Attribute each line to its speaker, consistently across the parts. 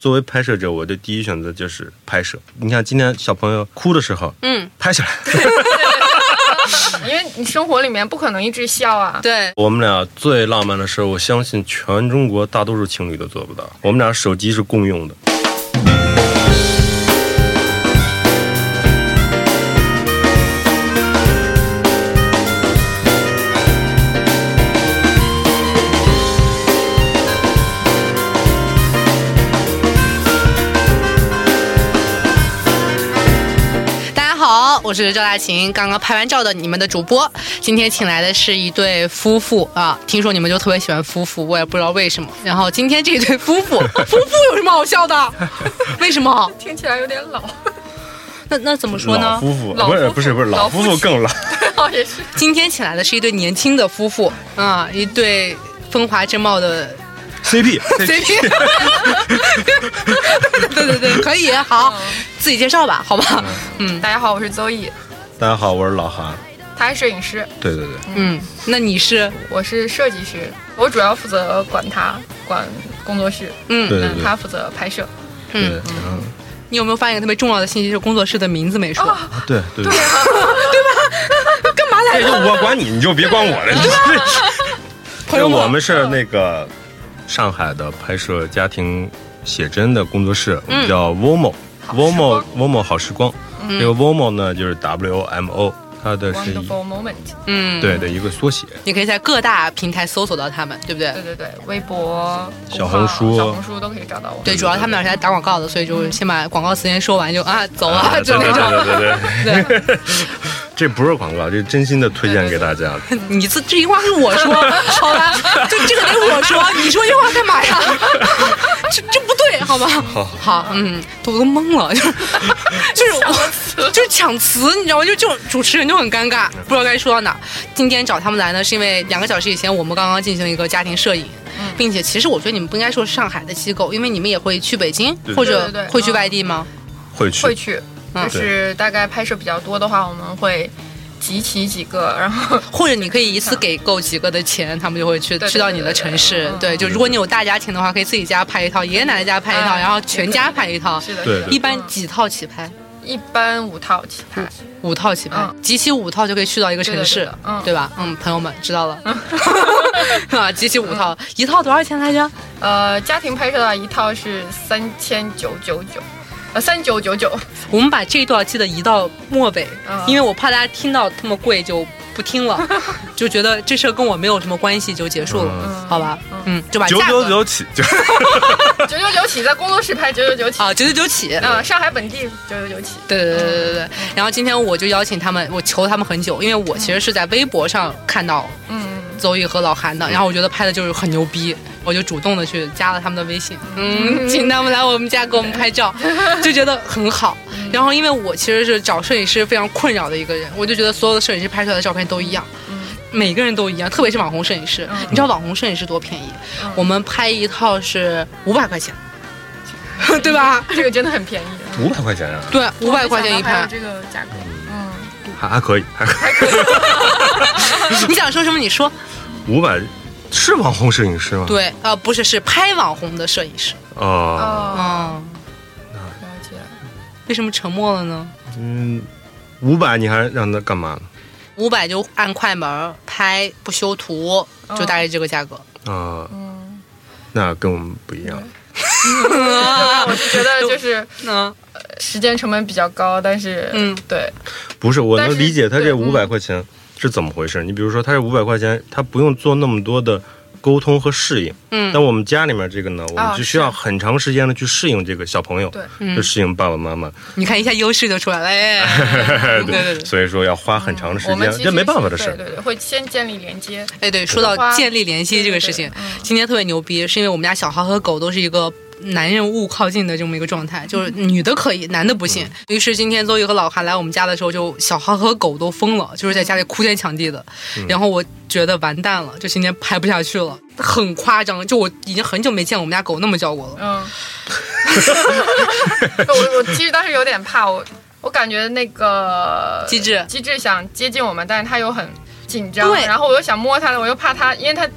Speaker 1: 作为拍摄者，我的第一选择就是拍摄。你看今天小朋友哭的时候，
Speaker 2: 嗯，
Speaker 1: 拍下来。
Speaker 3: 因为你生活里面不可能一直笑啊。
Speaker 2: 对，
Speaker 1: 我们俩最浪漫的事，我相信全中国大多数情侣都做不到。我们俩手机是共用的。
Speaker 2: 大家好，我是赵大琴，刚刚拍完照的你们的主播。今天请来的是一对夫妇啊，听说你们就特别喜欢夫妇，我也不知道为什么。然后今天这对夫妇，夫妇有什么好笑的？ 为什么？
Speaker 3: 听起来有点 老，
Speaker 2: 那那怎么说
Speaker 1: 老
Speaker 2: 呢？
Speaker 1: 夫妇，
Speaker 3: 老
Speaker 1: 不是
Speaker 3: 夫妇
Speaker 1: 不是不是，老
Speaker 3: 老
Speaker 1: 夫
Speaker 3: 夫
Speaker 1: 妇
Speaker 3: 妻
Speaker 1: 更老。
Speaker 3: 也是
Speaker 2: 今天请来的是一对年轻的夫妇啊，一对风华正茂的
Speaker 1: CP，
Speaker 2: CP。对对对，可以，
Speaker 1: 嗯
Speaker 2: 好，自己介绍吧，好吧？
Speaker 3: 大家好，我是邹毅，
Speaker 1: 大家好，我是老韩。
Speaker 3: 他是摄影师，
Speaker 1: 对对对，
Speaker 2: 嗯，那你是
Speaker 3: 我是设计师，我主要负责管他管工作室，
Speaker 2: 嗯
Speaker 1: 对
Speaker 3: 嗯，他负责拍摄。
Speaker 1: 对
Speaker 2: 嗯，
Speaker 1: 对嗯
Speaker 2: 你有没有发现一个特别重要的信息，就是工作室的名字没说？
Speaker 1: 啊对对对，对吧？干嘛来就我管你，你就别管我了。你 这
Speaker 2: 朋
Speaker 1: 这
Speaker 2: 友们
Speaker 1: 我们是那个上海的拍摄家庭写真的工作室，我们叫 WOMO。WOMO WOMO 好时光，这个 WOMO 呢就是 W O M O，它的是一
Speaker 3: Wonderful moment，
Speaker 2: 嗯，
Speaker 1: 对的一个缩写。
Speaker 2: 你可以在各大平台搜索到他们，对不对？
Speaker 3: 对对对，微博、公
Speaker 1: 小
Speaker 3: 号
Speaker 1: 红书
Speaker 3: 小红书都可以找到我。
Speaker 2: 对，主要他们俩是来打广告的，所以就先把广告词先说完就啊走啊，
Speaker 1: 对
Speaker 2: 就
Speaker 1: 对
Speaker 2: 那种。
Speaker 1: 对对对对， 这不是广告，这是真心的推荐给大家。
Speaker 2: 你这这句话是我说，好吧？就这个得我说，你说这话干嘛呀？这这不对，好吧？好，嗯，我都懵了，就是就是我就是抢词，你知道吗？就这种主持人就很尴尬，不知道该说到哪儿。今天找他们来呢，是因为两个小时以前我们刚刚进行了一个家庭摄影。并且，其实我觉得你们不应该说是上海的机构，因为你们也会去北京，
Speaker 1: 对
Speaker 2: 或者
Speaker 3: 对对对
Speaker 2: 会去外地吗？
Speaker 1: 会去
Speaker 3: 会去，
Speaker 2: 嗯
Speaker 3: 就是大概拍摄比较多的话，我们会集齐几个，然后
Speaker 2: 或者你可以一次给够几个的钱，他们就会去
Speaker 3: 对对
Speaker 2: 去到你的城市。对，就如果你有大家庭的话，可以自己家拍一套，爷爷奶奶家拍一套，
Speaker 3: 嗯。
Speaker 2: 然后全家拍一套
Speaker 3: 是的，
Speaker 1: 对嗯
Speaker 3: 是的
Speaker 2: 一般
Speaker 3: 嗯
Speaker 2: 几套起拍？
Speaker 3: 一般五套起拍，
Speaker 2: 五套起拍
Speaker 3: 嗯，
Speaker 2: 集齐五套就可以去到一个城
Speaker 3: 对
Speaker 2: 市
Speaker 3: 的对的，嗯
Speaker 2: 对吧？嗯，朋友们知道了， 啊，集齐五
Speaker 3: 嗯
Speaker 2: 套，一套多少钱来着？
Speaker 3: 呃，家庭拍摄的话一套是三千九九九，呃，三九九九，
Speaker 2: 我们把这一段记得移到末尾，
Speaker 3: 嗯
Speaker 2: 因为我怕大家听到这么贵就不听 了，就觉得这事儿跟我没有什么关系就结束了，
Speaker 3: 嗯
Speaker 2: 好吧？嗯，就把
Speaker 1: 九
Speaker 2: 价
Speaker 1: 九
Speaker 2: 格
Speaker 1: 九起，就
Speaker 3: 九九九起，在工作室拍九九九起，
Speaker 2: 啊九九九起，
Speaker 3: 呃，上海本地九九九起，
Speaker 2: 对对对对对对。然后今天我就邀请他们，我求他们很久，因为我其实是在微博上看到
Speaker 3: 嗯，
Speaker 2: 邹毅和老韩的，然后我觉得拍的就是很牛逼，我就主动的去加了他们的微信，嗯，请他们来我们家给我们拍照，就觉得很好。 然后因为我其实是找摄影师非常困扰的一个人，我就觉得所有的摄影师拍出来的照片都一样。每个人都一样，特别是网红摄影师。你知道网红摄影师多便宜？我们拍一套是五百块钱， 对吧？
Speaker 3: 这个真的很便宜，
Speaker 1: 五百块钱啊，
Speaker 2: 对，五百块钱一
Speaker 3: 还有
Speaker 2: 拍。
Speaker 3: 这个价格，嗯，
Speaker 1: 还还可以，还可以。
Speaker 2: 你想说什么？你说。
Speaker 1: 五百是网红摄影师吗？
Speaker 2: 对，呃，不是，是拍网红的摄影师。
Speaker 1: 哦，
Speaker 3: 哦，
Speaker 2: 嗯，
Speaker 3: 了解，
Speaker 2: 为什么沉默了呢？
Speaker 1: 嗯，五百你还让他干嘛呢？
Speaker 2: 五百就按快门儿拍，不修图，就大概这个价格。
Speaker 1: 啊，
Speaker 3: 嗯，
Speaker 1: 那跟我们不一样。
Speaker 3: 我是觉得就是
Speaker 2: 嗯，
Speaker 3: 时间成本比较高，但是，
Speaker 2: 嗯，
Speaker 3: 对，
Speaker 1: 不是，我
Speaker 3: 但是
Speaker 1: 能理解他这
Speaker 3: 对嗯
Speaker 1: 五百块钱是怎么回事。你比如说，他这五百块钱，他不用做那么多的沟通和适应。
Speaker 2: 嗯
Speaker 1: 但我们家里面这个呢，我们
Speaker 3: 啊
Speaker 1: 就需要很长时间的去适应这个小朋友，
Speaker 3: 对
Speaker 2: 嗯
Speaker 1: 就适应爸爸妈妈。
Speaker 2: 你看一下优势就出来了。 哎，
Speaker 3: 嗯
Speaker 2: 对对对，
Speaker 1: 所以说要花很长的时
Speaker 3: 我们
Speaker 1: 间
Speaker 3: 其，实
Speaker 1: 这没办法的
Speaker 3: 是
Speaker 1: 事儿。
Speaker 3: 对对对，会先建立连接，嗯
Speaker 2: 哎对，说到
Speaker 3: 花
Speaker 2: 建立联系这个事情，今天特别牛逼，是因为我们家小豪和狗都是一个。男人勿靠近的这么一个状态，就是女的可以，男的不行。于是今天邹毅和老韩来我们家的时候，就小豪和狗都疯了，就是在家里哭天抢地的。然后我觉得完蛋了，就今天拍不下去了，很夸张。就我已经很久没见我们家狗那么叫过了。
Speaker 3: 嗯， 我我其实当时有点怕，我我感觉那个
Speaker 2: 机智
Speaker 3: 机智想接近我们，但是他又很紧张，
Speaker 2: 对
Speaker 3: 然后我又想摸他，我又怕他，因为他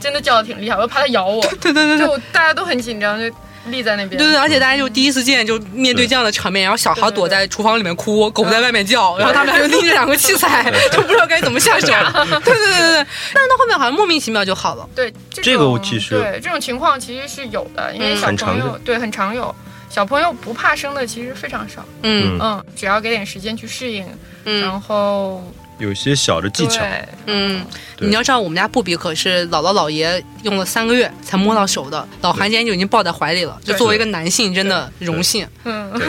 Speaker 3: 真的叫的挺厉害，我又怕他咬我，
Speaker 2: 对对对
Speaker 3: 就
Speaker 2: 对，
Speaker 3: 大家都很紧张，就立在那边。
Speaker 2: 对对，而且大家就第一次见，就面对这样的场面，然后小孩躲在厨房里面哭，狗在外面叫， 然后他们俩就拎着两个器 材，就不知道该怎么 下手。对对对对，但是到后面好像莫名其妙就好了。
Speaker 3: 对，
Speaker 1: 这
Speaker 3: 种
Speaker 1: 个其实
Speaker 3: 对这种情况其实是有的，因为
Speaker 2: 嗯
Speaker 3: 小
Speaker 1: 很常
Speaker 3: 朋友、
Speaker 1: 见
Speaker 3: 对很常有。小朋友不怕生的其实非常少，
Speaker 2: 嗯
Speaker 3: 嗯，只要给点时间去适应，
Speaker 2: 嗯
Speaker 3: 然后
Speaker 1: 有一些小的技巧，
Speaker 3: 对
Speaker 2: 嗯，
Speaker 1: 对
Speaker 2: 你要知道我们家布比可是姥姥姥爷用了三个月才摸到手的，老韩今天就已经抱在怀里了，就
Speaker 3: 对
Speaker 2: 作为一个男性真的荣幸。
Speaker 3: 嗯
Speaker 1: 对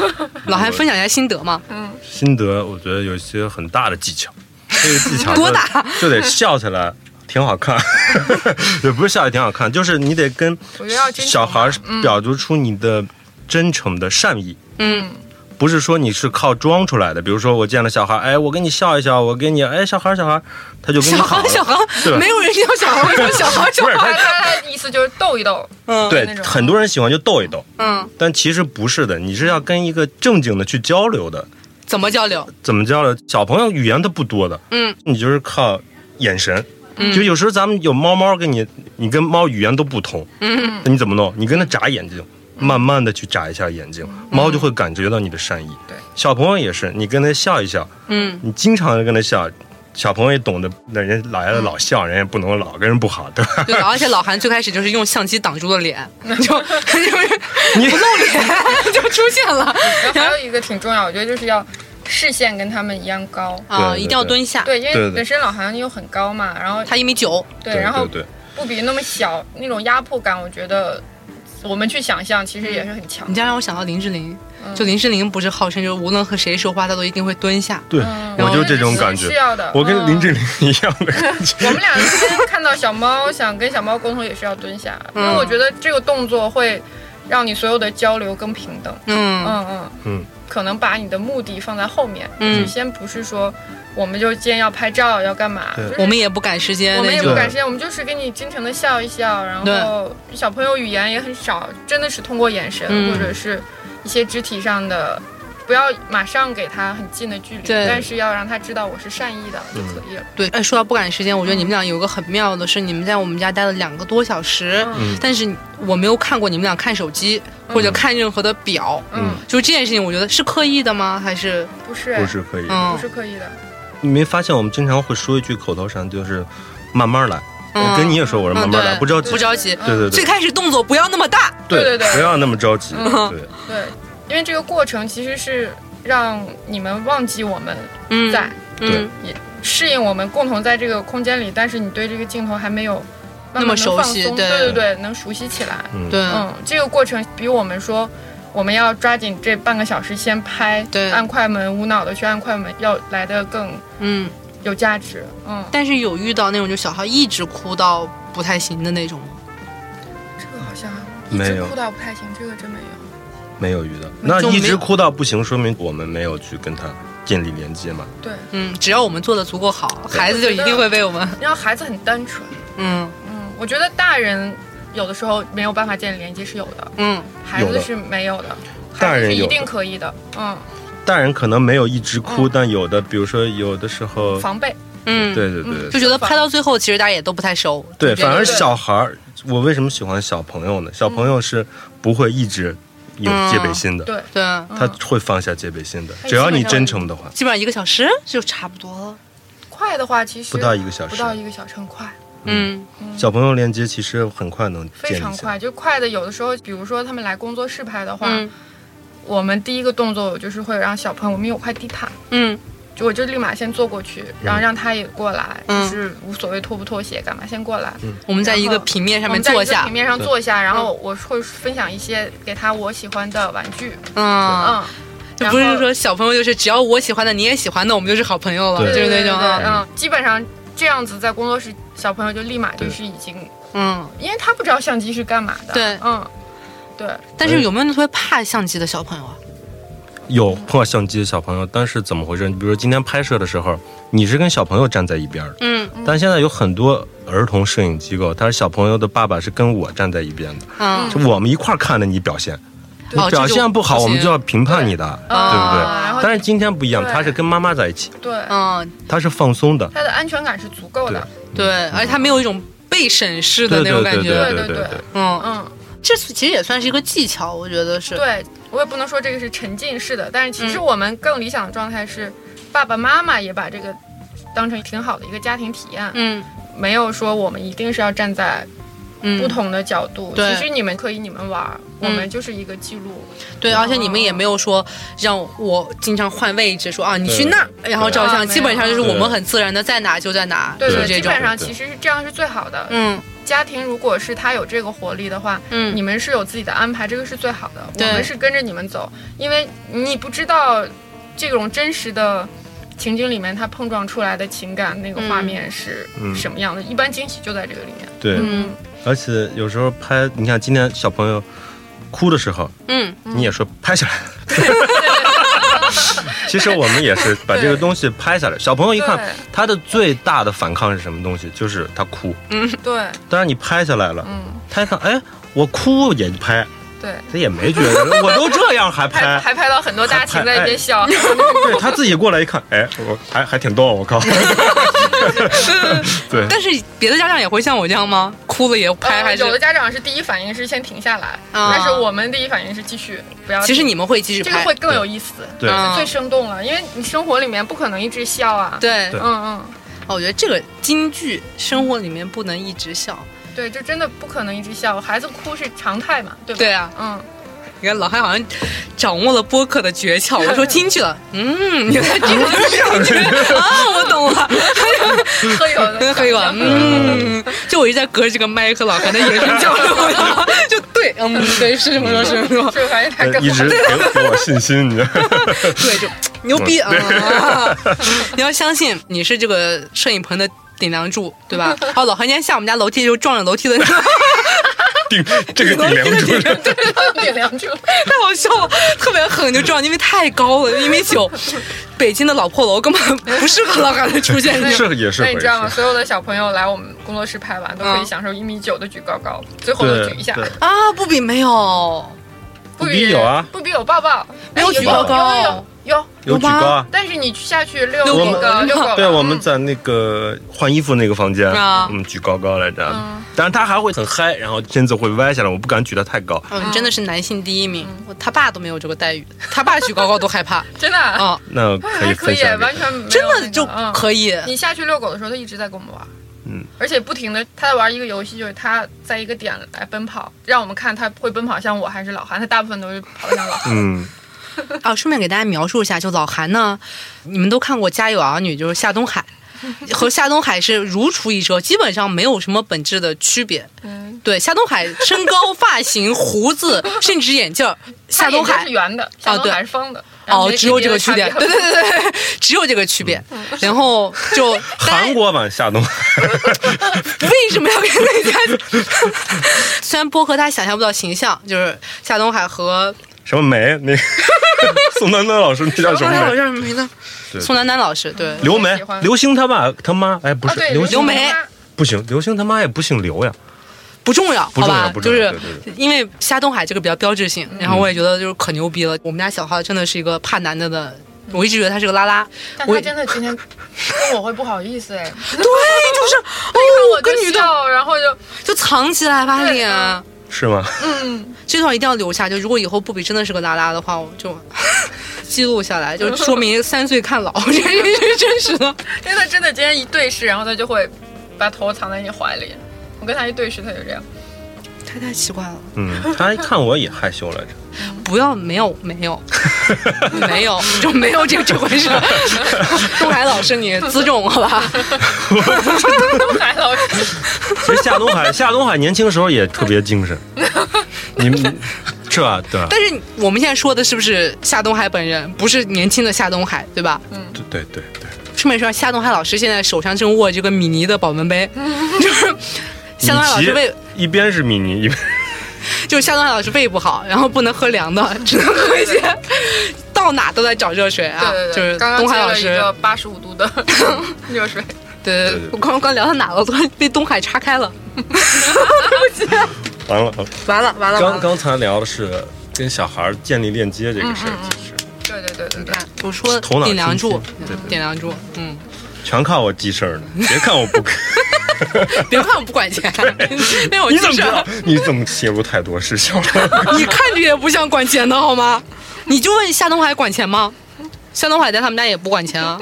Speaker 2: 老韩分享一下心得嘛，
Speaker 3: 嗯，
Speaker 1: 心得，我觉得有一些很大的技巧，这个技巧
Speaker 2: 多
Speaker 1: 就
Speaker 2: 大
Speaker 1: 就得笑起来挺好看，也不是笑起来挺好看， 就是你得跟
Speaker 3: 我觉得要真诚
Speaker 1: 小孩儿
Speaker 3: 嗯
Speaker 1: 表露出你的真诚的善意。
Speaker 2: 嗯
Speaker 1: 不是说你是靠装出来的，比如说我见了小孩，哎，我跟你笑一笑，我跟你，哎，小孩儿小孩儿，他就跟
Speaker 2: 小
Speaker 1: 你好
Speaker 2: 孩
Speaker 1: 了，
Speaker 2: 小孩
Speaker 1: 对，
Speaker 2: 没有人要小孩，说小孩小
Speaker 1: 不是
Speaker 2: 孩，
Speaker 3: 他他的意思就是逗 一逗，
Speaker 2: 嗯
Speaker 1: 对
Speaker 3: 那，种
Speaker 1: 很多人喜欢就逗一逗，
Speaker 2: 嗯，
Speaker 1: 但其实不是的，你是要跟一个正经的去交流的，
Speaker 2: 怎么交流？
Speaker 1: 怎么交流？小朋友语言他不多的，
Speaker 2: 嗯，
Speaker 1: 你就是靠眼神。
Speaker 2: 嗯
Speaker 1: 就有时候咱们有猫猫跟你，你跟猫语言都不通，
Speaker 2: 嗯，
Speaker 1: 你怎么弄？你跟它眨眼睛，
Speaker 3: 嗯
Speaker 1: 慢慢的去眨一下眼睛，猫就会感觉到你的善意。
Speaker 3: 对，
Speaker 1: 小朋友也是，你跟它笑一笑，
Speaker 2: 嗯，
Speaker 1: 你经常跟他笑，小朋友也懂得，那人家老爷子老笑，
Speaker 3: 嗯
Speaker 1: 人家也不能老跟人不好，对 吧？
Speaker 2: 对，而且老韩最开始就是用相机挡住了脸，就 就是
Speaker 1: 你
Speaker 2: 就出现了
Speaker 3: 然后还有一个挺重要，我觉得就是要视线跟他们一样高。
Speaker 2: 啊，
Speaker 1: 对对
Speaker 2: 一定要蹲下。
Speaker 3: 对，因
Speaker 1: 对对
Speaker 3: 为本身老韩又很高嘛，然后
Speaker 2: 他一米九，
Speaker 3: 对，然后
Speaker 1: 对对
Speaker 3: 不比那么小，那种压迫感，我觉得我们去想象其实也是很强
Speaker 2: 你。这样让我想到林志玲，
Speaker 3: 嗯
Speaker 2: 就林志玲不是号称就是无论和谁说话，她都一定会蹲下。
Speaker 1: 对，
Speaker 3: 嗯
Speaker 1: 我就这种感
Speaker 3: 是
Speaker 1: 觉。
Speaker 3: 要的。
Speaker 1: 我跟
Speaker 3: 嗯
Speaker 1: 林志玲一样的感觉，
Speaker 3: 我们俩之间看到小猫，想跟小猫沟通也是要蹲下，
Speaker 1: 嗯
Speaker 3: 因为我觉得这个动作会让你所有的交流更平等。
Speaker 2: 嗯
Speaker 3: 嗯嗯
Speaker 1: 嗯，
Speaker 3: 可能把你的目的放在后面，
Speaker 2: 嗯
Speaker 3: 就先不是说我们就今天要拍照要干嘛，
Speaker 1: 对
Speaker 3: 就是
Speaker 2: 我们也不赶时间
Speaker 3: 我们
Speaker 2: 那
Speaker 3: 也
Speaker 2: 种
Speaker 1: 对。
Speaker 3: 不赶时间，我们就是跟你真诚的笑一笑，然后小朋友语言也很少，真的是通过眼神、
Speaker 2: 嗯
Speaker 3: 或者是一些肢体上的，不要马上给他很近的距离，
Speaker 2: 对
Speaker 3: 但是要让他知道我是善意的就可以了。
Speaker 2: 对，哎，说到不赶时间，我觉得你们俩有个很妙的是，你们在我们家待了两个多小时，
Speaker 1: 嗯
Speaker 2: 但是我没有看过你们俩看手机或者看任何的表，
Speaker 3: 嗯，
Speaker 2: 就这件事情，我觉得是刻意的吗？还是
Speaker 3: 不是，
Speaker 1: 不是可以。
Speaker 2: 嗯
Speaker 3: 不是刻意的，
Speaker 1: 你没发现我们经常会说一句口头禅，就是慢慢来。
Speaker 2: 嗯
Speaker 1: 我跟你也说，我说慢慢来，
Speaker 2: 嗯对
Speaker 1: 不着急
Speaker 2: 不。着急
Speaker 3: 嗯
Speaker 1: 对对
Speaker 2: 最
Speaker 1: 对
Speaker 2: 开始动作不要那么大？
Speaker 3: 对对对
Speaker 1: 不要那么着急。
Speaker 2: 嗯
Speaker 1: 对，
Speaker 3: 对，因为这个过程其实是让你们忘记我们
Speaker 2: 嗯，
Speaker 3: 在，
Speaker 1: 对
Speaker 2: 嗯，
Speaker 3: 适应我们共同在这个空间里，但是你对这个镜头还没有慢慢
Speaker 2: 那么
Speaker 3: 能
Speaker 2: 熟
Speaker 3: 放
Speaker 2: 悉
Speaker 3: 松
Speaker 2: 对
Speaker 3: 对对对，能熟悉起来。
Speaker 1: 嗯
Speaker 2: 对，
Speaker 3: 嗯，这个过程比我们说我们要抓紧这半个小时先拍，
Speaker 2: 对
Speaker 3: 按快门无脑的去按快门，要来的更
Speaker 2: 嗯。
Speaker 3: 有价值。嗯，
Speaker 2: 但是有遇到那种就小孩一直哭到不太行的那种吗？
Speaker 3: 这个好像一
Speaker 1: 没
Speaker 3: 直
Speaker 1: 有
Speaker 3: 哭到不太行，这个真没有。
Speaker 1: 没有遇到。那
Speaker 2: 就没
Speaker 1: 一直哭到不行，说明我们没有去跟他建立连接嘛。
Speaker 3: 对，
Speaker 2: 嗯，只要我们做的足够好，孩子就一定会被我们。
Speaker 3: 然后孩子很单纯。
Speaker 2: 嗯
Speaker 3: 嗯，我觉得大人有的时候没有办法建立连接是有的，
Speaker 2: 嗯，
Speaker 3: 孩
Speaker 1: 有的
Speaker 3: 子是没有的，
Speaker 1: 大
Speaker 3: 孩子
Speaker 1: 人
Speaker 3: 是
Speaker 1: 有
Speaker 3: 一
Speaker 1: 的
Speaker 3: 定可以的。嗯，
Speaker 1: 大人可能没有一直哭，
Speaker 3: 嗯
Speaker 1: 但有的，比如说有的时候，
Speaker 3: 防备。
Speaker 2: 嗯，
Speaker 1: 对对对对，
Speaker 2: 就觉得拍到最后，其实大家也都不太熟。
Speaker 1: 对，
Speaker 2: 就觉
Speaker 1: 反
Speaker 2: 得
Speaker 1: 而
Speaker 3: 对
Speaker 1: 小孩儿，我为什么喜欢小朋友呢？小朋友是不会一直有戒备心的，
Speaker 3: 对，
Speaker 2: 对，
Speaker 3: 嗯
Speaker 1: 他会放下戒备心的。
Speaker 3: 他
Speaker 1: 只要
Speaker 3: 基本
Speaker 1: 你
Speaker 3: 上
Speaker 1: 真诚的话，
Speaker 2: 基本上一个小时就差不多了。
Speaker 3: 快的话其实
Speaker 1: 不到一个小时
Speaker 3: 不到一个小时很快，
Speaker 2: 嗯
Speaker 1: 小朋友连接其实很快能
Speaker 3: 非
Speaker 1: 建立
Speaker 3: 常
Speaker 1: 起来。
Speaker 3: 快，就快的有的时候，比如说他们来工作室拍的话，
Speaker 2: 嗯
Speaker 3: 我们第一个动作我就是会让小朋友，我们有块地毯，
Speaker 2: 嗯
Speaker 3: 就我就立马先坐过去，然后让他也过来，
Speaker 2: 嗯
Speaker 3: 就是无所谓脱不脱鞋，干嘛先过来。
Speaker 2: 我们在一个平面上
Speaker 3: 我
Speaker 2: 面
Speaker 3: 们在
Speaker 2: 坐
Speaker 3: 一个
Speaker 2: 下嗯
Speaker 3: 平，面上坐下，然后我会分享一些给他我喜欢的玩具，
Speaker 2: 嗯，
Speaker 3: 嗯，
Speaker 2: 就
Speaker 3: 然
Speaker 2: 不
Speaker 3: 后
Speaker 2: 是说小朋友就是只要我喜欢的你也喜欢的，我们就是好朋友了，
Speaker 1: 对
Speaker 2: 就是
Speaker 3: 对
Speaker 2: 那
Speaker 3: 对
Speaker 2: 种
Speaker 3: 对，
Speaker 2: 啊
Speaker 3: 嗯，基本上这样子在工作室，小朋友就立马就
Speaker 1: 对
Speaker 3: 是已经，
Speaker 2: 嗯。
Speaker 3: 因为他不知道相机是干嘛的，
Speaker 2: 对
Speaker 3: 嗯，对，
Speaker 2: 但是有没有那特别怕相机的小朋友啊？
Speaker 1: 有碰到相机的小朋友，但是怎么回事？你比如说今天拍摄的时候，你是跟小朋友站在一边儿的，
Speaker 2: 嗯
Speaker 1: 但现在有很多儿童摄影机构，他是小朋友的爸爸是跟我站在一边的，
Speaker 2: 嗯，
Speaker 1: 就我们一块儿看着你表现，你
Speaker 2: 哦
Speaker 1: 表
Speaker 2: 这就
Speaker 1: 现不好，
Speaker 2: 不
Speaker 1: 我们
Speaker 2: 行
Speaker 1: 就要评判你的。
Speaker 2: 啊
Speaker 1: 对不对
Speaker 3: 嗯然后
Speaker 1: 但是今天不一样，
Speaker 3: 对
Speaker 1: 他是跟妈妈在一起，
Speaker 3: 对，
Speaker 2: 嗯，
Speaker 1: 他是放松的，
Speaker 3: 他的安全感是足够的，
Speaker 2: 对，而且他没有一种被审视的
Speaker 1: 对
Speaker 2: 那种
Speaker 1: 对
Speaker 2: 感
Speaker 1: 对
Speaker 2: 觉。
Speaker 1: 对
Speaker 3: 对
Speaker 1: 对
Speaker 3: 对
Speaker 1: 对。
Speaker 2: 嗯，
Speaker 3: 嗯，
Speaker 2: 这其实也算是一个技巧，我觉 得是。
Speaker 3: 对我也不能说这个是沉浸式的，但是其实我们更理想的状态是，爸爸妈妈也把这个当成挺好的一个家庭体验，
Speaker 2: 嗯
Speaker 3: 没有说我们一定是要站在
Speaker 2: 嗯，
Speaker 3: 不同的角度。
Speaker 2: 对
Speaker 3: 其实你们可以你们玩儿，我
Speaker 2: 嗯
Speaker 3: 们就是一个记录。
Speaker 2: 对，而且你
Speaker 3: 啊
Speaker 2: 们也没有说让我经常换位置，说啊你去那儿，然后照相，
Speaker 3: 对
Speaker 2: 基本上就是我
Speaker 1: 对
Speaker 2: 们很自然的在哪就在哪，
Speaker 3: 对
Speaker 2: 就是
Speaker 1: 对
Speaker 2: 这
Speaker 3: 基
Speaker 2: 种。
Speaker 3: 本上
Speaker 1: 对
Speaker 3: 其实是这样是最好的。
Speaker 2: 嗯
Speaker 3: 家庭如果是他有这个活力的话，
Speaker 2: 嗯，
Speaker 3: 你们是有自己的安排，这个是最好的。
Speaker 2: 对
Speaker 3: 我们是跟着你们走，因为你不知道这种真实的情景里面，它碰撞出来的情感那个画面是
Speaker 1: 嗯
Speaker 3: 什么样的。一般惊喜就在这个里面。
Speaker 1: 对，
Speaker 2: 嗯
Speaker 1: 而且有时候拍，你看今天小朋友哭的时候，
Speaker 2: 嗯
Speaker 1: 你也说拍下来。 其实我们也是把这个东西拍下来。小朋友一看
Speaker 3: 对，
Speaker 1: 他的最大的反抗是什么东西？就是他哭。
Speaker 3: 对，
Speaker 1: 当然你拍下来了，
Speaker 3: 嗯，
Speaker 1: 他一看，哎，我哭也拍，
Speaker 3: 对。
Speaker 1: 他也没觉得，我都这样还
Speaker 3: 还
Speaker 1: 拍。
Speaker 3: 还拍到很多大情在
Speaker 2: 哎
Speaker 3: 一 边笑，呃
Speaker 1: 对他自己过来一看，哎，我还还挺逗，我 靠。对，
Speaker 3: 嗯
Speaker 2: 但是别的家长也会像我这样吗？哭了也拍
Speaker 3: 呃
Speaker 2: 还是？
Speaker 3: 有的家长是第一反应是先停下来，
Speaker 2: 啊
Speaker 3: 但是我们第一反应是继续，不要停。
Speaker 2: 其实你们会继续
Speaker 3: 这个
Speaker 2: 拍，
Speaker 3: 会更有意思，
Speaker 1: 对
Speaker 2: 嗯
Speaker 3: 最生动了，因为你生活里面不可能一直笑啊。，
Speaker 2: 对
Speaker 1: 对
Speaker 3: 嗯
Speaker 2: 哦我觉得这个京剧生活里面不能一直笑。
Speaker 3: 嗯，对，就真的不可能一直笑，孩子哭是常态嘛，对吧？
Speaker 2: 对啊，
Speaker 3: 嗯，
Speaker 2: 你看老汉好像掌握了播客的诀窍，我说京剧了，嗯，原来这个就是京剧 啊，我懂了。
Speaker 3: 喝一口，
Speaker 2: 黑管，嗯，就我一直在隔着这个麦和老韩的眼神交流，然后就 对，嗯，对，是这么说，是这么说，
Speaker 3: 是不是发现他
Speaker 1: 呃
Speaker 3: 更
Speaker 1: 一直给给我信心，你知道。
Speaker 2: 对，就牛逼啊！ 你要相信你是这个摄影棚的顶梁柱，对吧？哦，老韩今天下我们家楼梯就撞着楼梯的那 个，
Speaker 1: 顶这个顶梁柱是，
Speaker 3: 顶梁柱，
Speaker 2: 太好笑了，特别狠，就撞，因为太高了，一米九，北京的老破楼根本不适合老韩的出现。
Speaker 1: 是也是
Speaker 3: 那
Speaker 1: 回事
Speaker 3: 你知。道吗？所有的小朋友来我们工作室拍完，都可以
Speaker 2: 嗯
Speaker 3: 享受一米九的举高高，最后都
Speaker 1: 对
Speaker 3: 举一下，
Speaker 1: 对，
Speaker 2: 啊，不比没有，
Speaker 3: 不
Speaker 1: 不比有啊
Speaker 3: 不比有抱抱，
Speaker 2: 没有
Speaker 3: 哎
Speaker 2: 举高高
Speaker 3: 有有有有，
Speaker 1: 有举高啊。
Speaker 3: 但是你下去遛
Speaker 2: 遛
Speaker 3: 那
Speaker 1: 狗
Speaker 3: 个嗯遛 狗，
Speaker 1: 对，我们在那个换衣服那个房间，
Speaker 2: 啊
Speaker 1: 嗯，举高高来着
Speaker 3: 嗯，
Speaker 1: 但是他还会很嗨，然后身子会歪下来，我不敢举得太高。
Speaker 2: 嗯，真的是男性第一名，我他爸都没有这个待遇，他爸举高高都害 怕
Speaker 3: 真的啊
Speaker 2: 啊，
Speaker 1: 那哦可以
Speaker 3: 还 可
Speaker 1: 分
Speaker 3: 以
Speaker 1: 享，给
Speaker 3: 完
Speaker 1: 大家
Speaker 3: 全没有
Speaker 2: 真
Speaker 3: 那
Speaker 2: 的
Speaker 3: 个
Speaker 2: 就
Speaker 3: 嗯
Speaker 2: 可以。
Speaker 3: 你下去遛狗的时候，他一直在跟我们玩。
Speaker 1: 嗯，
Speaker 3: 而且不停的，他在玩一个游戏，就是他在一个点来奔跑，让我们看他会奔跑像我还是老韩，他大部分都是跑得像老韩。
Speaker 1: 嗯，
Speaker 2: 啊，顺便给大家描述一下，就老韩呢，你们都看过《家有儿女》，就是夏东海。和夏东海是如出一辙，基本上没有什么本质的区别。
Speaker 3: 嗯，
Speaker 2: 对，夏东海身高、发型、胡子，甚至眼镜儿，夏东
Speaker 3: 他眼睛
Speaker 2: 海
Speaker 3: 是圆的，夏东海是方的。然后
Speaker 2: 哦，
Speaker 3: 没
Speaker 2: 只有这个区别。
Speaker 3: 没
Speaker 2: 对
Speaker 3: 有
Speaker 2: 对对对，只有这个区别。
Speaker 3: 嗯
Speaker 2: 然后就
Speaker 1: 韩国版夏冬，
Speaker 2: 为什么要跟那 家？虽然波哥他想象不到形象，就是夏东海和
Speaker 1: 什么梅那个宋丹丹老师那叫嗯什
Speaker 2: 宋
Speaker 1: 么
Speaker 2: 丹丹老
Speaker 1: 梅？
Speaker 2: 师没呢？
Speaker 1: 对
Speaker 2: 宋丹丹老师对。
Speaker 1: 刘
Speaker 3: 我
Speaker 1: 梅
Speaker 3: 喜欢，
Speaker 1: 刘星他爸他妈，哎，不
Speaker 3: 啊
Speaker 1: 是
Speaker 3: 对，
Speaker 1: 刘星
Speaker 2: 刘梅
Speaker 1: 不行，刘星他妈也不姓刘呀，
Speaker 2: 不重要，
Speaker 1: 不
Speaker 2: 好
Speaker 1: 重要
Speaker 2: 吧？
Speaker 1: 不
Speaker 2: 就
Speaker 1: 重
Speaker 2: 是
Speaker 1: 要
Speaker 2: 因为夏东海这个比较标志性，然后我也觉得就是可牛逼了。我们家小浩真的是一个怕男的的，我一直觉得他是个拉拉，
Speaker 3: 但
Speaker 2: 我
Speaker 3: 他真的 今天跟我会不好意思哎，
Speaker 2: 对，就是哦，
Speaker 3: 我
Speaker 2: 跟
Speaker 3: 就
Speaker 2: 女的
Speaker 3: 笑，然后就
Speaker 2: 就藏起来吧
Speaker 3: 对
Speaker 2: 脸，
Speaker 1: 是 吗？
Speaker 3: 嗯，
Speaker 2: 啊这段一定要留下。就如果以后布比真的是个拉拉的话，我就记录下来，就说明三岁看老，这是真实的。
Speaker 3: 因为他真的今天一对视，然后他就会把头藏在你怀里。我跟他一对视，他就这样。
Speaker 2: 太太奇怪了，
Speaker 1: 嗯，他一看我也害羞来着。
Speaker 2: 不要没有没有没有就没有这这回事。东海老师，你自重好吧？
Speaker 3: 东海老师，
Speaker 1: 其实夏东海，夏东海年轻时候也特别 精神，你们是吧？对吧
Speaker 2: 但是我们现在说的是不是夏东海本人，不是年轻的夏东海，对吧？
Speaker 1: 对对对对，
Speaker 2: 顺便说，夏东海老师现在手上正握这个米妮的保温杯，就是夏东海老
Speaker 1: 米
Speaker 2: 师
Speaker 1: 奇
Speaker 2: 胃，
Speaker 1: 一边是米妮，一边
Speaker 2: 就是夏东海老师胃不好，然后不能喝凉的，只能喝一些，到哪都在找热水啊，
Speaker 3: 对对对，
Speaker 2: 就是
Speaker 3: 刚刚
Speaker 2: 东海
Speaker 3: 接
Speaker 2: 老
Speaker 3: 了一
Speaker 2: 师，
Speaker 3: 个八十五度的 热水。
Speaker 2: 对
Speaker 1: 对对
Speaker 2: 对对，我刚刚聊到哪了？我突然被东海岔开了，
Speaker 1: 完了。完了
Speaker 2: 完了完了，完
Speaker 1: 刚
Speaker 2: 了
Speaker 1: 刚才聊的是跟小孩建立链接这个事
Speaker 2: 嗯
Speaker 1: 儿，其实
Speaker 3: 对对对对
Speaker 2: 你
Speaker 3: 对
Speaker 2: 看，我说
Speaker 1: 头脑
Speaker 2: 顶梁
Speaker 1: 清晰
Speaker 2: 柱
Speaker 1: 对对，对
Speaker 2: 顶梁柱，嗯，
Speaker 1: 全靠我记事儿呢。别看我不，
Speaker 2: 别看我不管钱，那我
Speaker 1: 你
Speaker 2: 就
Speaker 1: 怎么知
Speaker 2: 是
Speaker 1: 道？你怎么介入太多事 情了？
Speaker 2: 你看着也不像管钱的好吗？你就问夏东海管钱吗？夏东海在他们家也不管钱啊。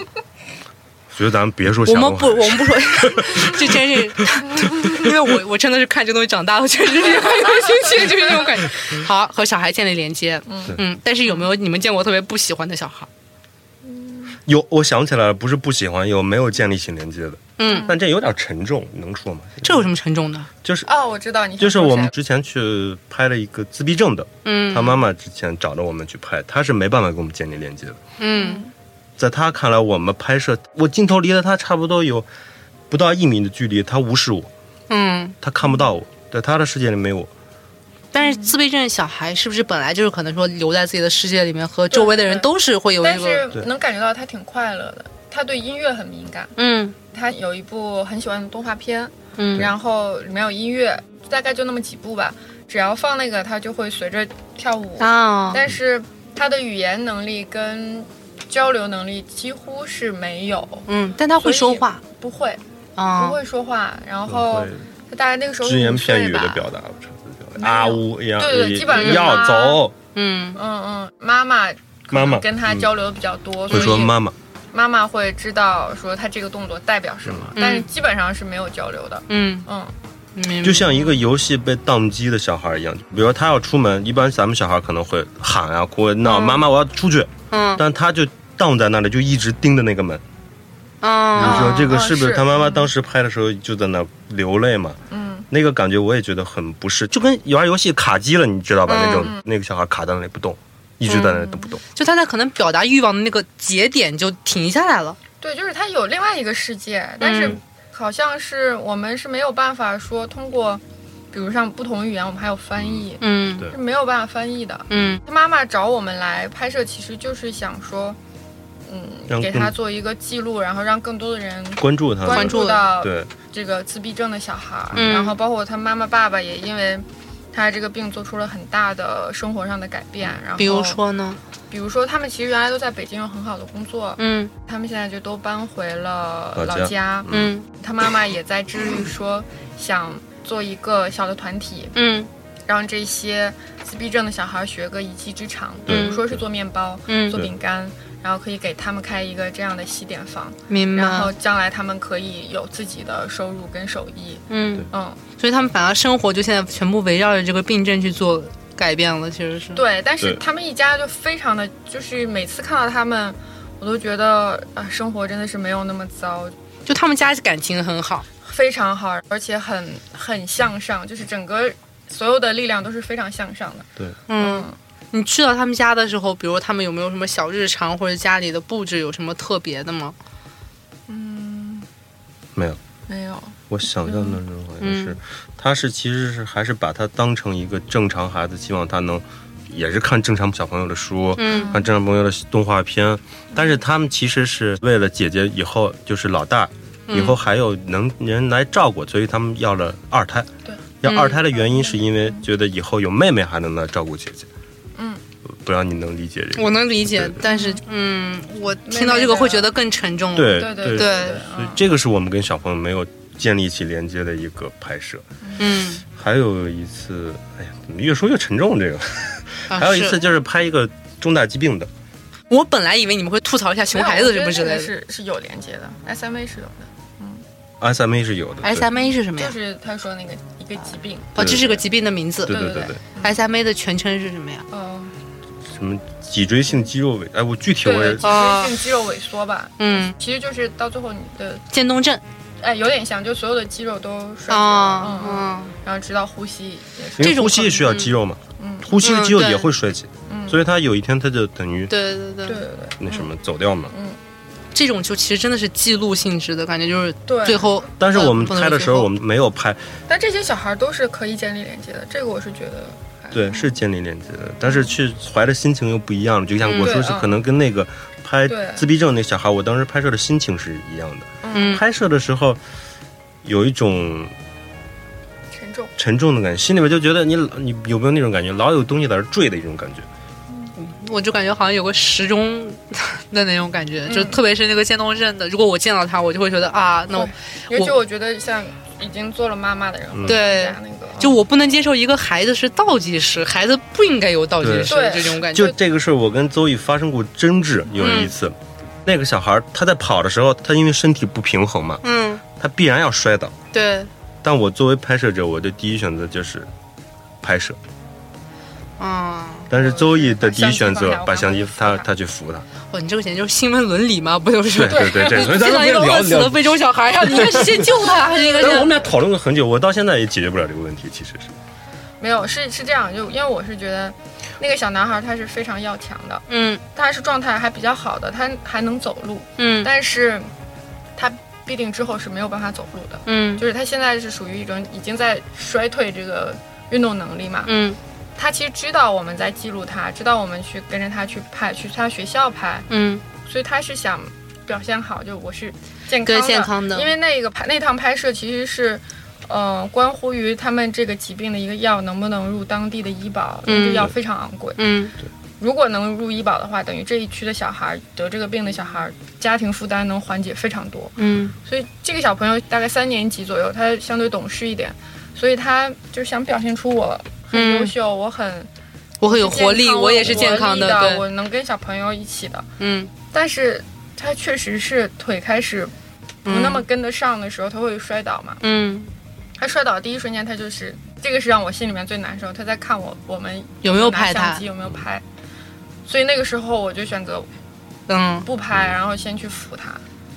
Speaker 1: 觉得咱们别说
Speaker 2: 我
Speaker 1: 想
Speaker 2: 们不，我们不 说，这真 是，因为我我真的是看这东西长大的，确实是有兴趣，就是这种感觉。好，和小孩建立连接，嗯嗯。但是有没有你们见过特别不喜欢的小孩？
Speaker 1: 有，我想起来了，不是不喜欢，有没有建立起连接的？
Speaker 2: 嗯，
Speaker 1: 但这有点沉重，能说吗？
Speaker 2: 这有什么沉重的？
Speaker 1: 就是
Speaker 3: 哦，我知道你想
Speaker 1: 就是
Speaker 3: 说
Speaker 1: 我
Speaker 3: 谁
Speaker 1: 们
Speaker 3: 了
Speaker 1: 之前去拍了一个自闭症的，
Speaker 2: 嗯
Speaker 1: 他妈妈之前找着我们去拍，他是没办法跟我们建立连接的。
Speaker 2: 嗯
Speaker 1: 在他看来，我们拍摄，我镜头离了他差不多有不到一米的距离，他无视我，
Speaker 2: 嗯。
Speaker 1: 他看不到我，在他的世界里没有我。
Speaker 2: 但是自闭症小孩是不是本来就是可能说留在自己的世界里面，和周围的人都是会有
Speaker 3: 但
Speaker 2: 一个
Speaker 1: 对
Speaker 3: 是能感觉到他挺快乐的。他对音乐很敏感，
Speaker 2: 嗯
Speaker 3: 他有一部很喜欢的动画片，
Speaker 2: 嗯
Speaker 3: 然后里面有音乐，大概就那么几部吧。只要放那个，他就会随着跳舞。
Speaker 2: 啊
Speaker 3: 但是他的语言能力跟交流能力几乎是没有，
Speaker 2: 嗯，但他会说话
Speaker 3: 不会
Speaker 2: 啊
Speaker 3: 不，会说话。然
Speaker 1: 我
Speaker 3: 后
Speaker 1: 会
Speaker 3: 他大概那个时候
Speaker 1: 只言
Speaker 3: 5岁
Speaker 1: 片语的
Speaker 3: 吧
Speaker 1: 表达，差不多就
Speaker 3: 没有
Speaker 1: 啊呜一样，
Speaker 3: 对对
Speaker 1: 一
Speaker 3: 基本上就是
Speaker 1: 要
Speaker 3: 妈
Speaker 1: 走，
Speaker 2: 嗯
Speaker 3: 嗯嗯，妈妈可
Speaker 1: 妈
Speaker 3: 能
Speaker 1: 妈嗯
Speaker 3: 跟他交流的比较多，所
Speaker 1: 会
Speaker 3: 以
Speaker 1: 说妈妈，
Speaker 3: 妈妈会知道说他这个动作代表什么，
Speaker 2: 嗯
Speaker 3: 但是基本上是没有交流的。
Speaker 2: 嗯，
Speaker 3: 嗯，
Speaker 2: 明白
Speaker 1: 就像一个游戏被宕机的小孩一样。比如说他要出门，一般咱们小孩可能会喊啊、哭啊、闹，
Speaker 2: 嗯
Speaker 1: 妈妈我要出去，
Speaker 2: 嗯
Speaker 1: 但他就荡在那里，就一直盯着那个门。你
Speaker 2: 啊
Speaker 1: 说这个
Speaker 3: 啊
Speaker 1: 是不是
Speaker 3: 是
Speaker 1: 他妈妈当时拍的时候就在那流泪嘛？
Speaker 3: 嗯，
Speaker 1: 那个感觉我也觉得很不适，就跟玩游戏卡机了，你知道吧？
Speaker 2: 嗯
Speaker 1: 那种那个小孩卡在那里不动，一直在那里都不动。
Speaker 2: 就他在可能表达欲望的那个节点就停下来了。
Speaker 3: 对，就是他有另外一个世界，但是
Speaker 1: 嗯
Speaker 3: 好像是我们是没有办法说通过，比如像不同语言，我们还有翻译，
Speaker 2: 嗯
Speaker 1: 对
Speaker 3: 是没有办法翻译的。
Speaker 2: 嗯
Speaker 3: 他妈妈找我们来拍摄，其实就是想说，嗯，
Speaker 1: 让
Speaker 3: 给
Speaker 1: 更
Speaker 3: 他做一个记录，然后让更多的人
Speaker 1: 关注他，
Speaker 3: 关
Speaker 1: 们，
Speaker 3: 注到
Speaker 1: 对，
Speaker 3: 这个自闭症的小孩儿，
Speaker 2: 嗯
Speaker 3: 然后包括他妈妈、爸爸也因为他这个病做出了很大的生活上的改变。然
Speaker 2: 嗯
Speaker 3: 后，
Speaker 2: 比如，说呢？
Speaker 3: 比如说他们其实原来都在北京有很好的工作，
Speaker 2: 嗯
Speaker 3: 他们现在就都搬回了
Speaker 1: 老
Speaker 3: 老
Speaker 1: 家
Speaker 3: 家。
Speaker 2: 嗯
Speaker 3: 他妈妈也在致力于说想做一个小的团体，
Speaker 2: 嗯
Speaker 3: 让这些自闭症的小孩学个一技之长，比
Speaker 1: 对
Speaker 3: 如说是做面包、做
Speaker 2: 嗯，
Speaker 3: 饼干，然后可以给他们开一个这样的西点房，
Speaker 2: 明白。
Speaker 3: 然后将来他们可以有自己的收入跟手艺。
Speaker 2: 嗯，
Speaker 3: 嗯，
Speaker 2: 所以他们反而生活就现在全部围绕着这个病症去做改变了，其实是。
Speaker 3: 对，但是
Speaker 1: 对
Speaker 3: 他们一家就非常的，就是每次看到他们，我都觉得啊，生活真的是没有那么糟，
Speaker 2: 就他们家感情很好。
Speaker 3: 非常好，而且很很向上，就是整个所有的力量都是非常向上的。
Speaker 2: 嗯，你去到他们家的时候，比如他们有没有什么小日常，或者家里的布置有什么特别的吗？
Speaker 1: 没有。
Speaker 3: 没有，
Speaker 1: 我想象当中好像是，
Speaker 2: 嗯
Speaker 1: 他是其实是还是把他当成一个正常孩子，希望他能也是看正常小朋友的书，
Speaker 2: 嗯
Speaker 1: 啊看正常朋友的动画片，但是他们其实是为了姐姐以后就是老大，
Speaker 2: 嗯
Speaker 1: 以后还有能人来照顾，所以他们要了二胎。
Speaker 3: 对，
Speaker 1: 要二胎的原因是因为觉得以后有妹妹还能来照顾姐姐。
Speaker 3: 嗯，
Speaker 1: 不知道你能理解这个？
Speaker 2: 我能理解
Speaker 1: 对，
Speaker 2: 但是嗯，我听到这个会觉得更沉重了。
Speaker 1: 对
Speaker 3: 对
Speaker 1: 对
Speaker 3: 对
Speaker 2: 对
Speaker 1: 所以这个是我们跟小朋友没有建立起连接的一个拍摄。
Speaker 2: 嗯，
Speaker 1: 还有一次，哎呀，怎么越说越沉重？这个
Speaker 2: 啊
Speaker 1: 还有一
Speaker 2: 是
Speaker 1: 次就是拍一个重大疾病的，
Speaker 2: 我本来以为你们会吐槽一下熊孩子什么之类
Speaker 3: 的，
Speaker 2: 的。
Speaker 3: 是是有连接的，SMA 是有的，
Speaker 1: SMA 是有的。对
Speaker 2: SMA 是什么呀
Speaker 3: 就？是他说那个一个疾病，
Speaker 2: 哦，这是个疾病的名字
Speaker 1: 对。对
Speaker 3: 对
Speaker 1: 对
Speaker 3: 对，
Speaker 2: SMA 的全称是什么呀？
Speaker 3: 嗯，
Speaker 1: 什么脊椎性肌肉萎？哎，我具体
Speaker 3: 对
Speaker 1: 我也
Speaker 3: 对，脊椎性肌肉萎缩吧，
Speaker 2: 嗯，
Speaker 3: 其实就是到最后你的，
Speaker 2: 渐冻症
Speaker 3: 哎，有点像，就所有的肌肉都衰竭了，嗯，
Speaker 2: 啊，嗯，
Speaker 3: 然后直到呼吸也是，
Speaker 1: 因
Speaker 2: 这
Speaker 1: 为
Speaker 2: 种
Speaker 1: 呼吸也需要肌肉嘛，
Speaker 3: 嗯
Speaker 1: 呼吸的肌肉
Speaker 2: 嗯对
Speaker 1: 也会衰竭，
Speaker 3: 嗯
Speaker 1: 所以他有一天他就等于
Speaker 2: 对对对对，
Speaker 3: 对对嗯对。
Speaker 1: 那什么走掉
Speaker 2: 嗯
Speaker 1: 嘛。
Speaker 2: 这种就其实真的是记录性质的感觉，就是
Speaker 3: 对
Speaker 2: 最后
Speaker 1: 但是我们
Speaker 2: 呃不能
Speaker 1: 拍的时
Speaker 2: 最
Speaker 1: 候，
Speaker 2: 后
Speaker 1: 我们没有拍，
Speaker 3: 但这些小孩都是可以建立连接的，这个我是觉得还
Speaker 2: 嗯
Speaker 1: 对，是建立连接的，但是去怀的心情又不一样了。就像
Speaker 2: 嗯
Speaker 1: 我说
Speaker 3: 对
Speaker 1: 是
Speaker 3: 嗯
Speaker 1: 可能跟那个拍
Speaker 3: 对
Speaker 1: 自闭症那小孩，我当时拍摄的心情是一样的。
Speaker 2: 嗯
Speaker 1: 拍摄的时候有一种
Speaker 3: 沉重。
Speaker 1: 沉重的感觉，心里面就觉得你你有没有那种感觉，老有东西在这坠的一种感觉。
Speaker 2: 我就感觉好像有个时钟的那种感觉，就特别是那个渐冻症的，如果我见到他，我就会觉得啊，那我
Speaker 3: 尤其我觉得像已经做了妈妈的人
Speaker 1: 嗯
Speaker 3: 会
Speaker 2: 对
Speaker 3: 更加那个，
Speaker 2: 就我不能接受一个孩子是倒计时，孩子不应该有倒计时
Speaker 3: 对
Speaker 2: 这种感觉。嗯
Speaker 1: 就这个事儿，我跟邹毅发生过争执，有一次，那个小孩儿他在跑的时候，他因为身体不平衡嘛，
Speaker 2: 嗯，
Speaker 1: 他必然要摔倒。
Speaker 2: 对，
Speaker 1: 但我作为拍摄者，我的第一选择就是拍摄。
Speaker 2: 啊、
Speaker 1: 但是邹毅的第一选择，把
Speaker 3: 把
Speaker 1: 相
Speaker 3: 相
Speaker 1: 机
Speaker 3: 机
Speaker 1: 他
Speaker 3: 放下
Speaker 1: 他去扶他。
Speaker 2: 哇，哦你这个简直就是新闻伦理嘛，不就是？
Speaker 1: 对对对，所哎以咱们
Speaker 2: 见
Speaker 1: 不是聊
Speaker 2: 到一个饿死的
Speaker 1: 聊。
Speaker 2: 非洲小孩，啊让你应该是先救他，还是应该
Speaker 1: 但是我
Speaker 2: 先
Speaker 1: 们俩讨论了很久，我到现在也解决不了这个问题，其实是。
Speaker 3: 没有是是这样，就因为我是觉得那个小男孩他是非常要强的，
Speaker 2: 嗯
Speaker 3: 他是状态还比较好的，他还能走路，
Speaker 2: 嗯
Speaker 3: 但是他必定之后是没有办法走路的，
Speaker 2: 嗯
Speaker 3: 就是他现在是属于一种已经在衰退这个运动能力嘛。
Speaker 2: 嗯
Speaker 3: 他其实知道我们在记录他，知道我们去跟着他去拍，去他学校拍，
Speaker 2: 嗯，
Speaker 3: 所以他是想表现好，就我是健康
Speaker 2: 对
Speaker 3: 的，
Speaker 2: 健康的，
Speaker 3: 因为那个拍那趟拍摄其实是，呃，关乎于他们这个疾病的一个药能不能入当地的医保，因为这
Speaker 2: 嗯
Speaker 3: 药非常昂贵。
Speaker 2: 嗯
Speaker 3: 如果能入医保的话，等于这一区的小孩得这个病的小孩，家庭负担能缓解非常多。
Speaker 2: 嗯
Speaker 3: 所以这个小朋友大概三年级左右，他相对懂事一点，所以他就想表现出我很优
Speaker 2: 嗯，
Speaker 3: 秀，我很
Speaker 2: 我很有活
Speaker 3: 健
Speaker 2: 力，
Speaker 3: 康
Speaker 2: 我也是健
Speaker 3: 活
Speaker 2: 康
Speaker 3: 力
Speaker 2: 的，
Speaker 3: 的，
Speaker 2: 对，
Speaker 3: 我能跟小朋友一起的。
Speaker 2: 嗯
Speaker 3: 但是他确实是腿开始不那么跟得上的时候，他会摔倒嘛。
Speaker 2: 嗯，
Speaker 3: 他摔倒的第一瞬间，他就是这个是让我心里面最难受。他在看我，我们
Speaker 2: 有没有拍
Speaker 3: 拿相
Speaker 2: 他
Speaker 3: 机？有没有拍？所以那个时候我就选择
Speaker 2: 嗯，
Speaker 3: 不拍，然后先去扶他，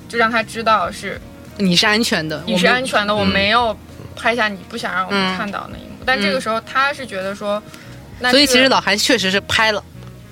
Speaker 3: 就让他知道是
Speaker 2: 你是安全的，
Speaker 3: 你是
Speaker 2: 我们
Speaker 3: 安全的，我没有拍下你不想让我
Speaker 2: 嗯
Speaker 3: 们看到那一幕。但这个时候他是觉得说，那
Speaker 2: 所以
Speaker 3: 这
Speaker 2: 其
Speaker 3: 个
Speaker 2: 实老韩确实是拍了，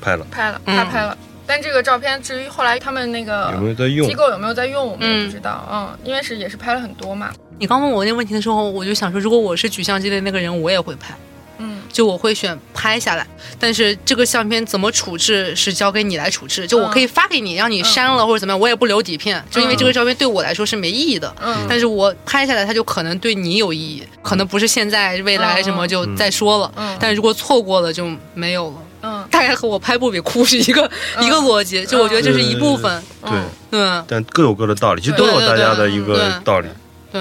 Speaker 1: 拍了，
Speaker 3: 拍了，
Speaker 2: 嗯
Speaker 3: 他拍了。但这个照片至于后来他们那个
Speaker 1: 有没有在用
Speaker 3: 机？构有没有在用，我们也
Speaker 2: 嗯
Speaker 3: 不知道。嗯因为是也是拍了很多嘛。
Speaker 2: 你刚问我那问题的时候，我就想说，如果我是举相机的那个人，我也会拍，
Speaker 3: 嗯，
Speaker 2: 就我会选拍下来。但是这个相片怎么处置是交给你来处置，就我
Speaker 3: 嗯
Speaker 2: 可以发给你，让你删了或者怎么样，我也不留底片，就因为这个照片对我来说是没意义的。
Speaker 3: 嗯
Speaker 2: 但是我拍下来，它就可能对你有意义，可能不是现在未来
Speaker 1: 嗯
Speaker 2: 什么就再说了。
Speaker 3: 嗯
Speaker 2: 但如果错过了就没有了，
Speaker 3: 嗯
Speaker 2: 大概和我拍不比哭是一个、一个逻辑，就我觉得这是一部分，
Speaker 1: 对，
Speaker 2: 嗯
Speaker 1: 但各有各的道理，其实都有大家的一个道理。
Speaker 2: 对。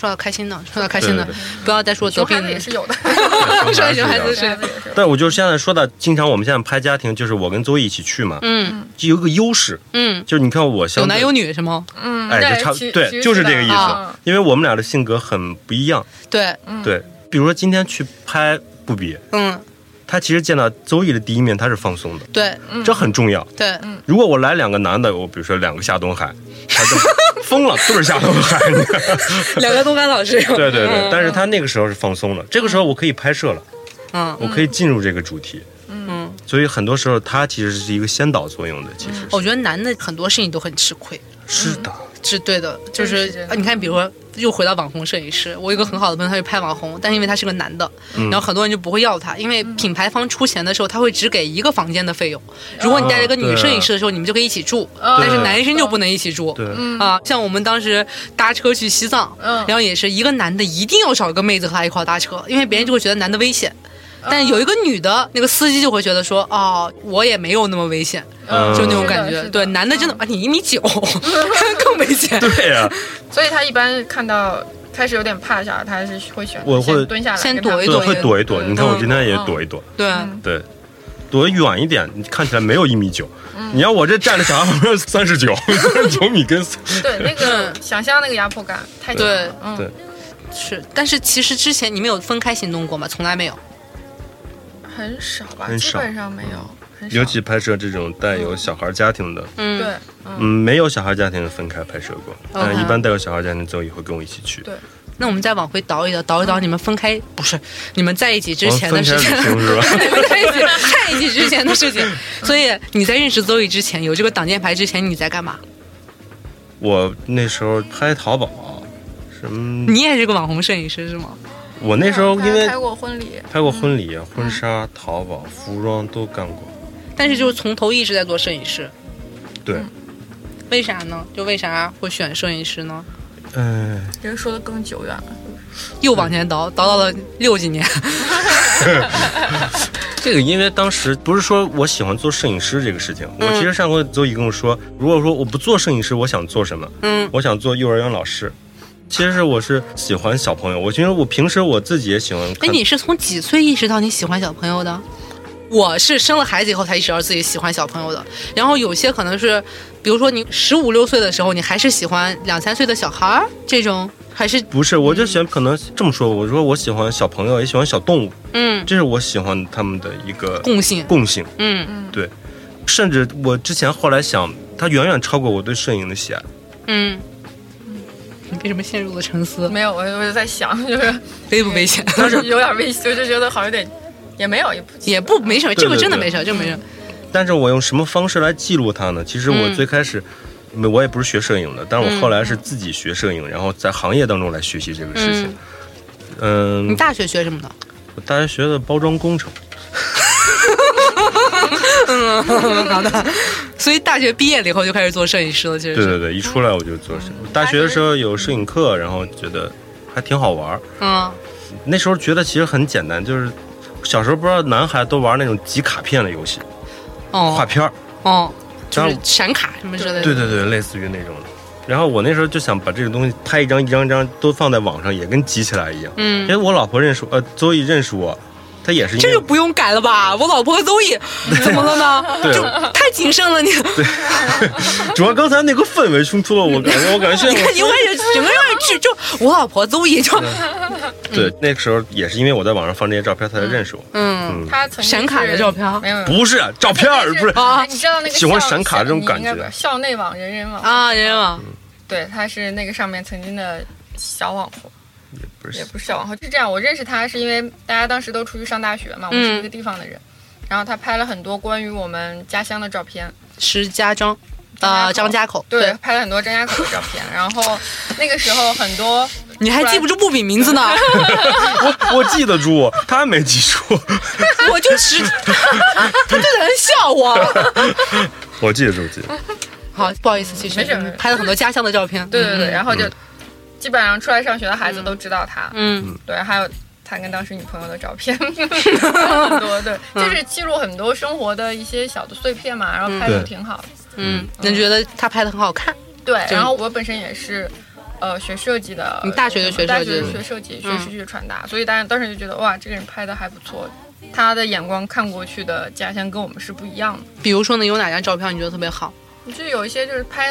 Speaker 2: 说到开心的，说到开
Speaker 1: 对
Speaker 2: 心
Speaker 1: 对
Speaker 2: 的，
Speaker 1: 对，
Speaker 2: 不要再说得
Speaker 3: 熊
Speaker 2: 病
Speaker 3: 孩子也是 有的，
Speaker 1: 对还是
Speaker 2: 说熊孩子是
Speaker 3: 熊孩子也是有的。
Speaker 1: 但我就是现在说的，经常我们现在拍家庭，就是我跟邹毅一起去嘛，
Speaker 2: 嗯
Speaker 1: 就有一个优势，
Speaker 2: 嗯，
Speaker 1: 就是你看我相
Speaker 2: 有
Speaker 1: 对
Speaker 2: 男有女是吗？
Speaker 3: 嗯，
Speaker 1: 哎，就差不
Speaker 3: 其其
Speaker 1: 对，
Speaker 3: 实
Speaker 1: 就是这个
Speaker 3: 的
Speaker 1: 意
Speaker 2: 啊
Speaker 1: 思。因为我们俩的性格很不一样，
Speaker 2: 对，
Speaker 3: 嗯
Speaker 1: 对。比如说今天去拍不比，
Speaker 2: 嗯，
Speaker 1: 他其实见到邹毅的第一面，他是放松的，
Speaker 2: 对
Speaker 3: 嗯
Speaker 1: 这很重要。
Speaker 2: 对，
Speaker 1: 如果我来两个男的，我比如说两个夏东海，他 就疯了，对着夏东海。你看
Speaker 2: 两个东干老师，
Speaker 1: 对对对
Speaker 2: 嗯，
Speaker 1: 但是他那个时候是放松了，这个时候我可以拍摄了，
Speaker 2: 嗯
Speaker 1: 我可以进入这个主题。
Speaker 2: 嗯，
Speaker 1: 所以很多时候，它其实是一个先导作用的，其实
Speaker 2: 我觉得男的很多事情都很吃亏，
Speaker 1: 是的，
Speaker 2: 是对的，就是
Speaker 3: 真的是真的
Speaker 2: 呃你看，比如说。又回到网红摄影师，我有一个很好的朋友，他去拍网红，但是因为他是个男的，然后很多人就不会要他，因为品牌方出钱的时候，他会只给一个房间的费用。如果你带了一个女摄影师的时候，你们就可以一起住，
Speaker 3: 嗯
Speaker 2: 但是男生就不能一起住。
Speaker 1: 对，
Speaker 2: 啊，像我们当时搭车去西藏，
Speaker 3: 嗯
Speaker 2: 然后也是一个男的一定要找一个妹子和他一块儿搭车，因为别人就会觉得男的危险。但有一个女的，那个司机就会觉得说，哦，我也没有那么危险，
Speaker 1: 嗯
Speaker 2: 就那种
Speaker 3: 是的
Speaker 2: 感觉
Speaker 3: 是。的嗯
Speaker 2: 对，男的真的，啊，你一米 九，更危险。
Speaker 1: 对呀，
Speaker 3: 所以他一般看到开始有点怕小孩，他还是会选择
Speaker 1: 我会
Speaker 3: 先蹲下来，
Speaker 2: 先
Speaker 3: 跟他
Speaker 2: 躲一
Speaker 1: 对，
Speaker 2: 躲
Speaker 1: 会躲一躲。你看我
Speaker 2: 嗯
Speaker 1: 今天也躲一躲，
Speaker 2: 对，啊
Speaker 3: 嗯
Speaker 1: 对，躲远一点，你看起来没有一米九。
Speaker 2: 嗯
Speaker 1: 你要我 这站着小孩旁边三十九，九米跟
Speaker 3: 对那个想象那个压迫感太强了
Speaker 2: 嗯对
Speaker 3: 嗯，
Speaker 1: 对
Speaker 2: 是。但是其实之前你们有分开行动过吗？从来没有。
Speaker 3: 很少吧，
Speaker 1: 很
Speaker 3: 基
Speaker 1: 少嗯
Speaker 3: 本上没有，很少
Speaker 1: 尤其拍摄这种带有小孩家庭的，
Speaker 2: 嗯，
Speaker 3: 对，嗯
Speaker 1: 嗯，没有小孩家庭的分开拍摄过，但
Speaker 2: OK
Speaker 1: 一般带有小孩家庭邹毅会跟我一起去。
Speaker 3: 对
Speaker 2: 那我们再往回倒一倒，倒一
Speaker 3: 嗯
Speaker 2: 倒，你们分开不是你们在一起之
Speaker 1: 我们
Speaker 2: 前
Speaker 1: 哦嗯分
Speaker 2: 的
Speaker 1: 开旅
Speaker 2: 事
Speaker 1: 行是
Speaker 2: 情。
Speaker 1: 吧？
Speaker 2: 在一起，在一起之前的事情。所以你在认识邹毅之前，有这个挡箭牌之前，你在干嘛？
Speaker 1: 我那时候拍淘宝，什么？
Speaker 2: 你也是个网红摄影师是吗？
Speaker 1: 我那时候
Speaker 2: 嗯
Speaker 1: 因为
Speaker 3: 他还拍过婚礼，
Speaker 1: 拍过婚礼、啊婚纱、淘宝、服装都干过。
Speaker 2: 但是就是从头一直在做摄影师，
Speaker 1: 对，
Speaker 2: 为啥呢？就为啥会选摄影师呢？
Speaker 1: 嗯，
Speaker 3: 这个说的更久远了，
Speaker 2: 又往前倒，倒到了六几年。
Speaker 1: 这个因为当时不是说我喜欢做摄影师这个事情，我
Speaker 2: 嗯
Speaker 1: 其实上回邹毅跟我说，如果说我不做摄影师，我想做什么？
Speaker 2: 嗯
Speaker 1: 我想做幼儿园老师。其实我是喜欢小朋友，我觉得我平时我自己也喜欢
Speaker 2: 哎，
Speaker 1: 看。
Speaker 2: 你是从几岁意识到你喜欢小朋友的？我是生了孩子以后才意识到自己喜欢小朋友的。然后有些可能是，比如说你十五六岁的时候，你还是喜欢两三岁的小孩儿这种，还是
Speaker 1: 不是，我就喜欢，可能这么说，我说我喜欢小朋友，也喜欢小动物，
Speaker 2: 嗯
Speaker 1: 这是我喜欢他们的一个
Speaker 2: 共性，
Speaker 1: 共性。
Speaker 2: 嗯
Speaker 1: 甚至我之前后来想，它远远超过我对摄影的喜爱。
Speaker 2: 嗯。你为什么陷入了沉思？
Speaker 3: 没有，我我就在想，就是
Speaker 2: 危不危险？
Speaker 3: 有点危险，就觉得好像有点，也没有，也不
Speaker 2: 也不没什么，
Speaker 1: 对
Speaker 2: 这个
Speaker 1: 对
Speaker 2: 真的
Speaker 1: 对
Speaker 2: 没事，这个没事。
Speaker 1: 但是我用什么方式来记录它呢？其实我
Speaker 2: 嗯
Speaker 1: 最开始，没我也不是学摄影的，但是
Speaker 2: 嗯
Speaker 1: 我后来是自己学摄影，然后在行业当中来学习这个事情嗯
Speaker 2: 嗯。，你，大学学什么的？
Speaker 1: 我大学学的包装工程，
Speaker 2: 所以大学毕业了以后就开始做摄影师了，其实
Speaker 1: 对
Speaker 2: 是。
Speaker 1: 对对，一出来我就做摄
Speaker 2: 嗯
Speaker 1: 影。大学的时候有摄影课，然后觉得还挺好玩儿。
Speaker 2: 嗯，
Speaker 1: 那时候觉得其实很简单，就是小时候不知道男孩都玩那种集卡片的游戏，画
Speaker 2: 哦
Speaker 1: 片儿。
Speaker 2: 哦，就
Speaker 1: 当
Speaker 2: 是
Speaker 1: 然
Speaker 2: 闪卡什么之类的。
Speaker 1: 对对对，类似于那种的。然后我那时候就想把这个东西拍一张一张一张都放在网上，也跟集起来一样。因
Speaker 2: 嗯，
Speaker 1: 为我老婆认识我，呃，周易认识我，她也是因
Speaker 2: 这就
Speaker 1: 为
Speaker 2: 不用改了
Speaker 3: 嗯
Speaker 2: 吧？我老婆 Zoe 怎么了 呢？
Speaker 1: 对，
Speaker 2: 太谨慎了你，
Speaker 1: 主要刚才那个氛围冲突了，我感觉我感觉现
Speaker 2: 你
Speaker 1: 在
Speaker 2: 看 你我也是整个人去就我老婆 Zoe 就
Speaker 1: 对那时候也是因为我在网上放这些照片，她才认识我。
Speaker 2: 嗯
Speaker 1: 嗯
Speaker 3: 他曾经是
Speaker 2: 闪卡的照片
Speaker 3: 没有，没有
Speaker 1: 不是照片 儿，不是
Speaker 2: 啊
Speaker 3: 哎你知道那个
Speaker 1: 喜欢
Speaker 3: 校
Speaker 1: 闪卡这种感觉
Speaker 3: 你应该不校内网、人人网，
Speaker 2: 啊，人网
Speaker 3: 对，他是那个上面曾经的小网红，
Speaker 1: 不
Speaker 3: 也
Speaker 1: 是
Speaker 3: 不是小网红，是这样。我认识他是因为大家当时都出去上大学嘛，我
Speaker 2: 嗯
Speaker 3: 们是一个地方的人，然后他拍了很多关于我们家乡的照片，
Speaker 2: 石家庄呃张
Speaker 3: 张
Speaker 2: 家口，
Speaker 3: 对，，拍了很多张家口的照片。然后那个时候很多，
Speaker 2: 你还记不住部比名字呢？
Speaker 1: 我我记得住，她还没记住，
Speaker 2: 我就只 他就在那笑我。
Speaker 1: 我记得住，记得住。
Speaker 2: 好，不好意思，继续
Speaker 3: 没事没事
Speaker 2: 拍了很多家乡的照片。
Speaker 3: 对对对，然后就
Speaker 1: 嗯
Speaker 3: 基本上出来上学的孩子都知道他，
Speaker 2: 嗯，嗯
Speaker 3: 对，还有他跟当时女朋友的照 片，很多，对，
Speaker 2: 嗯
Speaker 3: 就是记录很多生活的一些小的碎片嘛，然后拍的
Speaker 1: 对
Speaker 3: 挺好的。
Speaker 2: 嗯，能觉得他拍的很好看。
Speaker 3: 对，
Speaker 2: 就是
Speaker 3: 然后我本身也是，呃，学设计的。
Speaker 2: 你大学就学设计
Speaker 3: 大学就学设计，学
Speaker 2: 嗯
Speaker 3: 视觉传达，所以大家当时就觉得哇，这个人拍的还不错，他的眼光看过去的家乡跟我们是不一样的。
Speaker 2: 比如说呢，有哪张照片你觉得特别好？
Speaker 3: 就有一些就是拍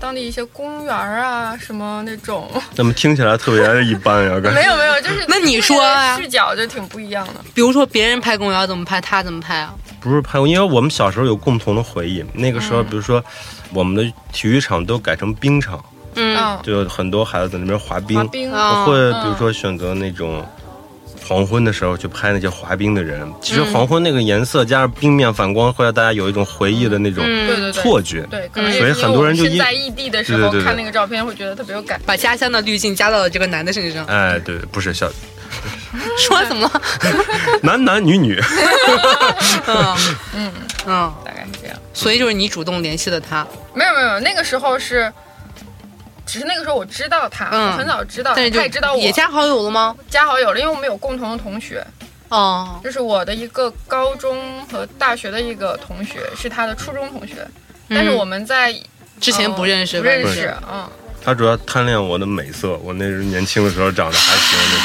Speaker 3: 当地一些公园啊，什么那种，
Speaker 1: 怎么听起来特别一般呀？感
Speaker 3: 没
Speaker 1: 觉
Speaker 3: 有没有，就是
Speaker 2: 那你说啊
Speaker 3: 那个视角就挺不一样的。
Speaker 2: 比如说别人拍公园怎么拍，他怎么拍啊？
Speaker 1: 不是拍过，因为我们小时候有共同的回忆。那个时
Speaker 2: 嗯
Speaker 1: 候，比如说我们的体育场都改成冰场，
Speaker 2: 嗯，
Speaker 3: 嗯，
Speaker 1: 就有很多孩子在那边滑冰
Speaker 3: 滑。冰
Speaker 2: 啊
Speaker 1: 我会
Speaker 3: 嗯
Speaker 1: 比如说选择那种黄昏的时候去拍那些滑冰的人。
Speaker 3: 嗯
Speaker 1: 其实黄昏那个颜色加上冰面反光，会让大家有一种回忆的那种
Speaker 3: 对对
Speaker 2: 嗯，
Speaker 3: 对，
Speaker 1: 错觉。
Speaker 3: 对，可能也
Speaker 1: 所以
Speaker 3: 是因为
Speaker 1: 很多人就
Speaker 3: 我们
Speaker 1: 因
Speaker 3: 身在异地的时候
Speaker 1: 对对对对
Speaker 3: 看那个照片，会觉得特别有感。
Speaker 2: 把家乡的滤镜加到了这个男的身上。
Speaker 1: 哎，对，不是小
Speaker 2: 说 怎么 了？
Speaker 1: 男男女女，
Speaker 2: 嗯
Speaker 3: 嗯，
Speaker 2: 嗯，
Speaker 3: 大概是这样。
Speaker 2: 所以就是你主动联系的他，
Speaker 3: 没有没有，没有那个时候是，只是那个时候我知道他，
Speaker 2: 嗯
Speaker 3: 我很早知道他，
Speaker 2: 但是就
Speaker 3: 他也知道我
Speaker 2: 也加好友了吗？
Speaker 3: 加好友了，因为我们有共同的同学，
Speaker 2: 哦，
Speaker 3: 就是我的一个高中和大学的一个同学，是他的初中同学，但是我们在
Speaker 2: 嗯
Speaker 3: 呃
Speaker 2: 之前不认识，
Speaker 3: 不认
Speaker 2: 反正
Speaker 3: 识
Speaker 2: 是，
Speaker 3: 嗯，
Speaker 1: 他主要贪恋我的美色。我那时候年轻的时候长得还行那 种。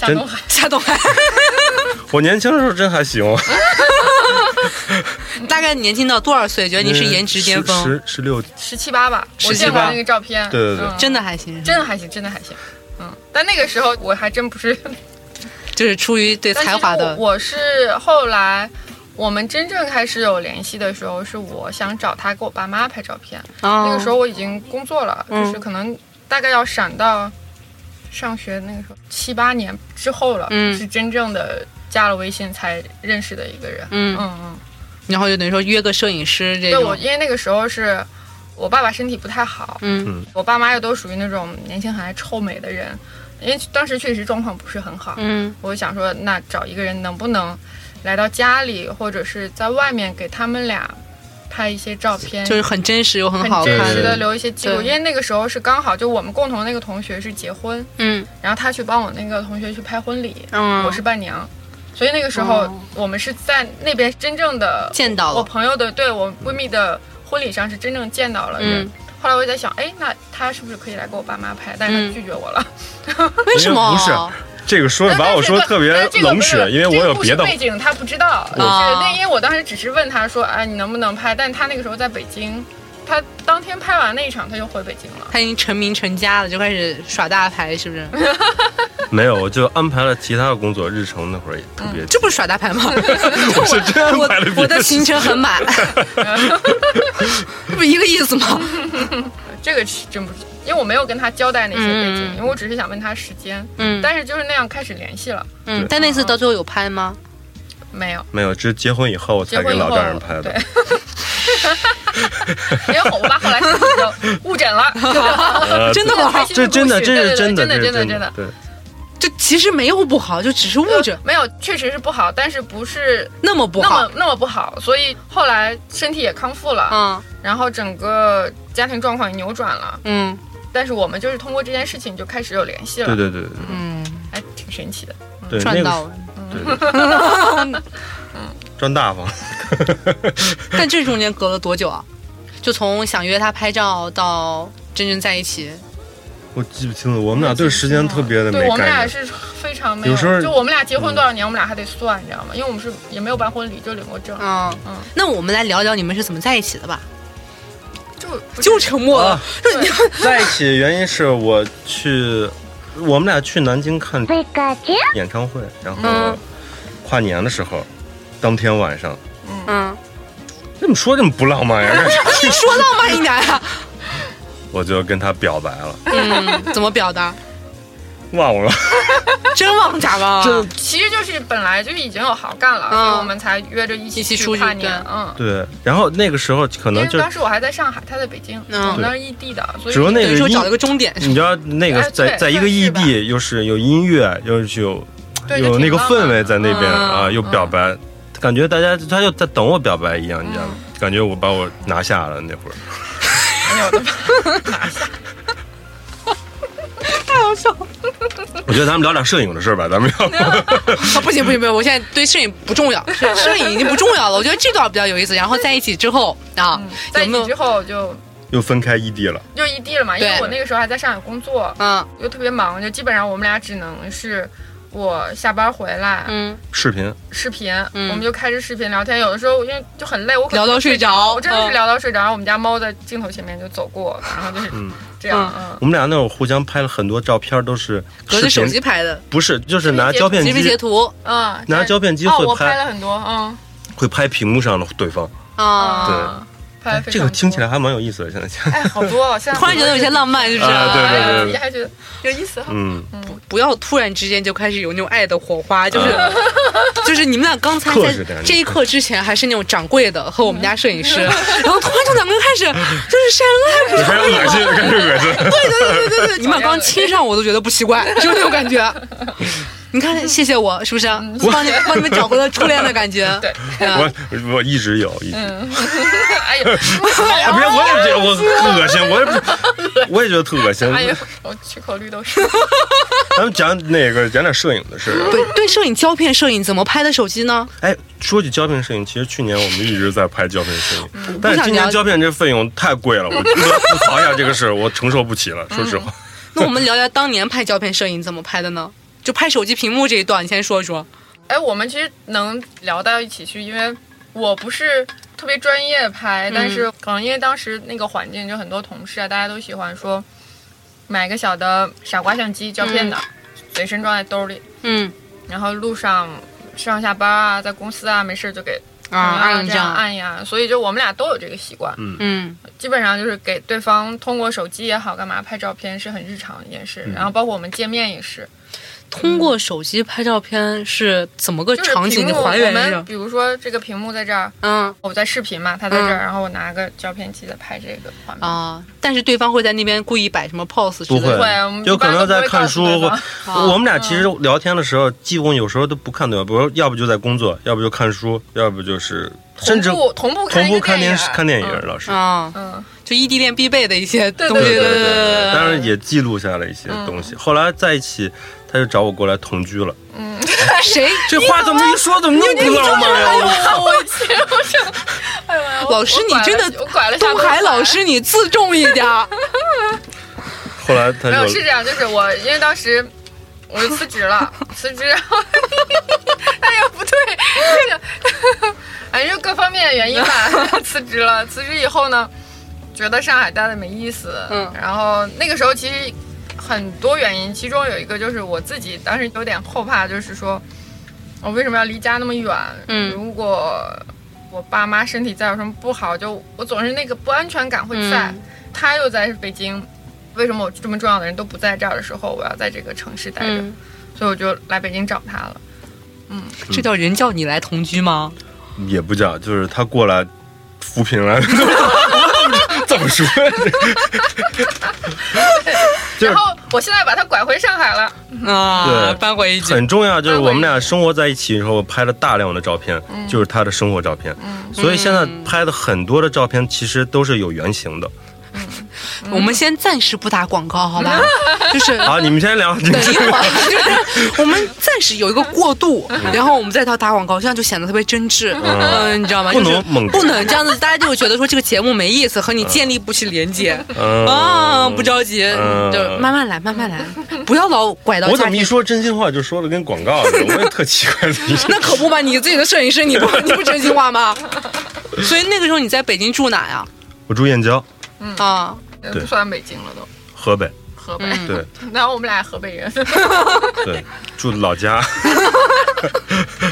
Speaker 3: 夏
Speaker 1: 真
Speaker 3: 东海，
Speaker 2: 夏东海，
Speaker 1: 我年轻的时候真还行，
Speaker 2: 大概年轻到多少岁？
Speaker 3: 哎
Speaker 2: 觉得你是颜值巅峰，
Speaker 1: 十十十六，
Speaker 3: 十七八吧，我
Speaker 2: 17
Speaker 3: 见过
Speaker 2: 吧
Speaker 3: 那个照片，
Speaker 1: 对对对
Speaker 3: 嗯
Speaker 2: 真的还行，
Speaker 3: 真的还行，真的还行。嗯，但那个时候我还真不是
Speaker 2: 就是出于对
Speaker 3: 但
Speaker 2: 才华
Speaker 3: 其实
Speaker 2: 的，
Speaker 3: 我我是后来我们真正开始有联系的时候，是我想找他给我爸妈拍照片。那
Speaker 2: 那
Speaker 3: 个时候我已经工作了，
Speaker 2: 哦嗯
Speaker 3: 就是可能大概要闪到上学那个时候七八年之后了，
Speaker 2: 嗯
Speaker 3: 是真正的加了微信才认识的一个人。
Speaker 2: 嗯
Speaker 3: 嗯嗯，
Speaker 2: 然后就等于说约个摄影师这
Speaker 3: 对我
Speaker 2: 种，
Speaker 3: 因为那个时候是我爸爸身体不太好，
Speaker 2: 嗯
Speaker 3: 我爸妈又都属于那种年轻还臭美的人，因为当时确实状况不是很好，
Speaker 2: 嗯
Speaker 3: 我想说，那找一个人能不能来到家里，或者是在外面给他们俩拍一些照片，
Speaker 2: 就是很真实又很好
Speaker 3: 很真实
Speaker 2: 看，
Speaker 3: 的留一些记录。
Speaker 2: 对
Speaker 3: 因为那个时候是刚好就我们共同那个同学是结婚，
Speaker 2: 嗯
Speaker 3: 然后他去帮我那个同学去拍婚礼，
Speaker 2: 嗯，
Speaker 3: 我是伴娘，所以那个时候
Speaker 2: 哦
Speaker 3: 我们是在那边真正的
Speaker 2: 见到
Speaker 3: 我
Speaker 2: 了，
Speaker 3: 朋友的对我闺蜜的婚礼上是真正见到了人。
Speaker 2: 嗯
Speaker 3: 后来我就在想，哎，那他是不是可以来给我爸妈拍？但是他拒绝我了。
Speaker 2: 为什么？
Speaker 1: 不是这个 说
Speaker 3: 但
Speaker 1: 把我说得
Speaker 3: 但是
Speaker 1: 特别
Speaker 3: 但是这个
Speaker 1: 冷
Speaker 3: 没有
Speaker 1: 血，因为
Speaker 3: 这
Speaker 1: 我
Speaker 3: 个
Speaker 1: 有
Speaker 3: 故
Speaker 1: 别
Speaker 3: 事
Speaker 1: 的哦
Speaker 3: 背景，他不知道。就是那因为我当时只是问他说，哎，你能不能拍？但他那个时候在北京，他当天拍完那一场他就回北京了。
Speaker 2: 他已经成名成家了，就开始耍大牌，是不是？
Speaker 1: 没有，我就安排了其他的工作，日程那会儿也特
Speaker 3: 嗯
Speaker 1: 别。
Speaker 2: 这不是耍大牌吗？
Speaker 1: 我是真安
Speaker 2: 我
Speaker 1: 排了别
Speaker 2: 我的行程 很满，这不一个意思吗？
Speaker 3: 这个是真不知，因为我没有跟他交代那些背景，
Speaker 2: 嗯
Speaker 3: 因为我只是想问他时间。
Speaker 2: 嗯
Speaker 3: 但是就是那样开始联系了，
Speaker 2: 嗯，但那次到最后有拍吗？
Speaker 3: 没有。
Speaker 1: 没有，这是结婚以后我
Speaker 3: 结
Speaker 1: 才
Speaker 3: 婚
Speaker 1: 给
Speaker 3: 以后
Speaker 1: 老丈人拍的。
Speaker 3: 对， 因为我爸后来身体就误诊了，
Speaker 1: 呃
Speaker 2: 真的
Speaker 1: 对
Speaker 2: 吗
Speaker 3: 开心
Speaker 1: 这真的，
Speaker 3: 故事
Speaker 1: 这是
Speaker 3: 对
Speaker 1: 的，
Speaker 3: 对对真
Speaker 1: 这是
Speaker 3: 真的
Speaker 1: 真
Speaker 3: 真的。
Speaker 1: 对，
Speaker 2: 就其实没有不好，就只是误诊
Speaker 3: 没有，确实是不好，但是不是
Speaker 2: 呃那么不
Speaker 3: 那
Speaker 2: 好
Speaker 3: 么。那么不好，所以后来身体也康复了，
Speaker 2: 嗯
Speaker 3: 然后整个家庭状况也扭转了。
Speaker 2: 嗯
Speaker 3: 但是我们就是通过这件事情就开始有联系了，
Speaker 1: 对对对
Speaker 2: 嗯，
Speaker 3: 哎，挺神奇的。
Speaker 1: 对对，
Speaker 2: 赚
Speaker 1: 那
Speaker 2: 到
Speaker 1: 个
Speaker 2: 了。
Speaker 1: 对对对，
Speaker 3: 嗯
Speaker 1: 赚大方。
Speaker 2: 但这中间隔了多久啊？就从想约他拍照到真正在一起，
Speaker 1: 我记不清了，我们俩对时间特别的
Speaker 3: 对
Speaker 1: 没
Speaker 3: 我们俩
Speaker 1: 概念。
Speaker 3: 是 非常没有，
Speaker 1: 有时候嗯
Speaker 3: 就我们俩结婚多少年，我们俩还得算，你知道吗？因为我们是也没有办婚礼，就领过证，
Speaker 2: 嗯
Speaker 3: 嗯
Speaker 2: 那我们来聊聊你们是怎么在一起的吧？
Speaker 3: 就
Speaker 2: 就沉默了
Speaker 1: 啊，
Speaker 2: 就你
Speaker 1: 在一起的原因是我去，我们俩去南京看演唱会，然后
Speaker 2: 嗯
Speaker 1: 跨年的时候，当天晚上，
Speaker 2: 嗯，
Speaker 1: 这么说这么不浪漫呀？
Speaker 2: 你说浪漫一点啊，
Speaker 1: 我就跟他表白了，
Speaker 2: 嗯，怎么表达？
Speaker 1: 忘了。
Speaker 2: 真忘假啊忘？
Speaker 1: 这
Speaker 3: 其实就是本来就是已经有好感了，
Speaker 2: 嗯
Speaker 3: 所以我们才约着一
Speaker 2: 一起
Speaker 3: 起
Speaker 2: 出去
Speaker 3: 跨年
Speaker 2: 对。
Speaker 3: 嗯，
Speaker 1: 对，然后那个时候可
Speaker 3: 因
Speaker 1: 能
Speaker 3: 为
Speaker 1: 就
Speaker 3: 当时我还在上海，他在北京，
Speaker 2: 嗯
Speaker 3: 我们那是异地的，所以
Speaker 1: 主要那
Speaker 2: 等于
Speaker 1: 个
Speaker 2: 说
Speaker 1: 音
Speaker 2: 找了个终点，
Speaker 1: 你知道那个
Speaker 3: 哎
Speaker 1: 在
Speaker 3: 对
Speaker 1: 在一个
Speaker 3: 算
Speaker 1: 异
Speaker 3: 是吧
Speaker 1: 地，又是有音乐，又是有
Speaker 3: 对
Speaker 1: 有
Speaker 3: 就
Speaker 1: 那
Speaker 3: 挺
Speaker 1: 个氛围在那边
Speaker 2: 浪漫的
Speaker 1: 啊，
Speaker 2: 嗯
Speaker 1: 又表白，感觉大家他就在等我表白一样，你知道吗？感觉我把我拿下了那会儿，
Speaker 3: 哎呦 我的妈！
Speaker 2: 太好笑了。
Speaker 1: 我觉得咱们聊点摄影的事儿吧，咱们聊。
Speaker 2: 啊，不行不行不行，我现在对摄影不重要，摄影已经不重要了。我觉得这段比较有意思。然后在一起之后啊，
Speaker 3: 嗯在
Speaker 2: 有
Speaker 3: 一
Speaker 2: 没
Speaker 3: 起
Speaker 2: 有
Speaker 3: 之？后就
Speaker 1: 又分开异地了，
Speaker 3: 就异地了嘛，因为
Speaker 2: 对
Speaker 3: 我那个时候还在上海工作，
Speaker 2: 嗯
Speaker 3: 又特别忙，就基本上我们俩只能是我下班回来、
Speaker 2: 嗯，
Speaker 1: 视频
Speaker 3: 视频，
Speaker 2: 嗯
Speaker 3: 我们就开着视频聊天。有的时候因为就很累，我可能
Speaker 2: 聊到睡着，
Speaker 3: 我真的是
Speaker 2: 嗯
Speaker 3: 聊到睡着，然后我们家猫在镜头前面就走过，然后 就是
Speaker 1: 嗯
Speaker 3: 这样，嗯，
Speaker 1: 我们俩那会儿互相拍了很多照片，都是
Speaker 2: 嗯隔着手
Speaker 1: 视
Speaker 2: 机
Speaker 1: 频，
Speaker 2: 拍的，
Speaker 1: 不是就是拿
Speaker 3: 视频截
Speaker 1: 胶片
Speaker 2: 截屏截
Speaker 1: 机
Speaker 2: 图
Speaker 3: 嗯，
Speaker 1: 拿
Speaker 3: 对
Speaker 1: 胶片机
Speaker 3: 哦，
Speaker 1: 会
Speaker 3: 我拍
Speaker 1: 拍
Speaker 3: 了很多，嗯，
Speaker 1: 会拍屏幕上的对方，
Speaker 2: 啊，
Speaker 3: 嗯，拍了
Speaker 1: 哎
Speaker 3: 非常
Speaker 1: 这个听起
Speaker 3: 来，
Speaker 1: 来还蛮有意思的，现在 想。
Speaker 3: 哎，好 多，现在
Speaker 2: 突然觉得有些浪漫，是不是？
Speaker 1: 啊对对对对
Speaker 3: 你还觉得有意思哈。啊
Speaker 1: 嗯，
Speaker 2: 不要突然之间就开始有那种爱的火花，就是、就是你们俩刚才
Speaker 1: 啊克
Speaker 2: 在
Speaker 1: 制点
Speaker 2: 这一刻之前还是那种掌柜的和我们家摄影
Speaker 3: 嗯
Speaker 2: 师，然后突然就两个人开始就是晒 恩爱，
Speaker 1: 开始恶心， 开始恶心。
Speaker 2: 对对对，你们俩刚亲上我都觉得不奇怪，就是那种感觉。 你看，谢谢我，是不是？啊帮 你帮你们找回了初恋的感觉。
Speaker 3: 对，
Speaker 2: 嗯
Speaker 1: 我我一直有，一直有。
Speaker 3: 哎 呦，
Speaker 1: 啊，别，我也觉得我恶心，我也不，我也觉得特恶心。
Speaker 3: 哎哎呦，我去口绿豆是。
Speaker 1: 咱们讲那个讲点摄影的事儿。啊
Speaker 2: 对对，摄影胶片摄影怎么拍的手机呢？
Speaker 1: 哎，说起胶片摄影，其实去年我们一直在拍胶片摄
Speaker 3: 嗯
Speaker 1: 影，但是今
Speaker 2: 不想
Speaker 1: 年
Speaker 2: 聊
Speaker 1: 胶片这费用太贵了，我我要吐槽一下这个事儿，我承受不起了，说实
Speaker 3: 嗯
Speaker 1: 话。
Speaker 2: 那我们聊聊当年拍胶片摄影怎么拍的呢？就拍手机屏幕这一段，你先说说。
Speaker 3: 哎，我们其实能聊到一起去，因为我不是特别专业
Speaker 2: 嗯
Speaker 3: 拍，但是可能因为当时那个环境，就很多同事啊，大家都喜欢说买个小的傻瓜相机，胶片的，随身装在兜里，
Speaker 2: 嗯
Speaker 3: 然后路上上下班啊，在公司啊，没事儿就给
Speaker 2: 啊，
Speaker 3: 啊
Speaker 2: 按
Speaker 3: 这
Speaker 2: 这
Speaker 3: 样
Speaker 2: 样，
Speaker 3: 按呀，所以就我们俩都有这个习惯，
Speaker 2: 嗯
Speaker 3: 基本上就是给对方通过手机也好，干嘛拍照片是很日常的一件
Speaker 2: 嗯
Speaker 3: 事，然后包括我们见面也是，
Speaker 2: 通过手机拍照片是怎么个
Speaker 3: 就是
Speaker 2: 场景？
Speaker 3: 屏
Speaker 2: 你
Speaker 3: 幕
Speaker 2: 还
Speaker 3: 我
Speaker 2: 原一
Speaker 3: 们
Speaker 2: 下。
Speaker 3: 比如说这个屏幕在这儿。
Speaker 2: 嗯
Speaker 3: 我在视频嘛，他在这儿，
Speaker 2: 嗯
Speaker 3: 然后我拿个胶片机在拍这个画
Speaker 1: 哦
Speaker 3: 面。
Speaker 2: 啊，但是对方会在那边故意摆什么 pose 之
Speaker 1: 不
Speaker 2: 类
Speaker 1: 会
Speaker 2: 的。
Speaker 3: 对我们，
Speaker 1: 有
Speaker 3: 一
Speaker 1: 可
Speaker 3: 般
Speaker 1: 能
Speaker 3: 都不
Speaker 1: 在
Speaker 3: 会
Speaker 1: 看
Speaker 3: 告
Speaker 1: 书
Speaker 3: 诉对。方
Speaker 1: 或我们俩其实聊天的时候，基本有时候都不看对方，比如要不就在工作，要不就看书，要不就是甚至
Speaker 3: 同步同步
Speaker 1: 同
Speaker 3: 一
Speaker 1: 步
Speaker 3: 个
Speaker 1: 看电视、看电影
Speaker 3: 嗯。。
Speaker 1: 老师。
Speaker 2: 啊，
Speaker 3: 啊嗯，
Speaker 2: 就异地恋必备的一些东西。
Speaker 3: 对嗯
Speaker 1: 对
Speaker 2: 对
Speaker 1: 对，当然也记录下了一些东西。后来在一起，他就找我过来同居了。
Speaker 2: 谁
Speaker 3: 哎
Speaker 1: 这话怎么一说怎么那么不浪漫呀？
Speaker 3: 我我我，哎呦，
Speaker 2: 老师你真的
Speaker 3: 我拐了下
Speaker 2: 东海老师你自重一点儿。
Speaker 1: 后来他
Speaker 3: 没有
Speaker 1: 就是
Speaker 3: 这样，就是我因为当时我就辞职了，辞职，哎呀不对，这个，哎就各方面原因吧，辞职了。辞职以后呢，觉得上海待的没意思，
Speaker 2: 嗯
Speaker 3: 然后那个时候其实很多原因，其中有一个就是我自己当时有点后怕，就是说我为什么要离家那么远？
Speaker 2: 嗯
Speaker 3: 如果我爸妈身体再有什么不好，就我总是那个不安全感会在。
Speaker 2: 嗯
Speaker 3: 他又在北京，为什么我这么重要的人都不在这儿的时候，我要在这个城市待着？
Speaker 2: 嗯，
Speaker 3: 所以我就来北京找他了。
Speaker 2: 这叫人叫你来同居吗？
Speaker 1: 也不叫，就是他过来扶贫 来，怎么说呀？这
Speaker 3: 然后我现在把他拐回上海了，
Speaker 2: 啊，
Speaker 1: 对
Speaker 2: 搬回一
Speaker 1: 就
Speaker 2: 句
Speaker 1: 是，很重要，就是我们俩生活在一起以后，拍了大量的照片，
Speaker 3: 嗯
Speaker 1: 就是他的生活照片。所以现在拍的很多的照片其实都是有原型的。
Speaker 3: 嗯
Speaker 2: 我们先暂时不打广告，好吧？ 就是
Speaker 1: 好，啊你们先聊。
Speaker 2: 等一会儿，就是我们暂时有一个过渡，
Speaker 3: 嗯
Speaker 2: 然后我们再到打广告，这样就显得特别真挚，嗯，你知道吗？
Speaker 1: 不能
Speaker 2: 就是
Speaker 1: 猛
Speaker 2: 不能这样子，大家就会觉得说这个节目没意思，和你建立不起连接。
Speaker 1: 嗯
Speaker 3: 哦
Speaker 2: 啊，不着急，
Speaker 1: 嗯
Speaker 2: 就慢慢来，慢慢来，不要老拐到
Speaker 1: 我
Speaker 2: 家
Speaker 1: 怎么一
Speaker 2: 庭。
Speaker 1: 说真心话就说的跟广告似的？我也特奇怪。你
Speaker 2: 那可不嘛，你自己的摄影师，你不你不真心话吗？ 所以那个时候你在北京住哪呀？
Speaker 1: 我住燕郊，
Speaker 2: 啊，
Speaker 3: 呃
Speaker 1: 对
Speaker 3: 不算北京了都，
Speaker 1: 河北。
Speaker 3: 河北。
Speaker 2: 嗯
Speaker 1: 对
Speaker 3: 然后我们俩河北人，
Speaker 1: 对，住老家。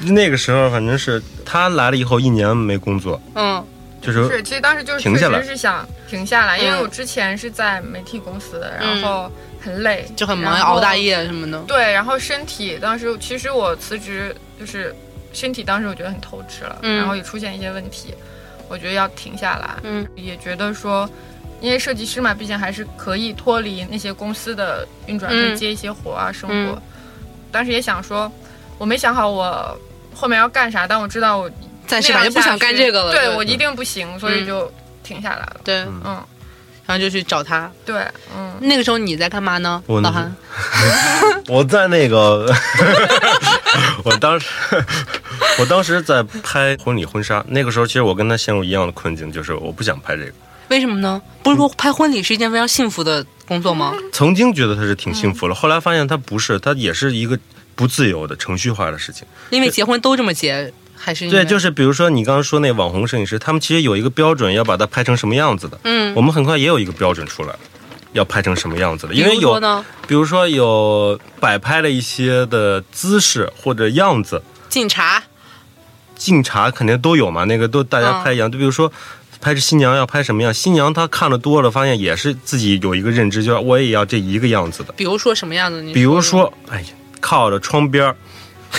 Speaker 1: 那个时候反正是他来了以后一年没工作，
Speaker 2: 嗯
Speaker 1: 就是
Speaker 3: 是其实当时就是
Speaker 1: 停下来
Speaker 3: 确实是想停下来，因为
Speaker 2: 嗯
Speaker 3: 我之前是在媒体公司，然后很累，
Speaker 2: 就很忙，
Speaker 3: 然后
Speaker 2: 熬大。夜什么的。
Speaker 3: 对，然后身体当时其实我辞职就是身体当时我觉得很透支了，
Speaker 2: 嗯
Speaker 3: 然后也出现一些问题，我觉得要停下来。
Speaker 2: 嗯
Speaker 3: 也觉得说，因为设计师嘛，毕竟还是可以脱离那些公司的运转，
Speaker 2: 嗯
Speaker 3: 可以接一些活啊，生活
Speaker 2: 嗯。
Speaker 3: 当时也想说，我没想好我后面要干啥，但我知道我
Speaker 2: 暂时反正不想干这个了。嗯
Speaker 3: 对
Speaker 2: 就
Speaker 3: 我一定不行，所以就停下来了。
Speaker 2: 对，
Speaker 1: 嗯
Speaker 3: 嗯，
Speaker 2: 然后就去找他。
Speaker 3: 对，嗯，
Speaker 2: 那个时候你在干嘛呢？
Speaker 1: 我
Speaker 2: 老韩，
Speaker 1: 我在那个， 我当时，我当时在拍婚礼婚纱，那个时候其实我跟他陷入一样的困境，就是我不想拍这个。
Speaker 2: 为什么呢？不是说拍婚礼是一件非常幸福的工作 吗？
Speaker 1: 曾经觉得他是挺幸
Speaker 2: 嗯
Speaker 1: 福了，后来发现他不是，他也是一个不自由的程序化的事情。
Speaker 2: 因为结婚都这么结，还是因
Speaker 1: 嗯
Speaker 2: 为
Speaker 1: 对，就是比如说你刚刚说那网红摄影师，他们其实有一个标准，要把它拍成什么样子的。
Speaker 2: 嗯，
Speaker 1: 我们很快也有一个标准出来，要拍成什么样子的，因
Speaker 2: 比
Speaker 1: 为
Speaker 2: 如
Speaker 1: 有
Speaker 2: 说呢，
Speaker 1: 比如说有摆拍的一些的姿势或者样子，
Speaker 2: 敬茶，
Speaker 1: 敬茶肯定都有嘛，那个都大家
Speaker 2: 嗯
Speaker 1: 拍一样。就比如说，拍这新娘要拍什么样，新娘她看的多了，发现也是自己有一个认知，就是我也要这一个样子的。
Speaker 2: 比如说什么样的？你
Speaker 1: 比如说，哎呀，靠着窗边儿，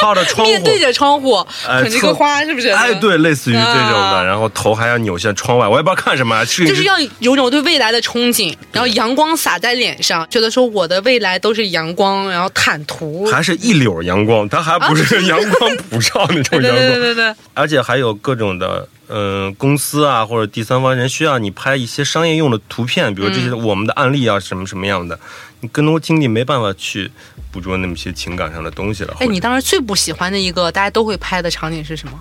Speaker 1: 靠着窗户
Speaker 2: 面，对着窗户
Speaker 1: 哎
Speaker 2: 啃着一个
Speaker 1: 窗
Speaker 2: 花，是不是？
Speaker 1: 哎，。对，类似于这种的，
Speaker 2: 啊
Speaker 1: 然后头还要扭向窗外，我也不知道看什么、啊，是
Speaker 2: 就 是要有种对未来的憧憬，然后阳光洒在脸上，觉得说我的未来都是阳光，然后坦途。
Speaker 1: 还是一绺阳光，它还不
Speaker 2: 啊
Speaker 1: 是阳光普照那种
Speaker 2: 对
Speaker 1: 阳
Speaker 2: 对
Speaker 1: 光，
Speaker 2: 对对对，
Speaker 1: 而且还有各种的，嗯、公司啊或者第三方人需要你拍一些商业用的图片，比如这些
Speaker 2: 嗯
Speaker 1: 我们的案例啊、什么什么样的，你更多精力没办法去捕捉那么些情感上的东西了。
Speaker 2: 哎，
Speaker 1: 或者
Speaker 2: 你当时最不喜欢的一个大家都会拍的场景是什么？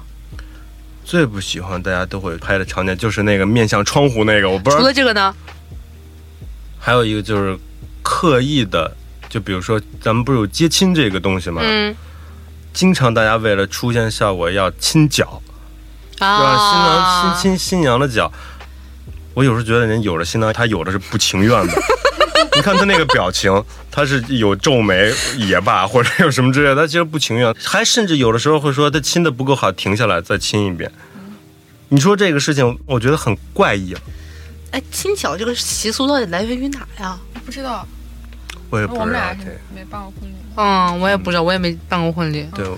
Speaker 1: 最不喜欢大家都会拍的场景就是那个面向窗户那个，我不知
Speaker 2: 除
Speaker 1: 道
Speaker 2: 了。这个呢？
Speaker 1: 还有一个就是刻意的，就比如说咱们不是有接亲这个东西吗？
Speaker 2: 嗯
Speaker 1: 经常大家为了出现效果要亲脚，对吧？新
Speaker 2: 嗯啊，
Speaker 1: 郎亲亲新娘的脚，我有时候觉得人有的新郎他有的是不情愿的。 你看他那个表情，他是有皱眉也罢，或者有什么之类的，他其实不情愿，还甚至有的时候会说他亲的不够好，停下来再亲一遍。你说这个事情，我觉得很怪异，
Speaker 2: 哎，亲巧这个习俗到底来源于哪呀？
Speaker 3: 不知道，
Speaker 1: 我也不
Speaker 3: 我们
Speaker 1: 知道
Speaker 3: 俩是
Speaker 1: 对。
Speaker 3: 没办过婚 礼。
Speaker 2: 嗯，我也不知道，我也没办过婚礼。
Speaker 1: 对，嗯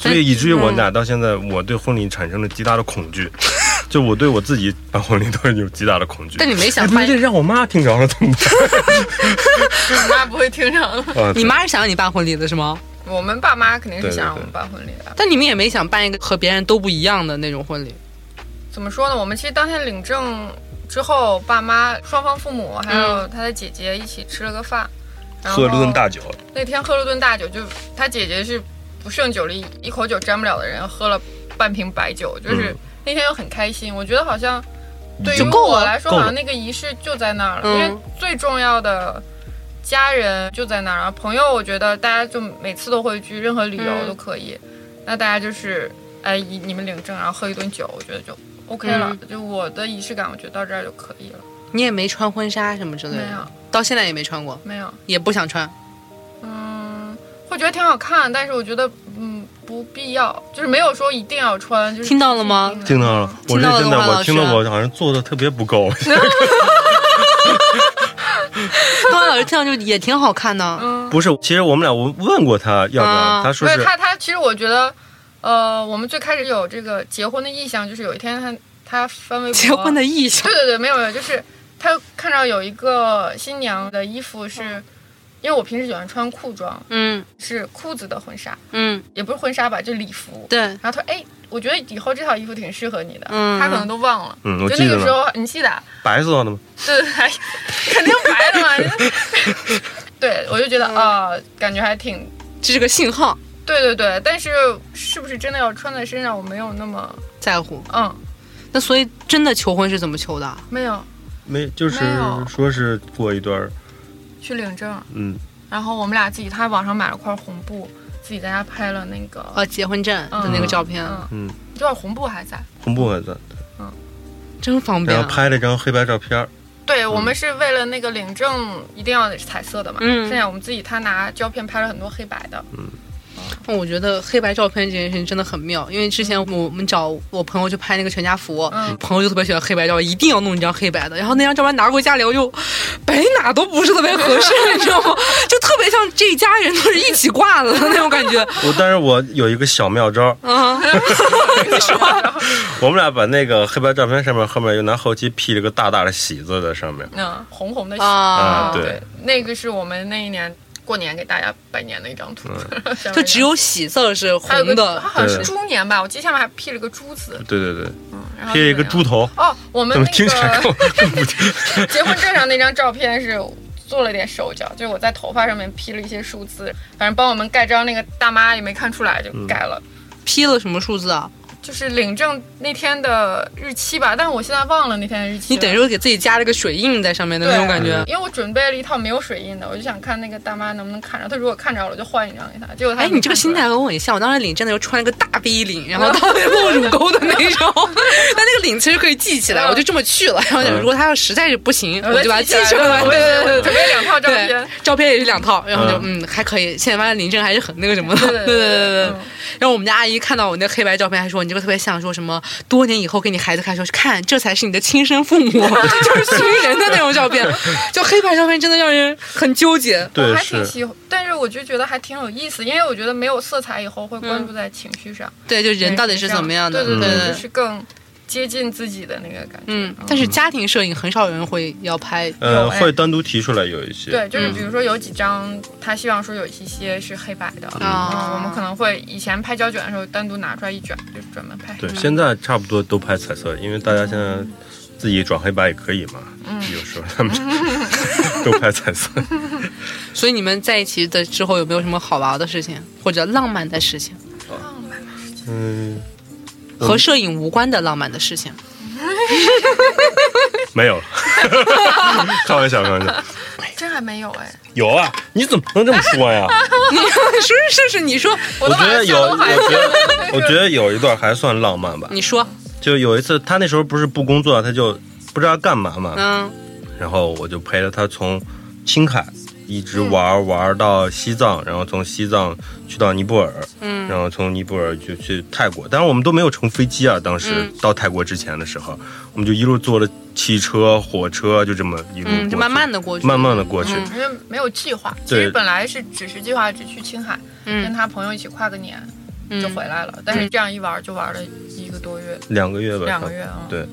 Speaker 1: 所以以至于我俩到现在，我对婚礼产生了极大的恐惧， 就我对我自己办婚礼都有极大的恐惧。
Speaker 2: 但你没想
Speaker 1: 哎不
Speaker 2: 办
Speaker 1: 是，这让我妈听着了怎么
Speaker 3: 我妈不会听上，
Speaker 1: 办？啊
Speaker 2: 你妈是想让你办婚礼的是吗？
Speaker 3: 我们爸妈肯定是
Speaker 1: 对对
Speaker 3: 想让
Speaker 1: 对
Speaker 3: 我们办婚礼的。
Speaker 2: 但你们也没想办一个和别人都不一样的那种婚礼。
Speaker 3: 怎么说呢？我们其实当天领证之后，爸妈、双方父母还有他的姐姐一起吃了个饭，然后
Speaker 1: 喝了顿大酒，
Speaker 3: 那天喝了顿大酒，就他姐姐是不胜酒力，一口酒沾不了的人，喝了半瓶白酒，就是
Speaker 1: 嗯
Speaker 3: 那天又很开心。我觉得好像对于
Speaker 2: 就够
Speaker 3: 我
Speaker 2: 了
Speaker 3: 来说，
Speaker 1: 够
Speaker 3: 好
Speaker 1: 了
Speaker 3: 像那个仪式就在那儿了，
Speaker 2: 嗯
Speaker 3: 因为最重要的家人就在那儿，然后朋友，我觉得大家就每次都会聚，任何理由
Speaker 2: 嗯
Speaker 3: 都可以。那大家就是哎，你你们领证，然后喝一顿酒，我觉得就 OK 了。
Speaker 2: 嗯
Speaker 3: 就我的仪式感，我觉得到这儿就可以了。
Speaker 2: 你也没穿婚纱什么之类
Speaker 3: 没
Speaker 2: 的，
Speaker 3: 有，
Speaker 2: 到现在也没穿过，
Speaker 3: 没有。
Speaker 2: 也不想穿。
Speaker 3: 嗯，会觉得挺好看，但是我觉得嗯不必要，就是没有说一定要穿。就是
Speaker 2: 听到了吗
Speaker 1: 听到了，我
Speaker 2: 听到
Speaker 1: 这
Speaker 2: 了
Speaker 1: 真
Speaker 2: 的
Speaker 1: 的，
Speaker 2: 话
Speaker 1: 我
Speaker 2: 老师
Speaker 1: 听了，我好像做的特别不够。
Speaker 2: 东安老师听到就也挺好看的，
Speaker 3: 嗯，
Speaker 1: 不是，其实我们俩我问过他要不
Speaker 2: 啊
Speaker 1: 要，他说
Speaker 3: 对
Speaker 1: 是
Speaker 3: 他他其实我觉得，呃，我们最开始有这个结婚的意向，就是有一天他他翻微博，
Speaker 2: 结婚的意向
Speaker 3: 对对对，没有没有，就是他看到有一个新娘的衣服是，因为我平时喜欢穿裤装，
Speaker 2: 嗯
Speaker 3: 是裤子的婚纱，
Speaker 2: 嗯，
Speaker 3: 也不是婚纱吧，就礼服。
Speaker 2: 对，
Speaker 3: 然后他说，哎，我觉得以后这套衣服挺适合你的，
Speaker 2: 嗯
Speaker 3: 他可能都忘了，
Speaker 1: 嗯我
Speaker 3: 就
Speaker 1: 记
Speaker 3: 那
Speaker 1: 得
Speaker 3: 个
Speaker 1: 了
Speaker 3: 时候你记得啊。
Speaker 1: 白色的吗？
Speaker 3: 对，还肯定白的 嘛。对，我就觉得啊、感觉还挺
Speaker 2: 这是个信号，
Speaker 3: 对对对，但是是不是真的要穿在身上，我没有那么
Speaker 2: 在乎。
Speaker 3: 嗯，
Speaker 2: 那所以真的求婚是怎么求的？
Speaker 3: 没有
Speaker 1: 没，就是
Speaker 3: 没有
Speaker 1: 说是做一段儿，
Speaker 3: 去领证，
Speaker 1: 嗯，
Speaker 3: 然后我们俩自己，他网上买了块红布，自己在家拍了那个，
Speaker 2: 呃，结婚证的那个照片，
Speaker 3: 嗯
Speaker 1: 嗯，
Speaker 3: 这块红布还在。
Speaker 1: 红布还在，
Speaker 2: 真方便
Speaker 1: 然后
Speaker 2: 啊。
Speaker 1: 拍了一张黑白照片儿，
Speaker 3: 对我们是为了那个领证一定要彩色的嘛，
Speaker 2: 嗯
Speaker 3: 剩下我们自己他拿胶片拍了很多黑白的，
Speaker 2: 那哦我觉得黑白照片这件事情真的很妙，因为之前我们找我朋友去拍那个全家福，
Speaker 3: 嗯
Speaker 2: 朋友就特别喜欢黑白照片，一定要弄一张黑白的。然后那张照片拿回家里，我就摆哪都不是特别合 适，你知道吗？就特别像这一家人都是一起挂的那种感觉。
Speaker 1: 我但是我有一个小妙招儿，
Speaker 2: 嗯，
Speaker 3: 然后
Speaker 1: 我们俩把那个黑白照片上面后面又拿后期 P 了个大大的喜字在上面，
Speaker 3: 嗯，红红的喜
Speaker 2: 啊
Speaker 1: 啊对
Speaker 3: 那个是我们那一年过年给大家拜年的一张图， 上面
Speaker 2: 就只有喜字是
Speaker 3: 还有
Speaker 2: 红
Speaker 3: 个
Speaker 2: 的
Speaker 3: 它，好像
Speaker 1: 嗯
Speaker 3: 是
Speaker 1: 对
Speaker 3: 猪年吧，我记得下面还 P 了个猪字，
Speaker 1: 对对对，
Speaker 3: 然后
Speaker 1: 贴了一个
Speaker 3: 就
Speaker 1: 猪头，
Speaker 3: 那样。哦，我们
Speaker 1: 怎么
Speaker 3: 那
Speaker 1: 听起来
Speaker 3: 个
Speaker 1: 更
Speaker 3: 结婚证上那张照片是做了点手脚，就是我在头发上面 P 了一些数字，反正帮我们盖章那个大妈也没看出来就
Speaker 2: 嗯
Speaker 3: 改了，
Speaker 2: 批了什么数字啊？
Speaker 3: 就是领证那天的日期吧，但是我现在忘了那天的日期
Speaker 2: 你
Speaker 3: 了。
Speaker 2: 等于说给自己加了个水印在上面的
Speaker 3: 对
Speaker 2: 那种感
Speaker 1: 嗯
Speaker 2: 觉。
Speaker 3: 因为我准备了一套没有水印的，我就想看那个大妈能不能看着。她如果看着了，我就换一张给她。结果她
Speaker 2: 哎，
Speaker 3: 没
Speaker 2: 你这个
Speaker 3: 看出
Speaker 2: 心
Speaker 3: 来
Speaker 2: 态和我很像。我当时领证的时候穿了个大 V 领，然后到露乳沟的那种， 但那个领其实可以系起来，
Speaker 3: 嗯
Speaker 2: 我就这么去了。然后想
Speaker 1: 嗯
Speaker 2: 如果他要实在是不行，
Speaker 3: 我
Speaker 2: 嗯我就把它系上
Speaker 3: 来
Speaker 2: 来。
Speaker 3: 了，
Speaker 2: 对对对对
Speaker 3: 准备两套照
Speaker 2: 对
Speaker 3: 片。，
Speaker 2: 照片也是两套，然后就
Speaker 1: 嗯
Speaker 2: 嗯还可以。现在发现领证还是很那个什么的，对对对对对
Speaker 3: 嗯。
Speaker 2: 然后我们家阿姨看到我那黑白照片，还说你这个特别像，说什么多年以后给你孩子看，说看这才是你的亲生父母， 就是寻人的那种照片。就黑白照片真的让人很纠结。
Speaker 3: 我
Speaker 1: 对
Speaker 3: 还挺
Speaker 1: 是，
Speaker 3: 喜欢，但是我就觉得还挺有意思，因为我觉得没有色彩以后会
Speaker 2: 嗯
Speaker 3: 关注在情绪上，
Speaker 2: 对，就人到底是
Speaker 3: 上
Speaker 2: 怎么样的？
Speaker 3: 对
Speaker 2: 对
Speaker 3: 对，就是更接近自己的那个感觉。
Speaker 2: 嗯，但是家庭摄影很少有人会要拍，
Speaker 1: 呃
Speaker 3: 有，哎
Speaker 1: 会单独提出来有一些，
Speaker 3: 对，就是
Speaker 2: 嗯
Speaker 3: 比如说有几张，他希望说有一些是黑白的，
Speaker 2: 啊
Speaker 3: 嗯我们可能会以前拍胶卷的时候单独拿出来一卷，就是专门拍黑
Speaker 1: 对
Speaker 3: 白。
Speaker 1: 现在差不多都拍彩色，因为大家现在自己转黑白也可以嘛，
Speaker 3: 嗯
Speaker 1: 有时候他 们都拍彩色，
Speaker 2: 所以你们在一起的之后有没有什么好玩的事情或者浪漫的事情？
Speaker 3: 浪漫
Speaker 1: 嗯，
Speaker 2: 和摄影无关的浪漫的事情，
Speaker 1: 没 有了，开玩笑，开玩笑，
Speaker 3: 真还没有哎，
Speaker 1: 有啊，你怎么能这么说呀？
Speaker 2: 你是是是，你说
Speaker 3: 我
Speaker 1: 我
Speaker 3: 都
Speaker 1: 觉
Speaker 3: 把
Speaker 1: 得
Speaker 3: 它
Speaker 1: 有，
Speaker 3: 下楼
Speaker 1: 我
Speaker 3: 还
Speaker 1: 觉得我觉得有一段还算浪漫吧。
Speaker 2: 你说，
Speaker 1: 就有一次，他那时候不是不工作，他就不知道干嘛嘛，
Speaker 2: 嗯
Speaker 1: 然后我就陪着他从青海一直玩儿玩儿到西藏，然后从西藏去到尼泊尔，
Speaker 2: 嗯
Speaker 1: 然后从尼泊尔就去泰国，当然我们都没有乘飞机啊，当时
Speaker 2: 嗯
Speaker 1: 到泰国之前的时候，我们就一路坐了汽车、火车，就这么一路
Speaker 2: 嗯，就
Speaker 1: 过
Speaker 2: 慢
Speaker 1: 去
Speaker 2: 慢的过去，
Speaker 1: 慢慢的过去，
Speaker 2: 嗯
Speaker 3: 因为没有计划。其
Speaker 1: 对
Speaker 3: 实本来是只是计划只去青海，跟
Speaker 2: 嗯
Speaker 3: 他朋友一起跨个年
Speaker 2: 嗯
Speaker 3: 就回来了，但是这样一玩就玩了一个多月，
Speaker 1: 两个月吧，
Speaker 3: 两个月啊，
Speaker 1: 对，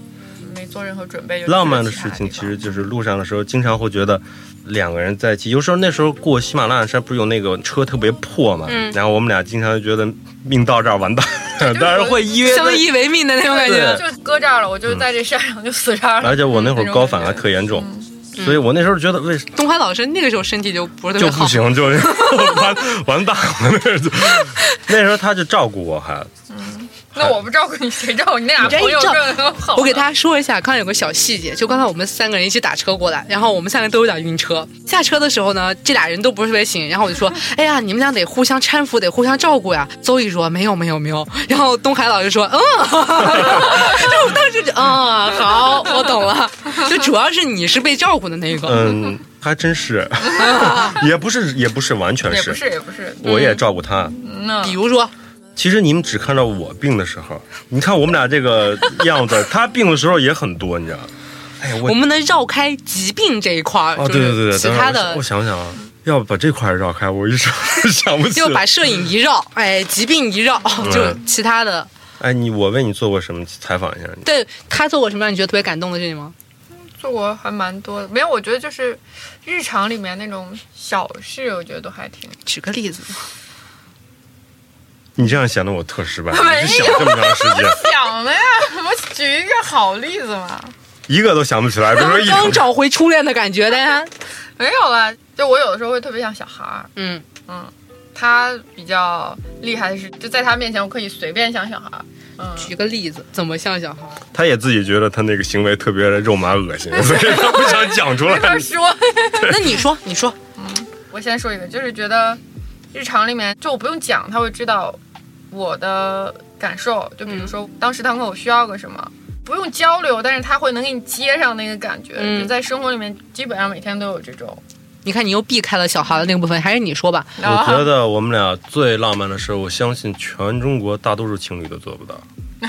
Speaker 3: 没做任何准备就去了
Speaker 1: 浪漫的
Speaker 3: 其
Speaker 1: 事
Speaker 3: 他
Speaker 1: 情
Speaker 3: 地
Speaker 1: 其
Speaker 3: 方
Speaker 1: 实就是路上的时候，经常会觉得两个人在一起。有时候那时候过喜马拉雅山，不是有那个车特别破嘛，
Speaker 2: 嗯
Speaker 1: 然后我们俩经常就觉得命到这儿完蛋，
Speaker 3: 是
Speaker 1: 当然会约的。
Speaker 2: 相依为命的那种感觉
Speaker 1: 对，嗯
Speaker 3: 就搁这儿了，我就在这山上就死这儿了。
Speaker 1: 而且我那会
Speaker 3: 那
Speaker 1: 儿
Speaker 3: 种
Speaker 1: 高反
Speaker 3: 感
Speaker 1: 还
Speaker 3: 觉
Speaker 1: 特严重，
Speaker 2: 嗯
Speaker 1: 所以我那时候觉得为什
Speaker 2: 东华老师那个时候身体就不是特别
Speaker 1: 就
Speaker 2: 好
Speaker 1: 不，行，就是
Speaker 2: 嗯
Speaker 1: 完完蛋了那时候。那时候他就照顾我还，
Speaker 3: 那我不照顾你，谁照顾你？那俩朋友
Speaker 2: 你这一照
Speaker 3: 更好。
Speaker 2: 我给大家说一下，刚才有个小细节，就刚才我们三个人一起打车过来，然后我们三个都有点晕车。下车的时候呢，这俩人都不是特别醒，然后我就说：“哎呀，你们俩得互相搀扶，得互相照顾呀。”邹毅说：“没有，没有，没有。”然后东海老师说：“嗯。”就我当时就啊、好，我懂了。就主要是你是被照顾的那个，
Speaker 1: 嗯，还真 是，也不是也不是完全
Speaker 3: 也
Speaker 1: 是，
Speaker 3: 不是也不是，
Speaker 1: 我也照顾他。
Speaker 2: 嗯
Speaker 3: 那
Speaker 2: 比如说
Speaker 1: 其实你们只看到我病的时候，你看我们俩这个样子，他病的时候也很多，你知道？哎呀，我
Speaker 2: 我们能绕开疾病这一块儿，
Speaker 1: 哦，
Speaker 2: 就
Speaker 1: 对对对
Speaker 2: 是
Speaker 1: 对，
Speaker 2: 其
Speaker 1: 等会
Speaker 2: 他
Speaker 1: 儿
Speaker 2: 的
Speaker 1: 我想我想啊，要不把这块儿绕开，我一时 想不起
Speaker 2: 就把
Speaker 1: 来。
Speaker 2: 摄影一绕，哎，疾病一绕，
Speaker 1: 嗯
Speaker 2: 就其他的。
Speaker 1: 哎，你我为你做过什么？采访一下你。
Speaker 2: 对他做过什么让你觉得特别感动的事情吗？
Speaker 3: 做过还蛮多的，没有，我觉得就是日常里面那种小事，我觉得都还挺。
Speaker 2: 举个例子，
Speaker 1: 你这样显得我特失败，
Speaker 3: 没有
Speaker 1: 你就想这么长时间，
Speaker 3: 想了呀， 我举一个好例子嘛，
Speaker 1: 一个都想不起来，别说一
Speaker 2: 刚
Speaker 1: 个。
Speaker 2: 找回初恋的感觉的，
Speaker 3: 没有啦，就我有的时候会特别像小孩儿，
Speaker 2: 嗯，
Speaker 3: 嗯，他比较厉害的是，就在他面前我可以随便像小孩儿，嗯，
Speaker 2: 举个例子，怎么像小孩？
Speaker 1: 他也自己觉得他那个行为特别的肉麻恶心，所以他不想讲出来
Speaker 3: 没。 法说。
Speaker 2: 那你说，你说，
Speaker 3: 我先说一个，就是觉得日常里面，就我不用讲，他会知道我的感受。就比如说，当时他问我需要个什么，不用交流，但是他会能给你接上那个感觉。
Speaker 2: 嗯
Speaker 3: 就在生活里面，基本上每天都有这种。
Speaker 2: 你看你又避开了小孩的那个部分，还是你说吧。
Speaker 3: 啊
Speaker 1: 我觉得我们俩最浪漫的事，我相信全中国大多数情侣都做不到。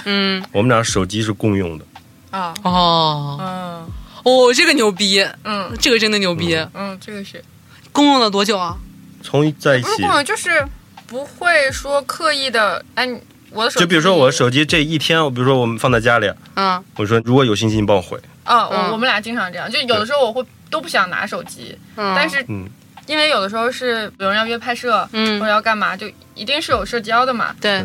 Speaker 2: 嗯，
Speaker 1: 我们俩手机是共用的，
Speaker 3: 啊，
Speaker 2: 哦，
Speaker 3: 嗯
Speaker 2: 哦，这个牛逼，
Speaker 3: 嗯
Speaker 2: 这个真的牛逼，
Speaker 3: 嗯，这个是
Speaker 2: 共用了多久啊？
Speaker 1: 从在一
Speaker 3: 不是
Speaker 1: 起
Speaker 3: 朋，友，就是不会说刻意的，哎，你我的手机
Speaker 1: 就比如说我手机这一天，我比如说我们放在家里，
Speaker 2: 嗯，
Speaker 1: 我说如果有信息你帮我回，
Speaker 3: 啊，我
Speaker 2: 嗯
Speaker 3: 我们俩经常这样，就有的时候我会都不想拿手机，但
Speaker 2: 但
Speaker 3: 是
Speaker 1: 嗯
Speaker 3: 因为有的时候是有人要约拍摄，或者
Speaker 2: 嗯，
Speaker 3: 要干嘛，就一定是有社交的嘛。
Speaker 2: 对，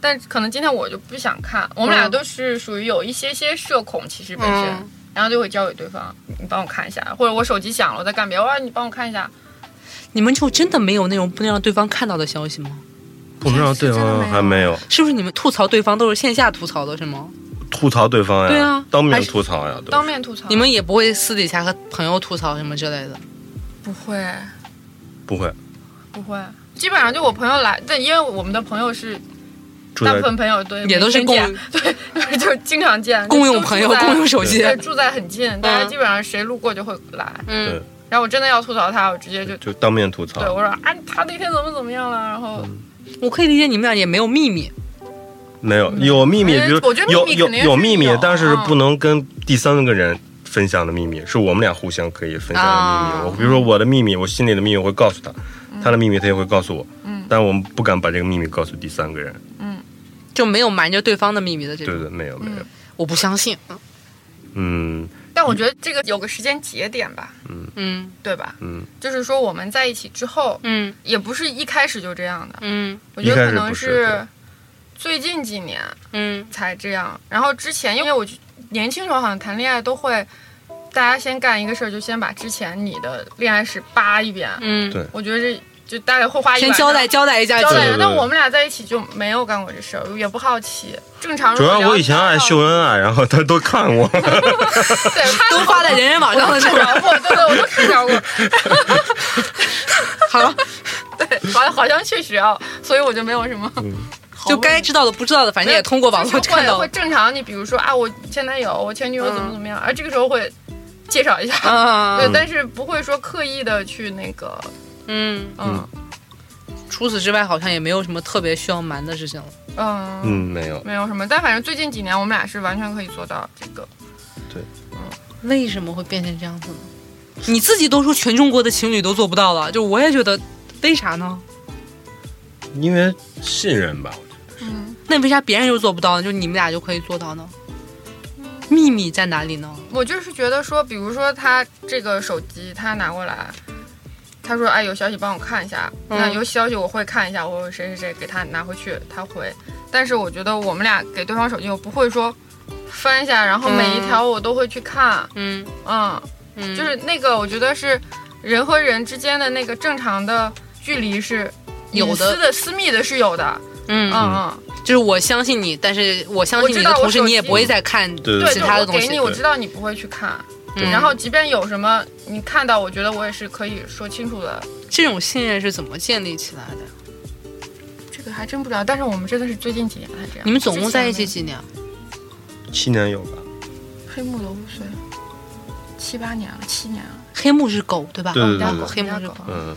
Speaker 3: 但可能今天我就不想看，我们俩
Speaker 2: 嗯
Speaker 3: 都是属于有一些些社恐，其实本身，
Speaker 2: 嗯，
Speaker 3: 然后就会交给对方，你帮我看一下，或者我手机响了我在干别的，哇，你帮我看一下。
Speaker 2: 你们就真的没有那种不能让对方看到的消息吗？
Speaker 1: 我们让对方还没有
Speaker 2: 是不是你们吐槽对方都是线下吐槽的，是吗？
Speaker 1: 吐槽对方呀，
Speaker 2: 对啊
Speaker 1: 当面
Speaker 2: 还是
Speaker 1: 吐槽呀，对
Speaker 3: 当面吐槽，
Speaker 2: 你们也不会私底下和朋友吐槽什么之类的。
Speaker 3: 不会
Speaker 1: 不会
Speaker 3: 不会，基本上就我朋友来，但因为我们的朋友是
Speaker 1: 住
Speaker 3: 大
Speaker 1: 在
Speaker 3: 部分朋友对
Speaker 2: 也都是
Speaker 3: 每
Speaker 2: 共
Speaker 3: 天见，对， 就是经常见
Speaker 2: 共用朋友，
Speaker 3: 就住在
Speaker 2: 共用手机。
Speaker 3: 对住在很近，大家基本上谁路过就会来。
Speaker 2: 嗯，
Speaker 3: 然后我真的要吐槽他，我直接就
Speaker 1: 就当面吐
Speaker 3: 对
Speaker 1: 槽，
Speaker 3: 我说啊，他那天怎么怎么样了，然后
Speaker 1: 嗯
Speaker 2: 我可以理解你们俩也没有秘密。
Speaker 1: 没有有秘密，
Speaker 3: 嗯
Speaker 1: 比如
Speaker 3: 我觉得
Speaker 1: 有
Speaker 3: 秘密
Speaker 1: 有
Speaker 3: 肯定是
Speaker 1: 有秘密
Speaker 3: 有，
Speaker 1: 但是
Speaker 3: 嗯
Speaker 1: 不能跟第三个人分享的秘密，是我们俩互相可以分享的秘
Speaker 2: 啊
Speaker 1: 密。我比如说我的秘密，我心里的秘密我会告诉他，他的秘密他也会告诉我，
Speaker 3: 嗯
Speaker 1: 但我们不敢把这个秘密告诉第三个人。
Speaker 2: 就没有瞒着对方的秘密的这
Speaker 1: 对
Speaker 2: 种，
Speaker 1: 对，没有没有，
Speaker 2: 我不相信。
Speaker 1: 嗯
Speaker 3: 嗯但我觉得这个有个时间节点吧，
Speaker 2: 嗯
Speaker 3: 对吧？
Speaker 1: 嗯，
Speaker 3: 就是说我们在一起之后，
Speaker 2: 嗯
Speaker 3: 也不是一开始就这样的，
Speaker 2: 嗯
Speaker 3: 我觉得可
Speaker 1: 一开始
Speaker 3: 能
Speaker 1: 不是对
Speaker 3: 最近几年
Speaker 2: 嗯
Speaker 3: 才这样。然后之前，因为我年轻时候好像谈恋爱都会，大家先干一个事儿，就先把之前你的恋爱史扒一遍。
Speaker 2: 嗯，
Speaker 1: 对
Speaker 3: 我觉得这就大概会花一
Speaker 2: 先
Speaker 3: 晚
Speaker 2: 交
Speaker 3: 上
Speaker 2: 代交代一下。
Speaker 3: 交
Speaker 1: 对
Speaker 3: 代
Speaker 1: 对。
Speaker 3: 但
Speaker 1: 对
Speaker 3: 我们俩在一起就没有干过这事儿，也不好奇。正常
Speaker 1: 主
Speaker 3: 如果
Speaker 1: 要
Speaker 3: 聊
Speaker 1: 我以前爱秀恩爱，然后他都看我，
Speaker 3: 对他
Speaker 2: 都发在人人网上了，是
Speaker 3: 看
Speaker 2: 吧？
Speaker 3: 着过，对对，我都看着过。
Speaker 2: 好了，
Speaker 3: 对，好像好像确实啊，所以我就没有什 么，
Speaker 2: 就该知道的不知道的，反正也通过网络
Speaker 3: 就是
Speaker 2: 看
Speaker 3: 会
Speaker 2: 到
Speaker 3: 会
Speaker 2: 了。
Speaker 3: 正常。你比如说啊，我前男友，我前女友怎么怎么
Speaker 2: 嗯
Speaker 3: 样，而啊这个时候会介绍一下，对
Speaker 2: 啊，，
Speaker 3: 但是不会说刻意的去那个，
Speaker 2: 嗯，
Speaker 3: 嗯
Speaker 2: 除此之外好像也没有什么特别需要瞒的事情了。
Speaker 3: 嗯
Speaker 1: 嗯，没有。
Speaker 3: 没有什么。但反正最近几年，我们俩是完全可以做到这个。
Speaker 2: 为什么会变成这样子呢？你自己都说全中国的情侣都做不到了，就我也觉得，为啥呢？
Speaker 1: 因为信任吧，我觉
Speaker 3: 嗯，
Speaker 2: 那为啥别人就做不到呢？就你们俩就可以做到呢？秘密在哪里呢？
Speaker 3: 我就是觉得说，比如说他这个手机，他拿过来。他说：“哎，有消息帮我看一下。
Speaker 2: 嗯
Speaker 3: 那有消息我会看一下，我谁谁谁给他拿回去，他回。但是我觉得我们俩给对方手机，我不会说翻一下，然后每一条我都会去看。
Speaker 2: 嗯
Speaker 3: 嗯，
Speaker 2: 嗯，
Speaker 3: 就是那个，我觉得是人和人之间的那个正常的距离是
Speaker 2: 有
Speaker 3: 隐私
Speaker 2: 的，
Speaker 3: 的、私密的是有的，
Speaker 2: 嗯
Speaker 3: 嗯嗯，
Speaker 2: 就是我相信你，但是我相信你的同时，你也不会再看
Speaker 1: 对
Speaker 3: 对，
Speaker 2: 其
Speaker 3: 就
Speaker 2: 他的
Speaker 3: 我
Speaker 2: 东
Speaker 3: 给
Speaker 2: 西
Speaker 3: 你，。我知道你不会去看。
Speaker 2: 嗯
Speaker 3: 然后，即便有什么你看到，我觉得我也是可以说清楚的。
Speaker 2: 这种信任是怎么建立起来的？
Speaker 3: 这个还真不知道，但是我们真的是最近几年才这样。
Speaker 2: 你们总共在一起
Speaker 3: 之前
Speaker 2: 几年？
Speaker 1: 七年有吧？
Speaker 3: 没有？黑幕都五岁，七八年了，七年了。
Speaker 2: 黑幕是狗对吧？
Speaker 1: 对对对
Speaker 2: 哦
Speaker 1: 对
Speaker 2: 黑幕是狗。
Speaker 1: 嗯，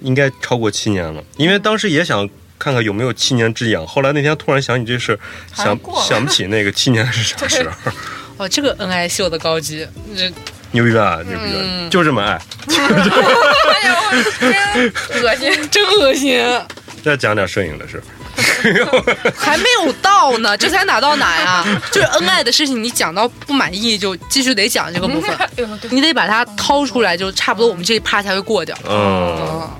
Speaker 1: 应该超过七年了，因为当时也想看看有没有七年之痒，后来那天突然想起这事，
Speaker 3: 好像
Speaker 1: 想
Speaker 3: 过了
Speaker 1: 想不起那个七年是啥时 候，
Speaker 2: 哦，这个恩爱秀的高级，这
Speaker 1: 牛逼吧？牛逼
Speaker 2: 嗯
Speaker 1: 吧？就这么爱。
Speaker 3: 哎呀，我真恶心！
Speaker 2: 真恶心，
Speaker 1: 再讲点摄影的事儿，
Speaker 2: 还没有到呢，这才哪到哪 呀？就是恩爱的事情，你讲到不满意就继续得讲这个部 分，
Speaker 3: 哎呦，对，
Speaker 2: 你得把它掏出来，就差不多我们这一趴才会过掉。
Speaker 1: 嗯，
Speaker 2: 嗯，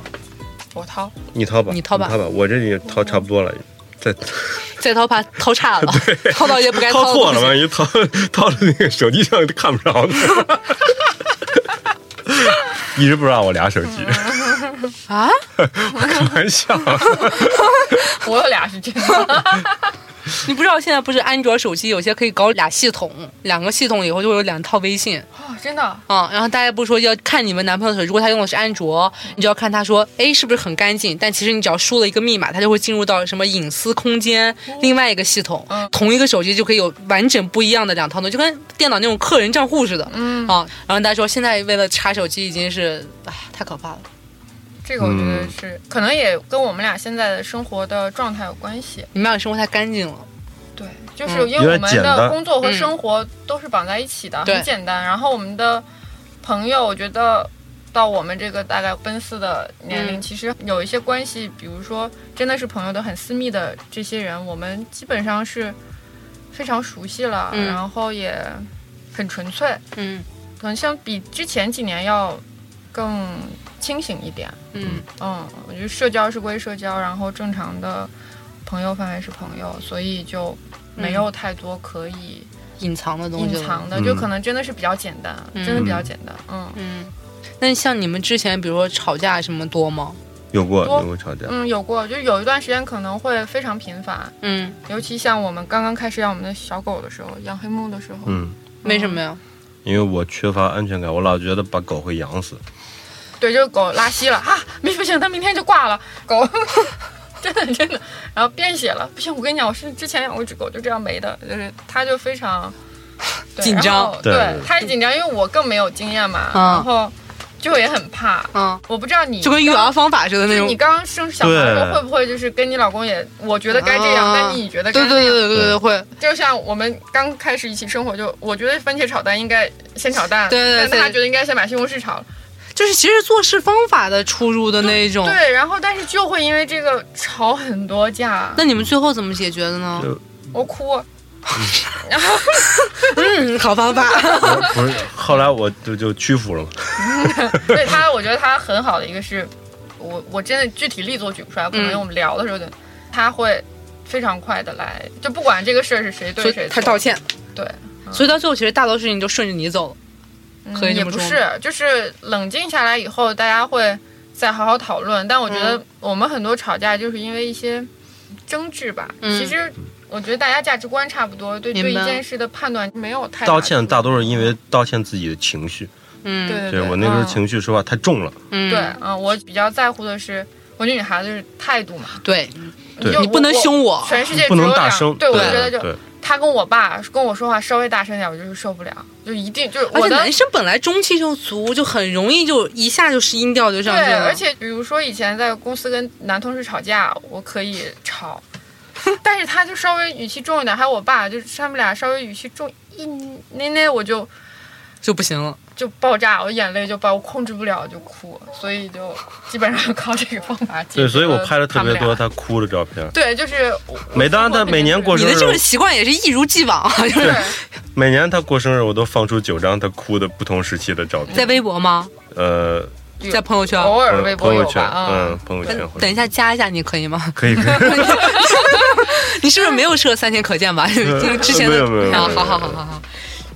Speaker 3: 我掏。
Speaker 1: 你掏吧，
Speaker 2: 你掏吧
Speaker 1: 掏吧，我这里掏差不多了，再
Speaker 2: 再掏怕掏岔 了，掏到一些不该
Speaker 1: 掏
Speaker 2: 的
Speaker 1: 错了
Speaker 2: 东西。
Speaker 1: 万一掏掏了那个手机上就看不着 的， 一直不让我俩手机，
Speaker 2: 啊？
Speaker 1: 开玩 笑，
Speaker 3: 我有俩是这样，
Speaker 2: 你不知道现在不是安卓手机有些可以搞俩系统，两个系统以后就有两套微信
Speaker 3: 哦，真的，
Speaker 2: 啊、然后大家不是说要看你们男朋友的手机，如果他用的是安卓，你就要看他说 A 是不是很干净，但其实你只要输了一个密码，他就会进入到什么隐私空间另外一个系统，
Speaker 3: 嗯
Speaker 2: 同一个手机就可以有完整不一样的两套东西，就跟电脑那种客人账户似的。
Speaker 3: 嗯，
Speaker 2: 啊，然后大家说现在为了查手机已经是啊太可怕了，
Speaker 3: 这个我觉得是，可能也跟我们俩现在的生活的状态有关系。
Speaker 2: 你们俩生活太干净了。
Speaker 3: 对，就是
Speaker 2: 嗯
Speaker 3: 因为我
Speaker 1: 有
Speaker 3: 们
Speaker 1: 点简
Speaker 3: 的
Speaker 1: 单
Speaker 3: 工作和
Speaker 2: 嗯
Speaker 3: 生活都是绑在一起的，
Speaker 2: 对
Speaker 3: 很简单。然后我们的朋友，我觉得到我们这个大概奔四的年龄，
Speaker 2: 嗯
Speaker 3: 其实有一些关系，比如说真的是朋友的很私密的这些人，我们基本上是非常熟悉了，
Speaker 2: 嗯
Speaker 3: 然后也很纯粹，
Speaker 2: 嗯
Speaker 3: 可能相比之前几年要更清醒一点。
Speaker 2: 嗯
Speaker 3: 嗯，我觉得社交是归社交，然后正常的朋友范围是朋友，所以就没有太多可以
Speaker 2: 隐藏的东西
Speaker 3: 隐
Speaker 2: 了
Speaker 3: 藏的，
Speaker 1: 嗯
Speaker 3: 就可能真的是比较简单，
Speaker 2: 嗯
Speaker 3: 真的比较简单。嗯
Speaker 2: 嗯，那像你们之前，比如说吵架什么多吗？
Speaker 1: 有过
Speaker 3: 多
Speaker 1: 有过吵架，
Speaker 3: 嗯，有过，就有一段时间可能会非常频繁，
Speaker 2: 嗯，
Speaker 3: 尤其像我们刚刚开始养我们的小狗的时候，养黑幕的时候，
Speaker 1: 嗯，
Speaker 2: 为什么呀？
Speaker 1: 因为我缺乏安全感，我老觉得把狗会养 死，
Speaker 3: 对，就是狗拉稀了啊，没不行，它明天就挂了，狗。 真的真的，然后便血了，不行！我跟你讲，我是之前养过一只狗，就这样没的，就是它就非常对
Speaker 2: 紧张
Speaker 3: 然后
Speaker 1: 对
Speaker 3: 对，它也紧张，因为我更没有经验嘛，
Speaker 2: 嗯
Speaker 3: 然后就也很怕。
Speaker 2: 嗯，
Speaker 3: 我不知道你
Speaker 2: 就跟育
Speaker 3: 刚
Speaker 2: 儿方法似的
Speaker 3: 啊就
Speaker 2: 那
Speaker 3: 是
Speaker 2: 种
Speaker 3: 你。刚刚生小孩的时候
Speaker 1: 对
Speaker 3: 会不会就是跟你老公也，我觉得该这样，
Speaker 2: 啊
Speaker 3: 但你觉得该
Speaker 2: 对对
Speaker 3: 那样
Speaker 2: 对对对对，会，
Speaker 3: 就像我们刚开始一起生活就，我觉得番茄炒蛋应该先炒蛋，
Speaker 2: 对对对
Speaker 3: 但他觉得应该先把西红柿炒了。
Speaker 2: 就是其实做事方法的出入的那一种。
Speaker 3: 对，然后但是就会因为这个吵很多架，
Speaker 2: 那你们最后怎么解决的呢
Speaker 1: 就？
Speaker 3: 我哭。然后
Speaker 2: 嗯，好方法。
Speaker 1: 不是，后来我就就屈服了嘛。
Speaker 3: 对他，我觉得他很好的一个是，我我真的具体例子我举不出来，可能
Speaker 2: 嗯
Speaker 3: 我们聊的时候就，他会非常快的来，就不管这个事儿是谁
Speaker 2: 所
Speaker 3: 对
Speaker 2: 以
Speaker 3: 谁
Speaker 2: 他
Speaker 3: 错，
Speaker 2: 道歉。
Speaker 3: 对，
Speaker 2: 所以到最后，其实大多数事情都顺着你走了。
Speaker 3: 嗯
Speaker 2: 可以这
Speaker 3: 也
Speaker 2: 么
Speaker 3: 不
Speaker 2: 说
Speaker 3: 是，就是冷静下来以后，大家会再好好讨论。但我觉得
Speaker 2: 嗯
Speaker 3: 我们很多吵架就是因为一些争执吧，
Speaker 2: 嗯
Speaker 3: 其实。我觉得大家价值观差不多，对
Speaker 2: 明
Speaker 3: 对一
Speaker 2: 白
Speaker 3: 件事的判断没有太大
Speaker 1: 道
Speaker 3: 的
Speaker 1: 歉
Speaker 3: 区别
Speaker 1: 大多是因为道歉自己的情绪，
Speaker 2: 嗯，
Speaker 3: 对
Speaker 1: 对我那时候
Speaker 3: 嗯
Speaker 1: 情绪说话太重了，
Speaker 2: 嗯，
Speaker 3: 对，嗯，我比较在乎的是，我觉得女孩子是态度嘛，
Speaker 2: 对，
Speaker 1: 对
Speaker 3: 就
Speaker 2: 你不能
Speaker 3: 我
Speaker 2: 凶我。
Speaker 3: 全世界
Speaker 1: 不
Speaker 3: 只
Speaker 1: 能
Speaker 3: 有
Speaker 1: 大
Speaker 3: 两
Speaker 1: 声。
Speaker 3: 对，我
Speaker 2: 对
Speaker 3: 觉得就
Speaker 1: 对，
Speaker 3: 他跟我爸跟我说话稍微大声点，我就是受不了，就一定就是
Speaker 2: 而
Speaker 3: 我
Speaker 2: 且
Speaker 3: 的
Speaker 2: 男生本来中气就足，就很容易就一下就是音调就上去
Speaker 3: 对，
Speaker 2: 了。
Speaker 3: 而且比如说以前在公司跟男同事吵架，我可以吵，但是他就稍微语气重一点，还有我爸，就是他们俩稍微语气重一那那，我就
Speaker 2: 就不行了。
Speaker 3: 就爆炸，我眼泪就爆，我控制不了就哭，所以就基本上 靠这个方法解决
Speaker 1: 对，所以我拍了特
Speaker 3: 他们
Speaker 1: 别多
Speaker 3: 俩。
Speaker 1: 他哭的照片。
Speaker 3: 对，就是我
Speaker 1: 每当他每年过
Speaker 2: 你
Speaker 1: 生
Speaker 2: 的这个
Speaker 1: 日，
Speaker 2: 习惯也是一如既往， 就是
Speaker 3: 对，
Speaker 1: 每年他过生日，我都放出九张他哭的不同时期的照
Speaker 2: 在
Speaker 1: 片。
Speaker 2: 微博吗？
Speaker 1: 呃，
Speaker 2: 在朋友圈？
Speaker 3: 偶尔微
Speaker 1: 朋
Speaker 3: 博
Speaker 1: 朋
Speaker 3: 有
Speaker 1: 友圈，
Speaker 3: 吧？啊
Speaker 1: 嗯，，朋友圈会
Speaker 2: 等一下加一下你可以吗？
Speaker 1: 可以可以。
Speaker 2: 你是不是没有设三天可见吧？就是之 前
Speaker 1: 没
Speaker 2: 的
Speaker 1: 有没有没有
Speaker 2: 啊，
Speaker 1: 没有
Speaker 2: 好好好好好。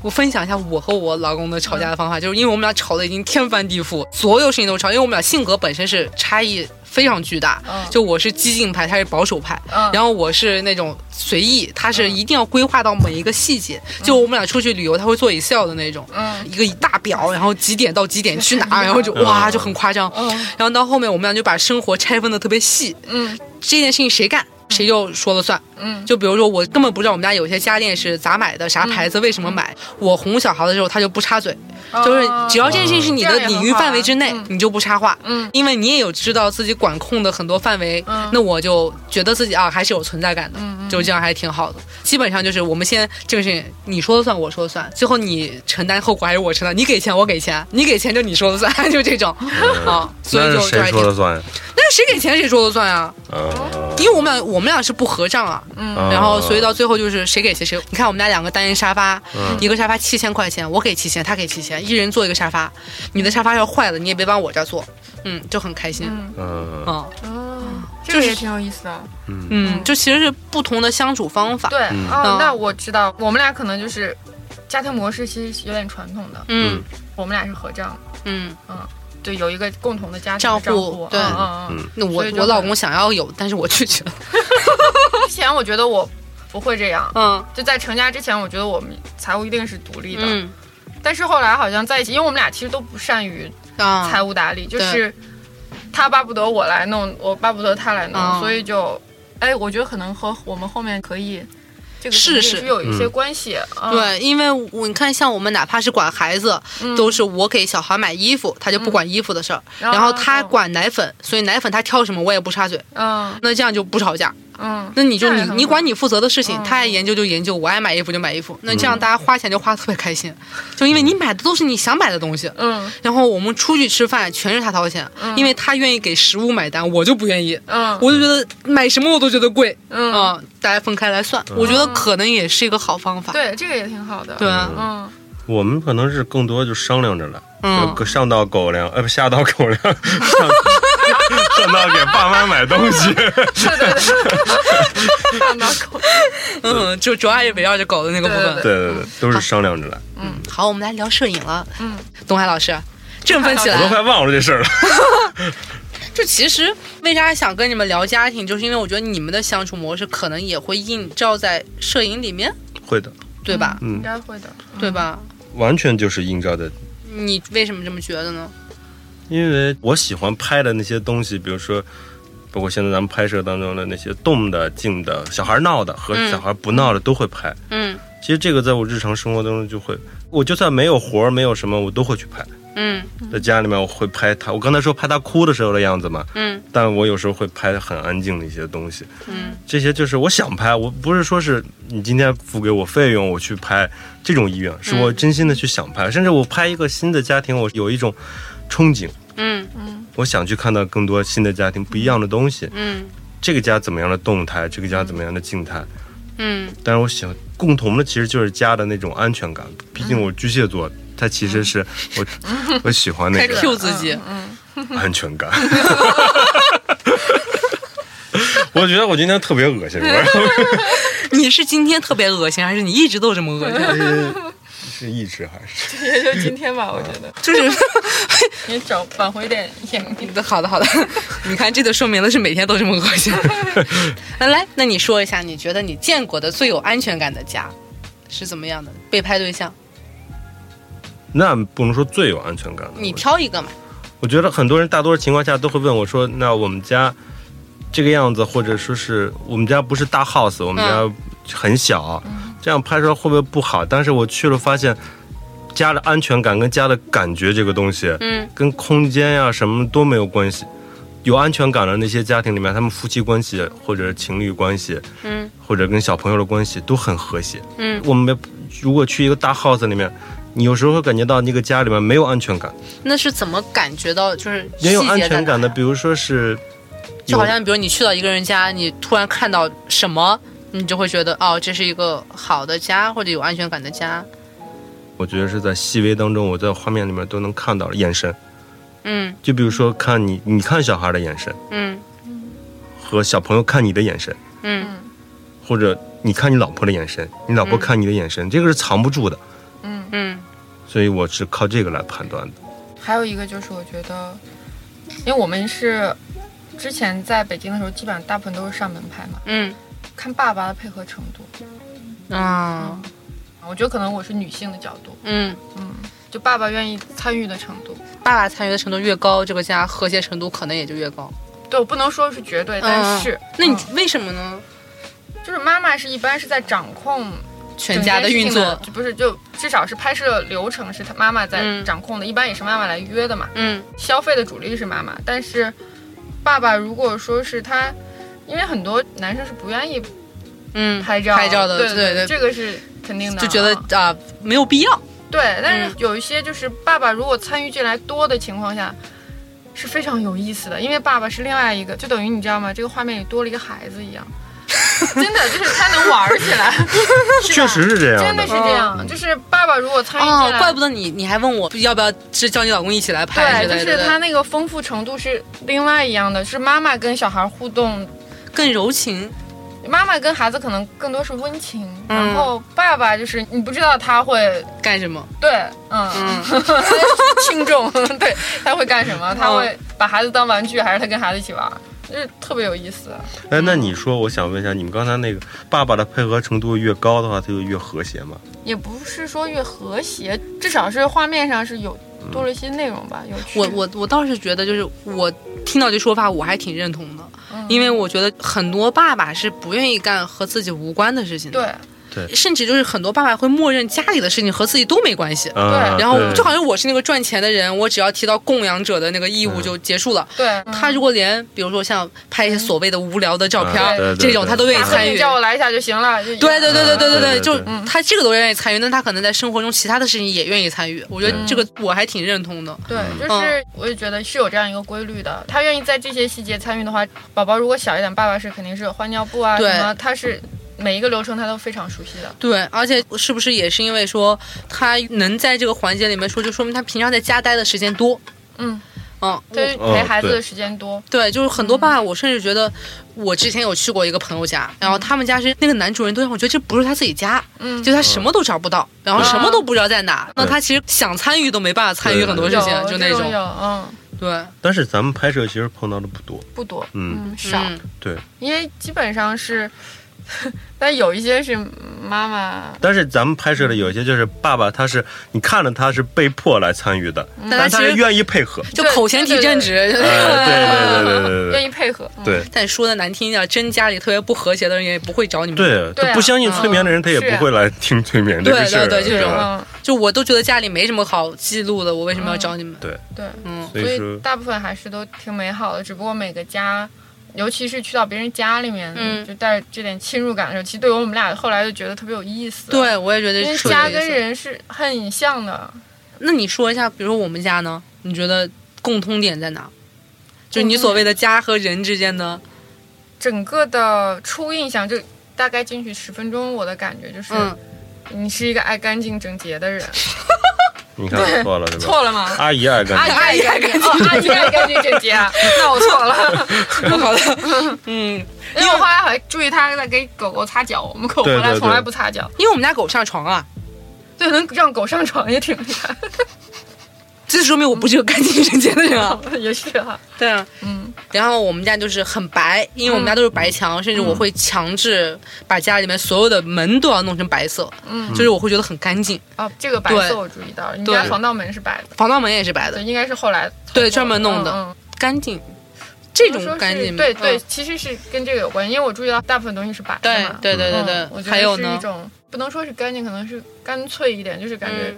Speaker 2: 我分享一下我和我老公的吵架的
Speaker 1: 嗯
Speaker 2: 方法，就是因为我们俩吵的已经天翻地覆，所有事情都吵，因为我们俩性格本身是差异非常巨大。
Speaker 3: 嗯
Speaker 2: 就我是激进派，他是保守派，
Speaker 3: 嗯
Speaker 2: 然后我是那种随意，他是
Speaker 1: 嗯
Speaker 2: 一定要规划到每一个细节。就我们俩出去旅游，他会做 Excel 的那种，
Speaker 3: 嗯
Speaker 2: 一个一大表，然后几点到几点去 哪，然后就哇就很夸张。
Speaker 3: 嗯
Speaker 2: 然后到后面我们俩就把生活拆分的特别细，
Speaker 3: 嗯
Speaker 2: 这件事情谁干谁就说了算。
Speaker 3: 嗯，
Speaker 2: 就比如说，我根本不知道我们家有些家电是咋买的，啥牌子，为
Speaker 3: 嗯
Speaker 2: 什么买。我哄小孩的时候，他就不插嘴，就是只要这件事情是你
Speaker 3: 哦这
Speaker 2: 的
Speaker 3: 样也很
Speaker 2: 领域
Speaker 3: 好啊
Speaker 2: 范围之内
Speaker 3: 嗯，
Speaker 2: 你就不插话。
Speaker 3: 嗯
Speaker 2: 因为你也有知道自己管控的很多范围
Speaker 3: 嗯，
Speaker 2: 那我就觉得自己啊还是有存在感的
Speaker 3: 嗯，嗯
Speaker 2: 就这样还挺好的。基本上就是我们先这个事情你说了算，我说了算，最后你承担后果还是我承担，你给钱我给钱，你给钱就你说了算， 就这种啊。所以
Speaker 1: 嗯那
Speaker 2: 就是就还
Speaker 1: 谁
Speaker 2: 挺
Speaker 1: 说了，算呀？
Speaker 2: 那谁给钱谁说了算啊？
Speaker 1: 嗯，
Speaker 3: 哦
Speaker 2: 因为我们俩我们俩是不合账啊，
Speaker 3: 嗯
Speaker 1: 嗯
Speaker 2: 然后所以到最后就是谁给谁谁。你看我们家两个单人沙发，
Speaker 1: 嗯
Speaker 2: 一个沙发七千块钱，我给七千，他给七千，一人坐一个沙发。你的沙发要是坏了，你也别往我这儿坐，嗯，就很开心。
Speaker 3: 嗯
Speaker 1: 嗯
Speaker 2: 嗯
Speaker 3: 嗯，这
Speaker 2: 就是
Speaker 3: 个也挺有意思的。
Speaker 1: 嗯
Speaker 2: 嗯，就其实是不同的相处方法。
Speaker 3: 对，
Speaker 1: 嗯
Speaker 3: 哦
Speaker 2: 嗯，
Speaker 3: 那我知道，我们俩可能就是家庭模式其实是有点传统的，
Speaker 2: 嗯
Speaker 3: 我们俩是合账，
Speaker 2: 嗯，
Speaker 3: 对，有一个共同的家庭
Speaker 2: 账
Speaker 3: 账
Speaker 2: 户对
Speaker 3: 嗯嗯嗯
Speaker 1: 嗯。
Speaker 2: 那我
Speaker 3: 所以就
Speaker 2: 我
Speaker 3: 很
Speaker 2: 老公想要有，但是我拒绝了。
Speaker 3: 之前我觉得我不会这样，
Speaker 2: 嗯
Speaker 3: 就在成家之前，我觉得我们财务一定是独立的。
Speaker 2: 嗯
Speaker 3: 但是后来好像在一起，因为我们俩其实都不善于
Speaker 2: 啊，
Speaker 3: 财务打理，就
Speaker 2: 对
Speaker 3: 是他巴不得我来弄，我巴不得他来弄，
Speaker 2: 嗯
Speaker 3: 所以就，哎，我觉得可能和我们后面可以这个
Speaker 2: 试
Speaker 3: 肯定
Speaker 2: 试
Speaker 3: 是有一些
Speaker 1: 嗯
Speaker 3: 关系。嗯、
Speaker 2: 对，因为我你看，像我们哪怕是管孩子，
Speaker 3: 嗯
Speaker 2: 都是我给小孩买衣服，他就不管衣服的事儿，
Speaker 3: 然
Speaker 2: 然后他
Speaker 3: 嗯
Speaker 2: 管奶粉，所以奶粉他挑什么我也不插嘴，
Speaker 3: 嗯
Speaker 2: 那这样就不吵架。
Speaker 3: 嗯，
Speaker 2: 那你就
Speaker 3: 这
Speaker 2: 你
Speaker 3: 样也很
Speaker 2: 你
Speaker 3: 好
Speaker 2: 管你负责的事情，
Speaker 3: 嗯
Speaker 2: 他爱研究就研究，我爱买衣服就买衣服。那这样大家花钱就花得特别开心，就因为你买的都是你想买的东西。
Speaker 3: 嗯
Speaker 2: 然后我们出去吃饭全是他掏钱，因为他愿意给食物买单，我就不愿意。
Speaker 3: 嗯
Speaker 2: 我就觉得买什么我都觉得贵，
Speaker 3: 嗯
Speaker 2: 啊，大家分开来算，我觉得可能也是一个好方法。
Speaker 3: 对，这个也挺好的。
Speaker 2: 对，啊，
Speaker 3: 嗯，
Speaker 1: 我们可能是更多就商量着来，
Speaker 2: 嗯
Speaker 1: 就上到狗粮，呃，不下到狗粮， 上上到给爸妈买东 西。
Speaker 3: 对对对，看到口，
Speaker 2: 嗯，就主要还是围绕着狗的那个部
Speaker 1: 对
Speaker 2: 分。
Speaker 1: 对对，都是商量着来。
Speaker 2: 好，我们来聊摄影了，
Speaker 3: 嗯，
Speaker 2: 东海老师，振奋起
Speaker 1: 我
Speaker 2: 来
Speaker 1: 都。快忘了这事儿了。
Speaker 2: 就其实为啥想跟你们聊家庭，就是因为我觉得你们的相处模式可能也会映照在摄影里面，
Speaker 1: 会的，
Speaker 2: 对吧？
Speaker 3: 应
Speaker 1: 嗯，
Speaker 3: 该会的。
Speaker 2: 对吧？
Speaker 1: 完全就是映照的，
Speaker 2: 你为什么这么觉得呢？
Speaker 1: 因为我喜欢拍的那些东西，比如说。包括现在咱们拍摄当中的那些动的、静的、小孩闹的和
Speaker 2: 嗯
Speaker 1: 小孩不闹的都会拍。
Speaker 2: 嗯
Speaker 1: 其实这个在我日常生活当中就会，我就算没有活儿、没有什么，我都会去拍。
Speaker 2: 嗯
Speaker 1: 在家里面我会拍他，我刚才说拍他哭的时候的样子嘛，
Speaker 2: 嗯
Speaker 1: 但我有时候会拍很安静的一些东西，
Speaker 2: 嗯
Speaker 1: 这些就是我想拍，我不是说是你今天付给我费用我去拍这种意愿，是我真心的去想
Speaker 2: 嗯
Speaker 1: 拍，甚至我拍一个新的家庭，我有一种憧憬，
Speaker 2: 嗯
Speaker 1: 我想去看到更多新的家庭不一样的东西，
Speaker 2: 嗯
Speaker 1: 这个家怎么样的动态，这个家怎么样的静态，
Speaker 2: 嗯
Speaker 1: 但是我想共同的其实就是家的那种安全感，毕竟我巨蟹座。他其实是我，我喜欢那
Speaker 2: 开
Speaker 1: 个
Speaker 2: Q 自己，
Speaker 3: 嗯
Speaker 1: 安全感。我觉得我今天特别恶心， 我
Speaker 2: 你是今天特别恶心，还是你一直都这么恶心？
Speaker 1: 是意志还是？
Speaker 3: 嗯，也就今天吧，我觉得
Speaker 2: 就是
Speaker 3: 你找挽回点眼力。
Speaker 2: 好的好的，你看这就说明了是每天都这么恶心。 那来，那你说一下，你觉得你见过的最有安全感的家是怎么样的？被拍对象，
Speaker 1: 那不能说最有安全感的。
Speaker 2: 你
Speaker 1: 我
Speaker 2: 挑一个嘛。
Speaker 1: 我觉得很多人大多数情况下都会问我说：“那我们家这个样子，或者说是我们家不是大 house，我们
Speaker 2: 嗯
Speaker 1: 家很小，这样拍出来会不会不好？”但是我去了发现，家的安全感跟家的感觉这个东西，
Speaker 2: 嗯
Speaker 1: 跟空间呀、什么都没有关系。有安全感的那些家庭里面，他们夫妻关系或者情侣关系，
Speaker 2: 嗯
Speaker 1: 或者跟小朋友的关系都很和谐。
Speaker 2: 嗯，
Speaker 1: 我们如果去一个大 house 里面，你有时候会感觉到那个家里面没有安全感。
Speaker 2: 那是怎么感觉到就是
Speaker 1: 也有安
Speaker 2: 细节在
Speaker 1: 全
Speaker 2: 哪
Speaker 1: 感的，
Speaker 2: 呀
Speaker 1: 比如说是
Speaker 2: 就
Speaker 1: 有
Speaker 2: 好像比如你去到一个人家，你突然看到什么，你就会觉得哦，这是一个好的家或者有安全感的家。
Speaker 1: 我觉得是在细微当中，我在画面里面都能看到眼神。
Speaker 2: 嗯
Speaker 1: 就比如说看你，你看小孩的眼神
Speaker 2: 嗯
Speaker 1: 和小朋友看你的眼神，
Speaker 2: 嗯
Speaker 1: 或者你看你老婆的眼神，你老婆看你的眼神，这个是藏不住的。
Speaker 3: 嗯
Speaker 2: 嗯
Speaker 1: 所以我是靠这个来判断的。
Speaker 3: 还有一个就是，我觉得，因为我们是之前在北京的时候，基本上大部分都是上门拍嘛，
Speaker 2: 嗯
Speaker 3: 看爸爸的配合程度。
Speaker 2: 啊
Speaker 3: 我觉得可能我是女性的角度，
Speaker 2: 嗯，
Speaker 3: 就爸爸愿意参与的程度。
Speaker 2: 爸爸参与的程度越高，这个家和谐程度可能也就越高。
Speaker 3: 对我不能说是绝对，但是、
Speaker 2: 嗯那你
Speaker 3: 嗯
Speaker 2: 为什么呢？
Speaker 3: 就是妈妈是一般是在掌控
Speaker 2: 全家的运
Speaker 3: 整件事
Speaker 2: 作，
Speaker 3: 情的，不是就至少是拍摄流程是他妈妈在
Speaker 2: 嗯
Speaker 3: 掌控的，一般也是妈妈来约的嘛。
Speaker 2: 嗯
Speaker 3: 消费的主力是妈妈，但是爸爸如果说是他，因为很多男生是不愿意
Speaker 2: 嗯，
Speaker 3: 拍照
Speaker 2: 拍照的，
Speaker 3: 对
Speaker 2: 对
Speaker 3: 这个是肯定的，
Speaker 2: 就觉得
Speaker 3: 啊
Speaker 2: 啊没有必要。
Speaker 3: 对。但
Speaker 2: 嗯
Speaker 3: 是有一些就是爸爸如果参与进来多的情况下。是非常有意思的，因为爸爸是另外一个，就等于你知道吗？这个画面里多了一个孩子一 样，真的就是他能玩儿起来，是
Speaker 1: 确
Speaker 3: 吧
Speaker 1: 实是这样
Speaker 3: 真的
Speaker 1: 的
Speaker 3: 是，这样。就是爸爸如果参与
Speaker 2: 嗯哦
Speaker 3: 进，来，
Speaker 2: 怪不得你你还问我要不要是叫你老公一起来拍
Speaker 3: 对，
Speaker 2: 之
Speaker 3: 就
Speaker 2: 类的，
Speaker 3: 是他那个丰富程度是另外一样的，是妈妈跟小孩互动
Speaker 2: 更柔情。
Speaker 3: 妈妈跟孩子可能更多是温情，
Speaker 2: 嗯
Speaker 3: 然后爸爸就是你不知道他会
Speaker 2: 干什么？
Speaker 3: 对，嗯，嗯
Speaker 2: 嗯
Speaker 3: 轻重，对，他会干什么？他会把孩子当玩具，还是他跟孩子一起玩？就是特别有意思。
Speaker 1: 哎，那你说，我想问一下，你们刚才那个爸爸的配合程度越高的话，他就越和谐嘛？
Speaker 3: 也不是说越和谐，至少是画面上是有多了一些内容吧，有趣。
Speaker 2: 我我我倒是觉得，就是我听到这说法，我还挺认同的，
Speaker 3: 嗯
Speaker 2: 因为我觉得很多爸爸是不愿意干和自己无关的事情的，
Speaker 3: 对
Speaker 2: 甚至就是很多爸爸会默认家里的事情和自己都没关系。
Speaker 1: 啊，
Speaker 2: 然后
Speaker 1: 对
Speaker 2: 就好像我是那个赚钱的人，我只要提到供养者的那个
Speaker 1: 嗯
Speaker 2: 义务就结束了。
Speaker 3: 对，嗯
Speaker 2: 他如果连比如说像拍一些所谓的无聊的照片
Speaker 1: 嗯对
Speaker 2: 儿
Speaker 1: 对
Speaker 2: 这种，
Speaker 1: 对
Speaker 2: 他都愿意
Speaker 3: 大哥
Speaker 2: 参
Speaker 3: 你
Speaker 2: 与。
Speaker 3: 叫我来一下就行了。就
Speaker 2: 对对对对对对对，
Speaker 1: 嗯
Speaker 2: 就
Speaker 1: 嗯
Speaker 2: 他这个都愿意参与，那他可能在生活中其他的事情也愿意参与。我觉得
Speaker 1: 嗯
Speaker 2: 这个我还挺认同的。
Speaker 3: 对，
Speaker 2: 嗯
Speaker 3: 就是我也觉得是有这样一个规律的。他愿意在这些细节参与的话，宝宝如果小一点，爸爸是肯定是有换尿布啊
Speaker 2: 对
Speaker 3: 什么，他是每一个流程他都非常熟悉的。
Speaker 2: 对，而且是不是也是因为说他能在这个环节里面说，就说明他平常在家待的时间多。
Speaker 3: 嗯，
Speaker 2: 嗯，
Speaker 3: 他
Speaker 2: 我
Speaker 3: 陪孩子
Speaker 1: 哦对
Speaker 3: 的时间多。
Speaker 2: 对，就是很多爸爸，我甚至觉得，我之前有去过一个朋友家，然后他们家是那个男主人都让我觉得这不是他自己家，
Speaker 3: 嗯，
Speaker 2: 就他什么都找不到，然后什么都不知道在哪，那
Speaker 1: 对
Speaker 2: 他其实想参与都没办法参与很多
Speaker 1: 有
Speaker 2: 事情，
Speaker 3: 有
Speaker 2: 就那
Speaker 3: 这
Speaker 2: 种
Speaker 3: 有，嗯，
Speaker 2: 对，
Speaker 1: 但是咱们拍摄其实碰到的不多，
Speaker 3: 不多，
Speaker 1: 嗯，
Speaker 3: 少，
Speaker 2: 嗯
Speaker 1: 对。
Speaker 3: 因为基本上是， 但有一些是妈妈，
Speaker 1: 但是咱们拍摄的有些就是爸爸，他是你看着他是被迫来参与的，
Speaker 2: 但
Speaker 1: 但
Speaker 2: 他
Speaker 1: 他
Speaker 2: 其
Speaker 1: 是
Speaker 2: 实
Speaker 1: 愿意配合。
Speaker 2: 就口嫌体正直。
Speaker 1: 哎，对对对对
Speaker 3: 愿
Speaker 1: 对
Speaker 3: 意配合。嗯
Speaker 1: 对
Speaker 2: 但说的难听一点，真家里特别不和谐的人也不会找你们。，
Speaker 1: 对对，
Speaker 3: 对啊
Speaker 1: 他不相信催眠的人，他也
Speaker 3: 是
Speaker 1: 不会来听催眠这个
Speaker 2: 对
Speaker 1: 事儿。
Speaker 2: 对对
Speaker 1: 是
Speaker 2: 这
Speaker 1: 吧
Speaker 3: 嗯，
Speaker 2: 就我都觉得家里没什么好记录的，我为什么要找你们？
Speaker 1: 对，
Speaker 3: 对，
Speaker 2: 嗯，
Speaker 1: 所
Speaker 3: 所
Speaker 1: 以
Speaker 3: 以
Speaker 1: 说，
Speaker 3: 大部分还是都挺美好的，只不过每个家，尤其是去到别人家里面，
Speaker 2: 嗯
Speaker 3: 就带着这点侵入感的时候，其实对于我们俩后来就觉得特别有意思。，
Speaker 2: 对我也觉得
Speaker 3: 因为
Speaker 2: 是
Speaker 3: 家
Speaker 2: 这个
Speaker 3: 跟
Speaker 2: 意思。
Speaker 3: 人是很像的。
Speaker 2: 那你说一下，比如说我们家呢，你觉得共通点在哪？就你所谓的家和人之间的，
Speaker 3: 整个的初印象就大概进去十分钟，我的感觉就是，
Speaker 2: 嗯，
Speaker 3: 你是一个爱干净整洁的人。
Speaker 1: 你看错了对吧？
Speaker 3: 错了吗？
Speaker 1: 阿姨爱干
Speaker 3: 阿
Speaker 1: 净，
Speaker 3: 姨爱干净，哦，阿姨爱干净整洁 啊，那我错了。
Speaker 2: 好 的，嗯，
Speaker 3: 因为我后来还注意他在给狗狗擦脚，我们狗
Speaker 1: 对
Speaker 3: 回
Speaker 1: 对
Speaker 3: 来从
Speaker 1: 对
Speaker 3: 来不擦脚，
Speaker 2: 因为我们家狗上床啊，
Speaker 3: 对，能让狗上床也挺厉害，
Speaker 2: 这说明我不是个干净整洁的人啊。
Speaker 3: 也是哈、
Speaker 2: 对啊，
Speaker 3: 嗯。
Speaker 2: 然后我们家就是很白，因为我们家都是白墙，甚至
Speaker 3: 嗯
Speaker 2: 我会强制把家里面所有的门都要弄成白色，
Speaker 3: 嗯
Speaker 2: 就是我会觉得很干净，
Speaker 3: 哦，这个白
Speaker 2: 对
Speaker 3: 色我注意到了，你
Speaker 2: 对
Speaker 3: 家防盗门是白的，
Speaker 2: 防盗门也是白的
Speaker 3: 对，，应该是后来
Speaker 2: 对，专门弄的，
Speaker 3: 嗯嗯
Speaker 2: 干净，这
Speaker 3: 说
Speaker 2: 种
Speaker 3: 是
Speaker 2: 干净，
Speaker 3: 对对
Speaker 2: 嗯，
Speaker 3: 其实是跟这个有关，因为我注意到大部分东西是白的嘛，
Speaker 2: 对对对
Speaker 3: 嗯
Speaker 2: 对
Speaker 3: 我
Speaker 2: 对，
Speaker 3: 觉
Speaker 2: 还有
Speaker 3: 得是一
Speaker 2: 呢，
Speaker 3: 种不能说是干净，可能是干脆一点，就是感觉
Speaker 2: 嗯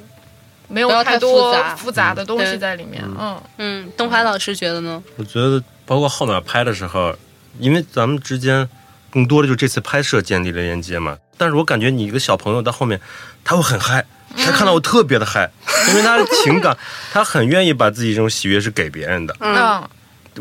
Speaker 3: 没
Speaker 2: 不要
Speaker 3: 有
Speaker 2: 太复
Speaker 3: 多
Speaker 2: 杂
Speaker 3: 复杂的东西
Speaker 2: 对
Speaker 3: 在里面，嗯
Speaker 2: 嗯，东海老师觉得呢？
Speaker 1: 我觉得包括后面拍的时候，因为咱们之间更多的就是这次拍摄建立了连接嘛。但是我感觉你一个小朋友到后面，他会很嗨，他看到我特别的嗨，因为他的情感，他很愿意把自己这种喜悦是给别人的。
Speaker 2: 嗯，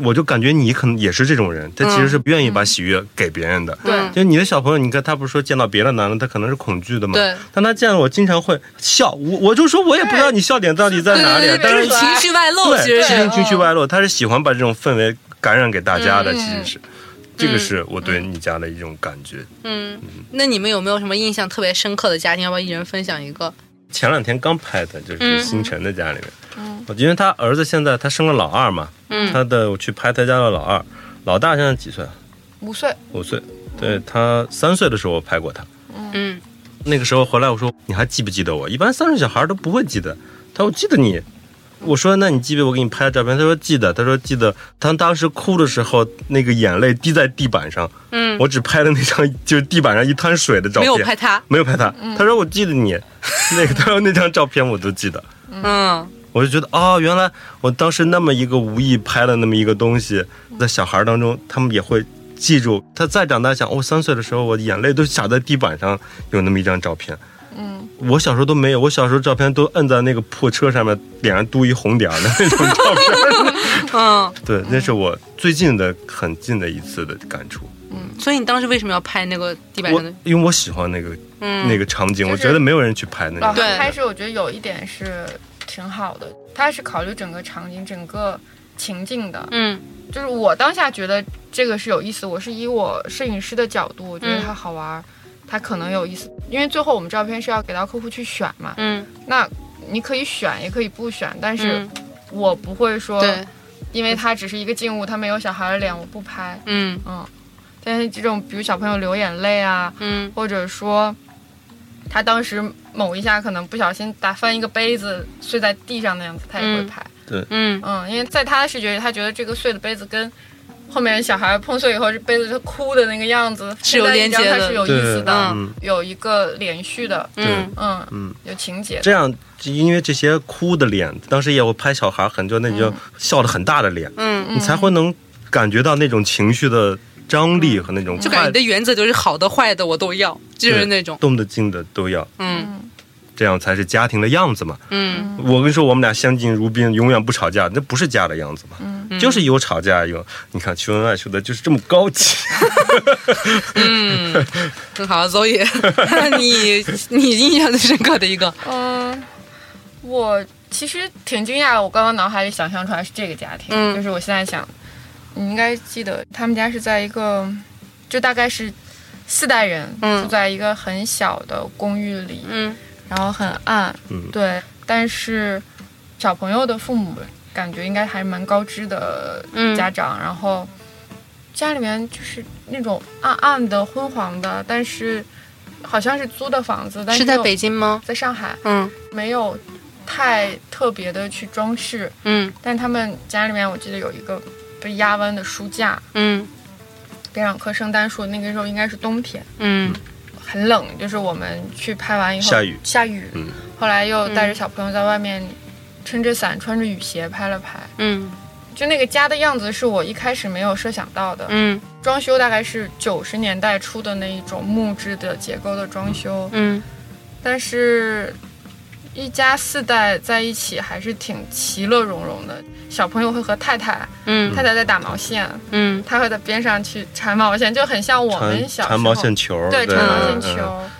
Speaker 1: 我就感觉你可能也是这种人，他其实是不愿意把喜悦给别人的。
Speaker 2: 嗯
Speaker 3: 对
Speaker 1: 就你的小朋友，你看他不是说见到别的男的，他可能是恐惧的嘛？
Speaker 2: 对。
Speaker 1: 但他见到我经常会笑，我我就说我也不知道你笑点到底在
Speaker 2: 对
Speaker 1: 哪里啊
Speaker 2: 对，
Speaker 1: 但
Speaker 2: 对，
Speaker 1: 是
Speaker 2: 就是情绪外露，
Speaker 1: 对，
Speaker 2: 其实
Speaker 1: 其
Speaker 2: 是
Speaker 1: 实情绪外露，他是喜欢把这种氛围感染给大家的，
Speaker 3: 嗯
Speaker 1: 其实是。这个是我对你家的一种感觉，
Speaker 2: 嗯。那你们有没有什么印象特别深刻的家庭？要不要一人分享一个？
Speaker 1: 前两天刚拍的，就是星辰的家里面。嗯，我因为他儿子现在他生了老二嘛，嗯，他的我去拍他家的老二，老大现在几岁？啊
Speaker 3: 五岁，
Speaker 1: 五岁。对他三岁的时候我拍过他，
Speaker 2: 嗯，
Speaker 1: 那个时候回来我说你还记不记得我？一般三岁小孩都不会记得。他说我记得你。我说那你记不记得我给你拍的照片？他说记得。他说记得。他当时哭的时候，那个眼泪滴在地板上。
Speaker 2: 嗯，
Speaker 1: 我只拍了那张就是地板上一滩水的照
Speaker 2: 没
Speaker 1: 片，
Speaker 2: 有拍嗯他，
Speaker 1: 没有拍他。他说我记得 你，那个他说那张照片我都记得。
Speaker 2: 嗯，
Speaker 1: 我就觉得哦，原来我当时那么一个无意拍了那么一个东西，在小孩当中，他们也会记住。他再长大想，我、哦、三岁的时候，我眼泪都洒在地板上，有那么一张照片。
Speaker 3: 嗯，
Speaker 1: 我小时候都没有，我小时候照片都摁在那个破车上面，脸上嘟一红点儿的那种照片。
Speaker 2: 嗯，
Speaker 1: 对，那是我最近的很近的一次的感触。
Speaker 2: 所以你当时为什么要拍那个地板
Speaker 1: 我
Speaker 2: 上的？
Speaker 1: 因为我喜欢那个、
Speaker 2: 嗯，
Speaker 1: 那个场景，
Speaker 3: 就是
Speaker 1: 我觉得没有人去拍那
Speaker 3: 老
Speaker 1: 个。
Speaker 3: 韩
Speaker 2: 啊对
Speaker 3: 拍摄，我觉得有一点是挺好的，他是考虑整个场景、整个情境的。
Speaker 2: 嗯
Speaker 3: 就是我当下觉得这个是有意思，我是以我摄影师的角度，我觉
Speaker 2: 嗯
Speaker 3: 得它好玩儿，它可能有意思。因为最后我们照片是要给到客户去选嘛，
Speaker 2: 嗯，
Speaker 3: 那你可以选也可以不选，但是
Speaker 2: 嗯
Speaker 3: 我不会说，
Speaker 2: 对，
Speaker 3: 因为它只是一个静物，它没有小孩的脸，我不拍。
Speaker 2: 嗯
Speaker 3: 嗯，但是这种比如小朋友流眼泪啊，
Speaker 2: 嗯
Speaker 3: 或者说他当时某一下可能不小心打翻一个杯子碎在地上的样子，他也会
Speaker 2: 嗯
Speaker 3: 拍。
Speaker 2: 嗯
Speaker 3: 嗯，因为在他的视觉里，他觉得这个碎的杯子跟后面小孩碰碎以后，这杯子就哭的那个样子
Speaker 2: 是有
Speaker 3: 贴在一张
Speaker 2: 连接的
Speaker 3: 它是有意
Speaker 1: 对
Speaker 3: 思的，
Speaker 1: 嗯
Speaker 3: 有一个连续的，
Speaker 2: 嗯，
Speaker 3: 嗯
Speaker 1: 嗯，
Speaker 3: 有情节的。
Speaker 1: 这样，因为这些哭的脸，当时也我拍小孩很多那种笑的很大的脸，
Speaker 2: 嗯，
Speaker 1: 你才会能感觉到那种情绪的张力和那种
Speaker 2: 就感觉
Speaker 1: 快
Speaker 2: 你的原则就是好的坏的我都要，就是那种，
Speaker 1: 动的静的都要，
Speaker 2: 嗯
Speaker 1: 这样才是家庭的样子嘛。
Speaker 2: 嗯
Speaker 1: 我跟你说，我们俩相敬如宾，永远不吵架，那不是家的样子嘛。
Speaker 2: 嗯
Speaker 1: 就是有吵架有，你看秀恩爱秀的就是这么高级，
Speaker 2: 嗯，很好，所以你你印象最深刻的一个，
Speaker 3: 嗯，我其实挺惊讶，我刚刚脑海里想象出来是这个家庭，
Speaker 2: 嗯
Speaker 3: 就是我现在想，你应该记得他们家是在一个，就大概是四代人、
Speaker 2: 嗯
Speaker 3: 住在一个很小的公寓里，
Speaker 2: 嗯
Speaker 3: 然后很暗，
Speaker 1: 嗯
Speaker 3: 对，但是小朋友的父母感觉应该还蛮高知的
Speaker 2: 嗯
Speaker 3: 家长，然后家里面就是那种暗暗的、昏黄的，但是好像是租的房子，但
Speaker 2: 是
Speaker 3: 是
Speaker 2: 在
Speaker 3: 又
Speaker 2: 北京吗？
Speaker 3: 在上海
Speaker 2: 嗯
Speaker 3: 没有太特别的去装饰，
Speaker 2: 嗯
Speaker 3: 但他们家里面我记得有一个被压弯的书架，
Speaker 2: 嗯
Speaker 3: 边上棵圣诞树，那个时候应该是冬天。
Speaker 2: 嗯
Speaker 3: 很冷，就是我们去拍完以后
Speaker 1: 下雨
Speaker 3: 下雨，
Speaker 1: 嗯
Speaker 3: 后来又带着小朋友在外面撑着伞、穿着雨鞋拍了拍，
Speaker 2: 嗯
Speaker 3: 就那个家的样子是我一开始没有设想到的。
Speaker 2: 嗯
Speaker 3: 装修大概是九十年代初的那一种木质的结构的装修，
Speaker 2: 嗯
Speaker 3: 但是一家四代在一起还是挺其乐融融的。小朋友会和太太，
Speaker 2: 嗯
Speaker 3: 太太在打毛线，
Speaker 2: 嗯
Speaker 3: 他会在边上去缠毛线，就很像我
Speaker 1: 缠
Speaker 3: 们小时候
Speaker 1: 缠毛线球儿，
Speaker 3: 对，缠毛线球。
Speaker 1: 嗯
Speaker 3: 嗯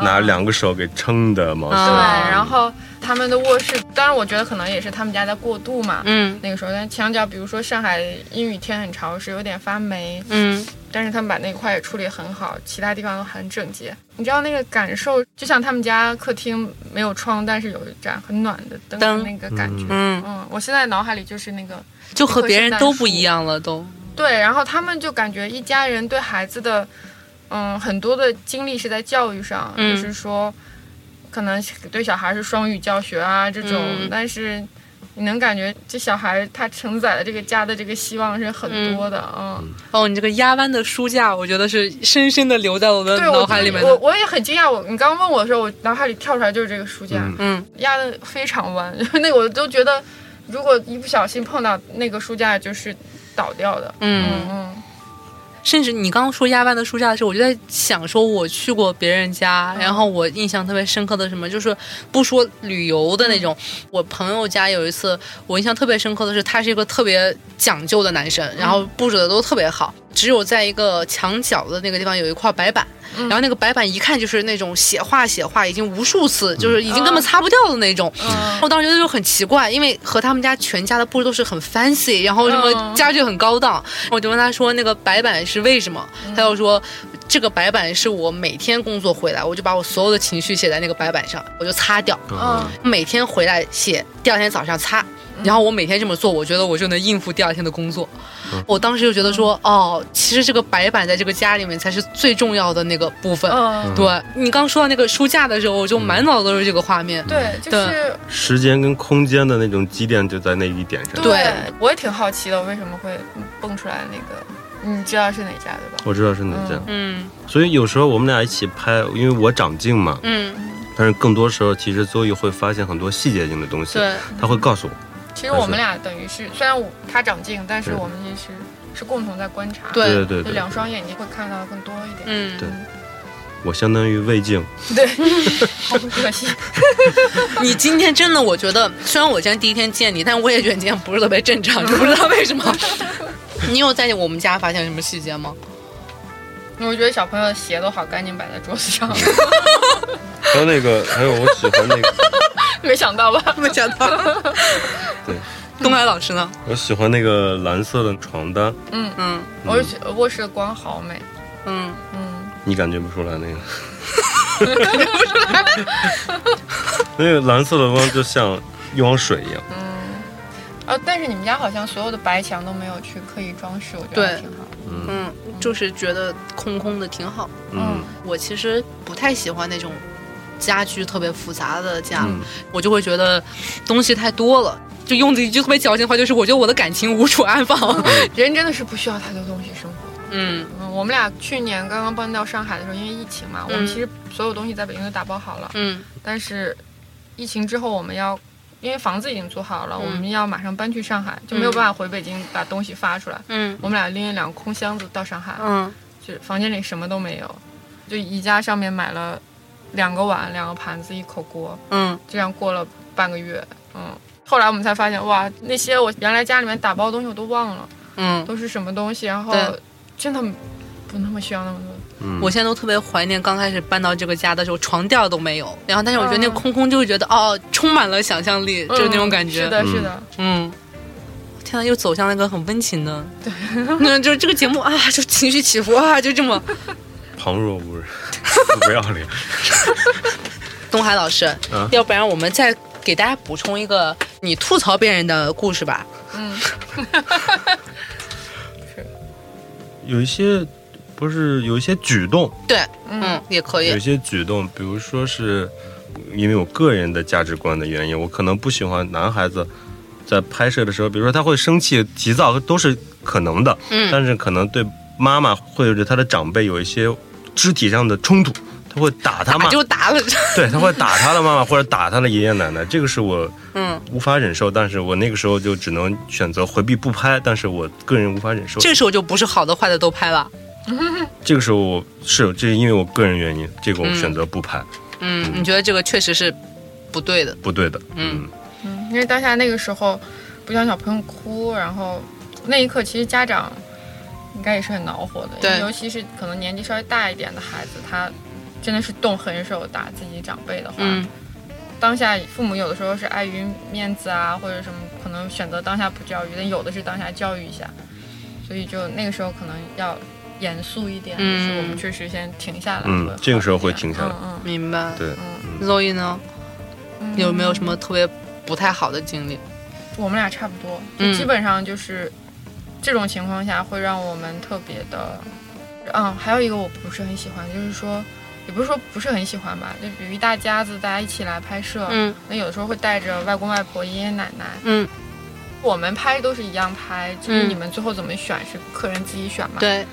Speaker 1: 拿两个手给撑的毛
Speaker 2: 啊
Speaker 3: 对，
Speaker 1: 线，
Speaker 3: 然后他们的卧室，当然我觉得可能也是他们家在过渡嘛。
Speaker 2: 嗯
Speaker 3: 那个时候，但相较比如说上海阴雨天很潮湿，有点发霉，
Speaker 2: 嗯
Speaker 3: 但是他们把那块也处理很好，其他地方都很整洁。你知道那个感受，就像他们家客厅没有窗，但是有一盏很暖的灯
Speaker 2: 灯
Speaker 3: 那个感觉。嗯
Speaker 2: 嗯，
Speaker 3: 我现在脑海里就是那个
Speaker 2: 就和别人都不一样了，都
Speaker 3: 对，然后他们就感觉一家人对孩子的，嗯，很多的精力是在教育上，
Speaker 2: 嗯
Speaker 3: 就是说，可能对小孩是双语教学啊这种，
Speaker 2: 嗯
Speaker 3: 但是你能感觉这小孩他承载的这个家的这个希望是很多的，嗯，
Speaker 2: 哦，你这个压弯的书架，我觉得是深深的留在我的
Speaker 3: 对我
Speaker 2: 脑海里面
Speaker 3: 我
Speaker 2: 的。
Speaker 3: 我也很惊讶，我你刚问我的时候，我脑海里跳出来就是这个书架，
Speaker 1: 嗯
Speaker 2: 嗯
Speaker 3: 压的非常弯， 那个我都觉得，如果一不小心碰到那个书架就是倒掉的，
Speaker 2: 嗯，
Speaker 3: 嗯
Speaker 2: 甚至你刚刚说压弯的书架的时候，我就在想，说我去过别人家，然后我印象特别深刻的是什么，就是不说旅游的那种，我朋友家有一次，我印象特别深刻的是，他是一个特别讲究的男生，然后布置的都特别好，只有在一个墙角的那个地方有一块白板，然后那个白板一看就是那种写画写画，已经无数次，就是已经根本擦不掉的那种。
Speaker 3: 嗯
Speaker 2: 我当时觉得就很奇怪，因为和他们家全家的布置都是很 fancy，然后什么
Speaker 3: 嗯
Speaker 2: 嗯家具很高档，我就问他说那个白板是为什么，他就说这个白板是我每天工作回来，我就把我所有的情绪写在那个白板上，我就擦掉，
Speaker 3: 嗯，
Speaker 2: 每天回来写，第二天早上擦。然后我每天这么做，我觉得我就能应付第二天的工作。我当时就觉得说，哦，其实这个白板在这个家里面才是最重要的那个部分。
Speaker 3: 嗯，
Speaker 2: 对你刚说到那个书架的时候，我就满脑子都是这个画面。
Speaker 3: 对，就是
Speaker 1: 时间跟空间的那种积淀就在那一点上。
Speaker 2: 对
Speaker 3: 我也挺好奇的，为什么会蹦出来那个？嗯你知道是哪家对吧？
Speaker 1: 我知道是哪家，
Speaker 2: 嗯
Speaker 1: 所以有时候我们俩一起拍，因为我长镜嘛，
Speaker 2: 嗯，
Speaker 1: 但是更多时候其实周易会发现很多细节性的东西，
Speaker 2: 对，
Speaker 1: 他会告诉我。
Speaker 3: 其实我们俩等于是，虽然我他长进，但是我们其实是共同在观察，
Speaker 2: 对
Speaker 1: 对对
Speaker 3: 就
Speaker 1: 对，
Speaker 3: 两双眼睛会看到更多一点。
Speaker 2: 嗯，
Speaker 1: 对我相当于胃镜，
Speaker 3: 对， 好可惜。
Speaker 2: 你今天真的，我觉得虽然我今天第一天见你，但我也觉得你今天不是特别正常，就不知道为什么。 你有在我们家发现什么细节吗？
Speaker 3: 我觉得小朋友的鞋都好干净，摆在桌子上，
Speaker 2: 嗯
Speaker 1: 还有那个，还有我喜欢那 个，
Speaker 3: 没想到吧？
Speaker 2: 没想到。
Speaker 1: 对，
Speaker 2: 东海老师呢？
Speaker 1: 我喜欢那个蓝色的床单，
Speaker 3: 嗯，
Speaker 2: 嗯
Speaker 3: 我是觉得卧室的光好美，
Speaker 2: 嗯，
Speaker 3: 嗯，
Speaker 1: 你感觉不出来那个？ 那个蓝色的光就像一汪水一样，
Speaker 3: 啊，嗯但是你们家好像所有的白墙都没有去刻意装饰，我觉得还
Speaker 2: 对
Speaker 3: 挺好。
Speaker 1: 嗯
Speaker 2: 嗯，就是觉得空空的挺好。
Speaker 1: 嗯
Speaker 2: 我其实不太喜欢那种家居特别复杂的家，
Speaker 1: 嗯，
Speaker 2: 我就会觉得东西太多了。就用的一句特别矫情的话，就是我觉得我的感情无处安放。
Speaker 3: 嗯人真的是不需要太多东西生活。
Speaker 2: 嗯
Speaker 3: 嗯，我们俩去年刚刚搬到上海的时候，因为疫情嘛，我们
Speaker 2: 嗯
Speaker 3: 其实所有东西在北京都打包好了，
Speaker 2: 嗯
Speaker 3: 但是疫情之后我们要。因为房子已经租好了，
Speaker 2: 嗯
Speaker 3: 我们要马上搬去上海，就没有办法回北京把东西发出来。
Speaker 2: 嗯
Speaker 3: 我们俩拎了两个空箱子到上海，
Speaker 2: 嗯
Speaker 3: 就是房间里什么都没有，就宜家上面买了两个碗、两个盘子、一口锅，
Speaker 2: 嗯
Speaker 3: 这样过了半个月，嗯。后来我们才发现，哇，那些我原来家里面打包的东西我都忘了，
Speaker 2: 嗯，
Speaker 3: 都是什么东西，然后
Speaker 2: 对
Speaker 3: 真的不那么需要那么多。
Speaker 1: 嗯
Speaker 2: 我现在都特别怀念刚开始搬到这个家的时候，床垫儿都没有。然后，但是我觉得那个
Speaker 3: 嗯
Speaker 2: 空空就会觉得，哦，充满了想象力，嗯就是那种感觉。
Speaker 3: 是的，是的，
Speaker 2: 嗯，天呐，又走向了一个很温情的，对， 那就是这个节目啊，就情绪起伏啊，就这么。
Speaker 1: 旁若无人， 不要脸。
Speaker 2: 东海老师，
Speaker 1: 啊
Speaker 2: 要不然我们再给大家补充一个你吐槽别人的故事吧。
Speaker 3: 嗯，
Speaker 1: 有一些不是有一些举动，
Speaker 2: 对，
Speaker 3: 嗯
Speaker 2: 嗯，也可
Speaker 1: 有
Speaker 2: 以
Speaker 1: 一。些举动，比如说是因为我个人的价值观的原因，我可能不喜欢男孩子在拍摄的时候，比如说他会生气、急躁，都是可能的。
Speaker 2: 嗯
Speaker 1: 但是可能对妈妈或者他的长辈有一些肢体上的冲突，他会打他
Speaker 2: 打
Speaker 1: 妈，
Speaker 2: 啊就打了，
Speaker 1: 对他会打他的妈妈或者打他的爷爷奶奶，这个是我
Speaker 2: 嗯，
Speaker 1: 无法忍受，但是我那个时候就只能选择回避不拍，但是我个人无法忍受。
Speaker 2: 这个时候就不是好的坏的都拍了。
Speaker 1: 这个时候我是这是因为我个人原因，这个我
Speaker 2: 嗯
Speaker 1: 选择不拍，
Speaker 2: 嗯，你觉得这个确实是不对的？
Speaker 1: 不对的。
Speaker 2: 嗯
Speaker 1: 嗯
Speaker 3: 嗯，因为当下那个时候不想小朋友哭，然后那一刻其实家长应该也是很恼火的，
Speaker 2: 对
Speaker 3: 因为尤其是可能年纪稍微大一点的孩子，他真的是动狠手打自己长辈的话，
Speaker 2: 嗯
Speaker 3: 当下父母有的时候是碍于面子啊或者什么，可能选择当下不教育，但有的是当下教育一下，所以就那个时候可能要严肃一点，
Speaker 2: 嗯
Speaker 3: 就是我们确实先停下来，
Speaker 1: 嗯
Speaker 3: 会好一点
Speaker 1: 这个时候会停下来
Speaker 3: 嗯嗯
Speaker 2: 明白。
Speaker 1: 对，
Speaker 3: 嗯
Speaker 2: ，Zoe 呢，
Speaker 3: 嗯
Speaker 2: 有没有什么特别不太好的经历？
Speaker 3: 我们俩差不多，
Speaker 2: 嗯
Speaker 3: 就基本上就是这种情况下会让我们特别的，嗯，还有一个我不是很喜欢，就是说，也不是说不是很喜欢吧，就比如一大家子大家一起来拍摄，
Speaker 2: 嗯
Speaker 3: 那有的时候会带着外公外婆、爷爷奶奶，
Speaker 2: 嗯，
Speaker 3: 我们拍都是一样拍，就是
Speaker 2: 嗯
Speaker 3: 你们最后怎么选是客人自己选嘛。，
Speaker 2: 对，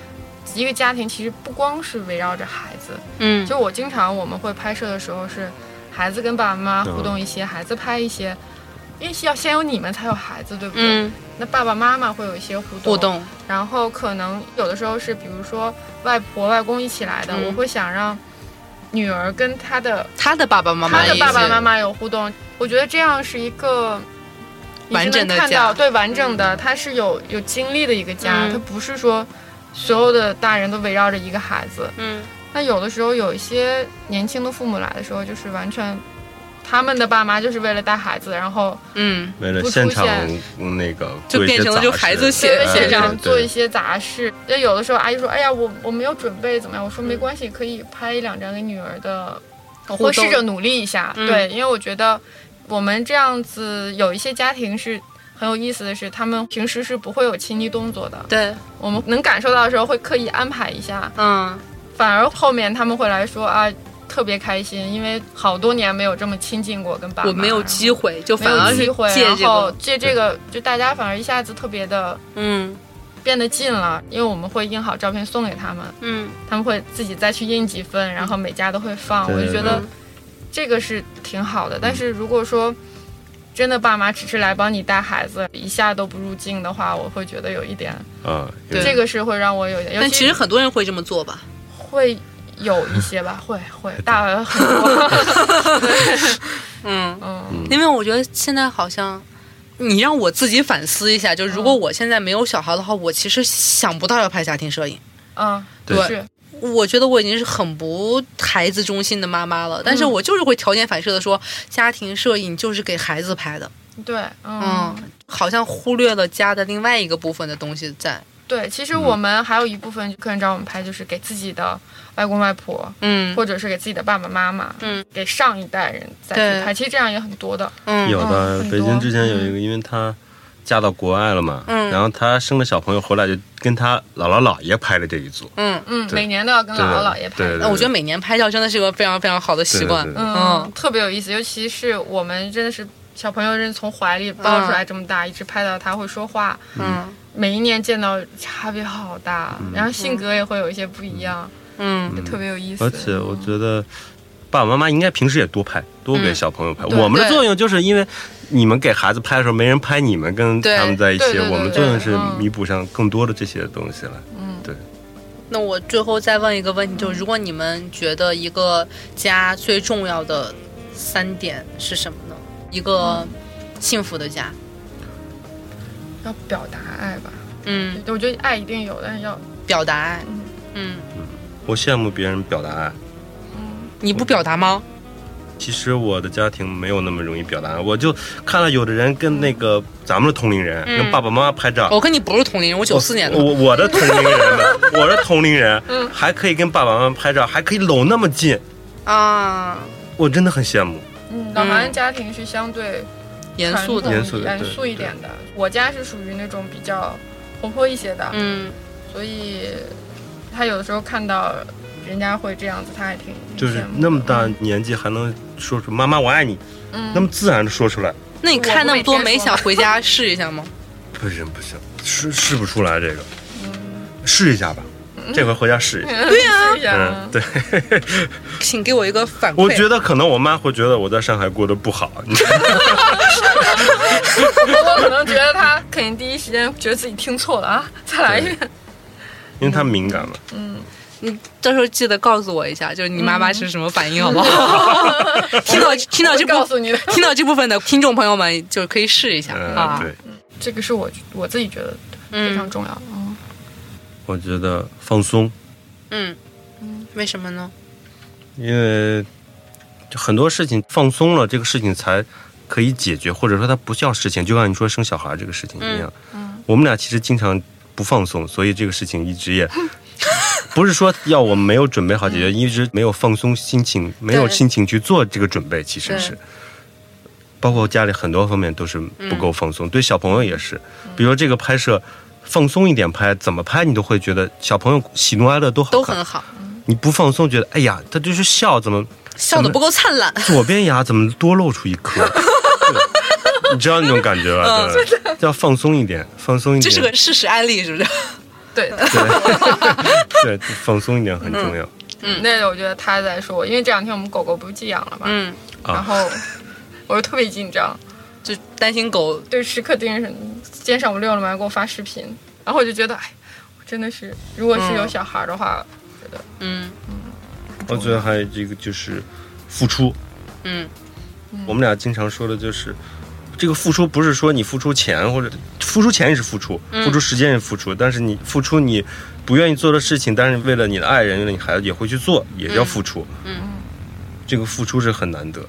Speaker 3: 一个家庭其实不光是围绕着孩子，
Speaker 2: 嗯
Speaker 3: 就我经常我们会拍摄的时候是孩子跟爸爸妈妈
Speaker 1: 嗯
Speaker 3: 互动一些，孩子拍一些，因为要先有你们才有孩子，对不对？
Speaker 2: 嗯，
Speaker 3: 那爸爸妈妈会有一些互动，
Speaker 2: 互动，
Speaker 3: 然后可能有的时候是比如说外婆外公一起来的，
Speaker 2: 嗯
Speaker 3: 我会想让女儿跟她的
Speaker 2: 他的爸爸妈妈
Speaker 3: 她
Speaker 2: 也
Speaker 3: 的
Speaker 2: 是，
Speaker 3: 爸爸妈妈有互动，我觉得这样是一个。你是
Speaker 2: 完整的
Speaker 3: 能看
Speaker 2: 家
Speaker 3: 到对完整的，它是有有经历的一个家，
Speaker 2: 嗯
Speaker 3: 它不是说所有的大人都围绕着一个孩子。
Speaker 2: 嗯
Speaker 3: 那有的时候有一些年轻的父母来的时候，就是完全他们的爸妈就是为了带孩子，然后
Speaker 2: 嗯，
Speaker 1: 为了
Speaker 3: 不出
Speaker 1: 现场
Speaker 3: 现
Speaker 1: 嗯那个
Speaker 2: 就
Speaker 1: 做一
Speaker 2: 变
Speaker 1: 些
Speaker 2: 成了
Speaker 1: 杂
Speaker 2: 就孩
Speaker 1: 事
Speaker 2: 子写
Speaker 3: 在
Speaker 1: 哎
Speaker 3: 现场
Speaker 1: 对
Speaker 3: 做
Speaker 1: 对
Speaker 3: 一些杂事。就有的时候阿姨说：“哎呀，我我没有准备，怎么样？”我说：“没关系，可以拍一两张给女儿的，我
Speaker 2: 嗯互
Speaker 3: 会
Speaker 2: 动
Speaker 3: 试着努力一下。
Speaker 2: 嗯
Speaker 3: 对，因为我觉得我们这样子有一些家庭是。很有意思的是，他们平时是不会有亲昵动作的，
Speaker 2: 对，
Speaker 3: 我们能感受到的时候会刻意安排一下，
Speaker 2: 嗯，
Speaker 3: 反而后面他们会来说啊，特别开心，因为好多年没有这么亲近过跟爸妈，
Speaker 2: 我没有机会，就
Speaker 3: 没
Speaker 2: 反而
Speaker 3: 有
Speaker 2: 是
Speaker 3: 机会，
Speaker 2: 借这
Speaker 3: 然后
Speaker 2: 个，
Speaker 3: 借这个，就大家反而一下子特别的
Speaker 2: 嗯
Speaker 3: 变得近了，因为我们会印好照片送给他们，
Speaker 2: 嗯，
Speaker 3: 他们会自己再去印几份，然后每家都会放，
Speaker 1: 对嗯
Speaker 3: 我就觉得
Speaker 2: 嗯
Speaker 3: 这个是挺好的。但是如果说真的爸妈只是来帮你带孩子，一下都不入镜的话，我会觉得有一点，
Speaker 1: 啊，有
Speaker 3: 这个是会让我有一点，尤
Speaker 2: 但其
Speaker 3: 其
Speaker 2: 实很多人会这么做吧？
Speaker 3: 会有一些吧，会会大 很多，
Speaker 2: 嗯，
Speaker 3: 嗯
Speaker 2: 因为我觉得现在好像。你让我自己反思一下，就是如果
Speaker 3: 嗯
Speaker 2: 我现在没有小孩的话，我其实想不到要拍家庭摄影。
Speaker 3: 嗯，
Speaker 1: 对
Speaker 3: 是
Speaker 2: 我觉得我已经是很不孩子中心的妈妈了，但是
Speaker 3: 嗯
Speaker 2: 我就是会条件反射的说，家庭摄影就是给孩子拍的，
Speaker 3: 对，嗯
Speaker 2: 嗯，好像忽略了家的另外一个部分的东西在，
Speaker 3: 对，其
Speaker 1: 嗯
Speaker 3: 实我们还有一部分客人找我们拍，就是给自己的外公外婆，
Speaker 2: 嗯
Speaker 3: 或者是给自己的爸爸妈妈，
Speaker 2: 嗯，
Speaker 3: 给上一代人再
Speaker 2: 对
Speaker 3: 去拍，其实这样也很多的，
Speaker 1: 有
Speaker 2: 嗯
Speaker 1: 的
Speaker 3: 嗯，很
Speaker 1: 北京
Speaker 3: 多
Speaker 1: 之前有一个，因为她嫁到国外了嘛，
Speaker 2: 嗯
Speaker 1: 然后她生了小朋友回来就跟她姥姥姥爷拍了这一组，
Speaker 2: 嗯，
Speaker 3: 嗯，
Speaker 1: 对
Speaker 3: 每年都要跟姥
Speaker 1: 对
Speaker 3: 姥姥爷拍，
Speaker 1: 对对
Speaker 2: 那我觉得每年拍照真的是个非常非常好的习惯，
Speaker 1: 对对对
Speaker 3: 嗯
Speaker 2: 嗯，
Speaker 3: 特别有意思，尤其是我们真的是小朋友，真的从怀里抱出来这么大，一直拍到他会说话，
Speaker 2: 嗯
Speaker 3: 每一年见到差别好大，然后性格也会有一些不一样，
Speaker 2: 嗯
Speaker 3: 就特别有意思，
Speaker 1: 而且我觉得爸爸妈妈应该平时也多拍，多给小朋友拍。
Speaker 3: 嗯对
Speaker 1: 我们的
Speaker 2: 对
Speaker 1: 作用就是因为你们给孩子拍的时候没人拍你们跟
Speaker 2: 对
Speaker 1: 他们在一
Speaker 3: 对
Speaker 1: 起，
Speaker 3: 对对
Speaker 1: 我们
Speaker 3: 对
Speaker 1: 作用是
Speaker 3: 嗯
Speaker 1: 弥补上更多的这些东西了。
Speaker 3: 嗯
Speaker 1: 对，
Speaker 2: 那我最后再问一个问题，就是如果你们觉得一个家最重要的三点是什么呢？一个幸福的家，
Speaker 3: 要表达爱吧，
Speaker 2: 嗯，
Speaker 3: 我觉得爱一定有，但是要
Speaker 2: 表达爱
Speaker 3: 嗯，
Speaker 2: 嗯，
Speaker 1: 我羡慕别人表达爱。
Speaker 3: 嗯
Speaker 2: 你不表达吗？
Speaker 1: 其实我的家庭没有那么容易表达，爱，我就看到有的人跟那个咱们的同龄人，
Speaker 2: 嗯
Speaker 1: 跟爸爸妈妈拍照，
Speaker 2: 我跟你不是同龄人，我九四年的嗯
Speaker 1: 我，我我的同龄人们， 我的同龄人还可以跟爸爸妈妈拍照，还可以搂那么近，
Speaker 2: 啊，
Speaker 1: 我真的很羡慕。
Speaker 3: 嗯，老韩家庭是相对
Speaker 2: 严肃的，
Speaker 1: 严
Speaker 3: 严
Speaker 1: 肃的
Speaker 3: 严肃一点的。我家是属于那种比较活泼一些的，
Speaker 2: 嗯
Speaker 3: 所以他有的时候看到人家会这样子，他还挺
Speaker 1: 就是
Speaker 3: 羡慕的
Speaker 1: 那么大年纪还能说出“妈妈我爱你”，
Speaker 3: 嗯，
Speaker 1: 那么自然的说出来，
Speaker 2: 那你看那么多没想回家试一下吗？
Speaker 1: 不行不行，试试不出来这个，试一下吧，
Speaker 2: 嗯
Speaker 1: 这回回家试一下。
Speaker 3: 对呀、
Speaker 1: 嗯，对，
Speaker 2: 请给我一个反馈。
Speaker 1: 我觉得可能我妈会觉得我在上海过得不好，你知道吗
Speaker 3: 我可能觉得他肯定第一时间觉得自己听错了啊，再来一遍。
Speaker 1: 因为她敏感嘛。
Speaker 2: 你到时候记得告诉我一下，就是你妈妈是什么反应，好不好？ 听到听到
Speaker 3: 我
Speaker 2: 这
Speaker 3: 会告诉
Speaker 2: 部
Speaker 3: 你的，
Speaker 2: 听到这部分的听众朋友们，就可以试一下
Speaker 1: 嗯，
Speaker 2: 啊。
Speaker 1: 对，
Speaker 3: 这个是我我自己觉得非常
Speaker 2: 嗯
Speaker 3: 重要的。嗯
Speaker 1: 我觉得放松，
Speaker 2: 嗯，为什么呢？
Speaker 1: 因为就很多事情放松了，这个事情才可以解决，或者说它不叫事情，就像你说生小孩这个事情一样。
Speaker 3: 嗯
Speaker 1: 我们俩其实经常不放松，所以这个事情一直也不是说要我们没有准备好解决，一直没有放松心情，没有心情去做这个准备，其实是
Speaker 2: 对。
Speaker 1: 包括家里很多方面都是不够放松，对小朋友也是。比如说这个拍摄，放松一点拍，怎么拍你都会觉得小朋友喜怒哀乐都好
Speaker 2: 都
Speaker 1: 看
Speaker 2: 很好，
Speaker 1: 你不放松，觉得哎呀，他就是笑，怎 么
Speaker 2: 笑得不够灿烂。
Speaker 1: 左边牙怎么多露出一颗？对你知道那种感觉吧？
Speaker 2: 嗯
Speaker 1: 对吧，要放松一点，放松一点。
Speaker 2: 这是个事实案例，是不是？
Speaker 3: 对，
Speaker 1: 对，放松一点很重要。
Speaker 2: 嗯
Speaker 3: 那个我觉得他在说我，因为这两天我们狗狗不是寄养了嘛，
Speaker 2: 嗯，
Speaker 1: 啊
Speaker 3: 然后我就特别紧张，
Speaker 2: 就担心狗
Speaker 3: 对，时刻盯着什么。今天上午六点半给我发视频，然后我就觉得，哎，我真的是，如果是有小孩的话，
Speaker 2: 嗯
Speaker 1: 我觉得还有一个就是付出，
Speaker 2: 嗯
Speaker 1: 我们俩经常说的就是。这个付出不是说你付出钱或者付出钱也是付出，
Speaker 2: 嗯
Speaker 1: 付出时间也付出，但是你付出你不愿意做的事情，但是为了你的爱人、为了你孩子也会去做，也要付出。
Speaker 2: 嗯
Speaker 1: 这个付出是很难得，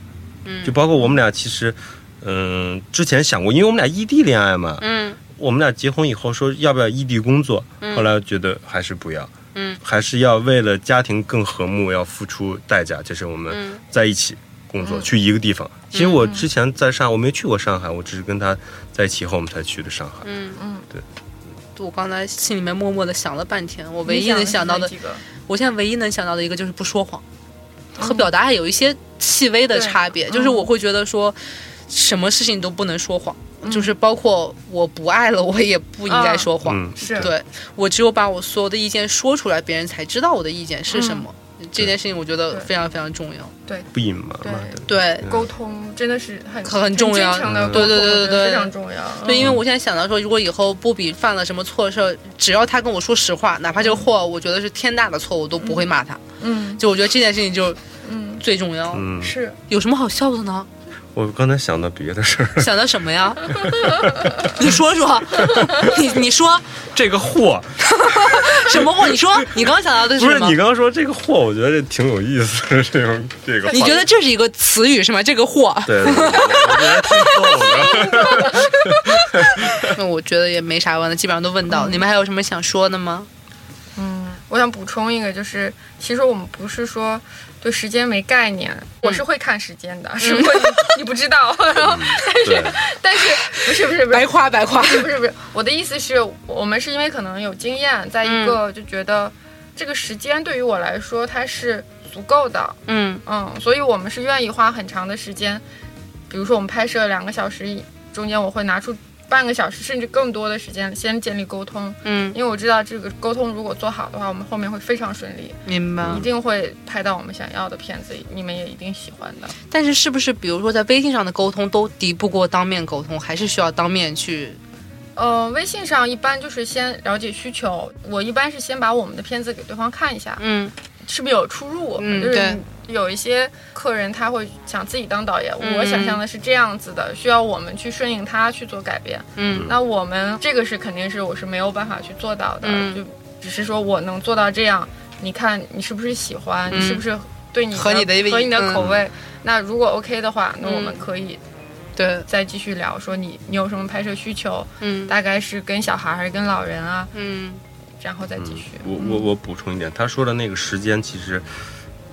Speaker 1: 就包括我们俩其实，嗯、之前想过，因为我们俩异地恋爱嘛，
Speaker 2: 嗯
Speaker 1: 我们俩结婚以后说要不要异地工作，后来觉得还是不要，
Speaker 2: 嗯，
Speaker 1: 还是要为了家庭更和睦要付出代价，就是我们
Speaker 2: 嗯
Speaker 1: 在一起工作，去一个地方。其实我之前在上海，我没去过上海，我只是跟他在一起以后我们才去的上海。
Speaker 2: 嗯
Speaker 3: 嗯，
Speaker 2: 我刚才心里面默默的想了半天，我唯
Speaker 3: 你
Speaker 2: 一能
Speaker 3: 是
Speaker 2: 想到
Speaker 3: 哪
Speaker 2: 的
Speaker 3: 几，个，
Speaker 2: 我现在唯一能想到的一个就是不说谎，和表达还有一些细微的差别，
Speaker 3: 对
Speaker 2: 就是我会觉得说，什么事情都不能说谎，就是包括我不爱了，我也不应该说谎。
Speaker 1: 嗯，
Speaker 3: 是
Speaker 2: 对我只有把我所有的意见说出来，别人才知道我的意见是什么。这件事情我觉得
Speaker 3: 对
Speaker 2: 非常非常重要。
Speaker 1: 不隐瞒嘛
Speaker 3: 对
Speaker 1: 对
Speaker 2: 对，
Speaker 3: 沟通真的是很
Speaker 2: 很重要
Speaker 3: 真诚的
Speaker 1: 嗯
Speaker 3: 沟
Speaker 2: 对
Speaker 3: 通
Speaker 2: 对对对
Speaker 3: 我觉得
Speaker 2: 对
Speaker 3: 非常重要。
Speaker 2: 对，因为我现在想到说，如果以后波比犯了什么错事儿，只要他跟我说实话，哪怕这个货我觉得是天大的错，我都不会骂他。
Speaker 3: 嗯
Speaker 2: 就我觉得这件事情就是
Speaker 3: 嗯，
Speaker 2: 最重要。
Speaker 1: 嗯，
Speaker 3: 是
Speaker 2: 有什么好笑的呢？
Speaker 1: 我刚才想到别的事儿，
Speaker 2: 想到什么呀？你说 说，你你说
Speaker 1: 这个货
Speaker 2: 什么货？你说你刚刚想到的
Speaker 1: 不
Speaker 2: 是
Speaker 1: 是
Speaker 2: 什么
Speaker 1: 你？刚刚说这个货，我觉得这挺有意思的，这种这个话。
Speaker 2: 你觉得这是一个词语是吗？这个 货，
Speaker 1: 对？对对，我觉得挺逗的。
Speaker 2: 那嗯我觉得也没啥问的，基本上都问到。你们还有什么想说的吗？
Speaker 3: 我想补充一个，就是其实我们不是说对时间没概念，我
Speaker 2: 嗯
Speaker 3: 是会看时间的，只不过你你不知道， 然后
Speaker 1: 对，
Speaker 3: 但是不是不是不
Speaker 2: 白
Speaker 3: 是
Speaker 2: 夸白夸。
Speaker 3: 不是不是，我的意思是我们是因为可能有经验，在一个就觉得这个时间对于我来说它是足够的，
Speaker 2: 嗯
Speaker 3: 嗯，所以我们是愿意花很长的时间，比如说我们拍摄两个小时，中间我会拿出半个小时甚至更多的时间先建立沟通，
Speaker 2: 嗯，
Speaker 3: 因为我知道这个沟通如果做好的话，我们后面会非常顺利，
Speaker 2: 明白
Speaker 3: 一。定会拍到我们想要的片子，你们也一定喜欢的。
Speaker 2: 但是是不是比如说在微信上的沟通都敌不过当面沟通，还是需要当面去？
Speaker 3: 呃，微信上一般就是先了解需求，我一般是先把我们的片子给对方看一下，
Speaker 2: 嗯
Speaker 3: 是不是有出入？
Speaker 2: 嗯
Speaker 3: 就是
Speaker 2: 对
Speaker 3: 有一些客人他会想自己当导演，
Speaker 2: 嗯
Speaker 3: 我想象的是这样子的，需要我们去顺应他去做改变。
Speaker 2: 嗯
Speaker 3: 那我们这个是肯定是我是没有办法去做到的，
Speaker 2: 嗯
Speaker 3: 就只是说我能做到这样，你看你是不是喜欢，
Speaker 2: 嗯
Speaker 3: 你是不是对你的
Speaker 2: 合你的
Speaker 3: 合你的
Speaker 2: 嗯
Speaker 3: 口味？那如果 OK 的话，那
Speaker 2: 嗯
Speaker 3: 我们可以
Speaker 2: 对，
Speaker 3: 再继续聊，说你你有什么拍摄需求，
Speaker 2: 嗯
Speaker 3: 大概是跟小孩还是跟老人啊，
Speaker 2: 嗯
Speaker 3: 然后再继续。
Speaker 1: 我我我补充一点，他说的那个时间其实，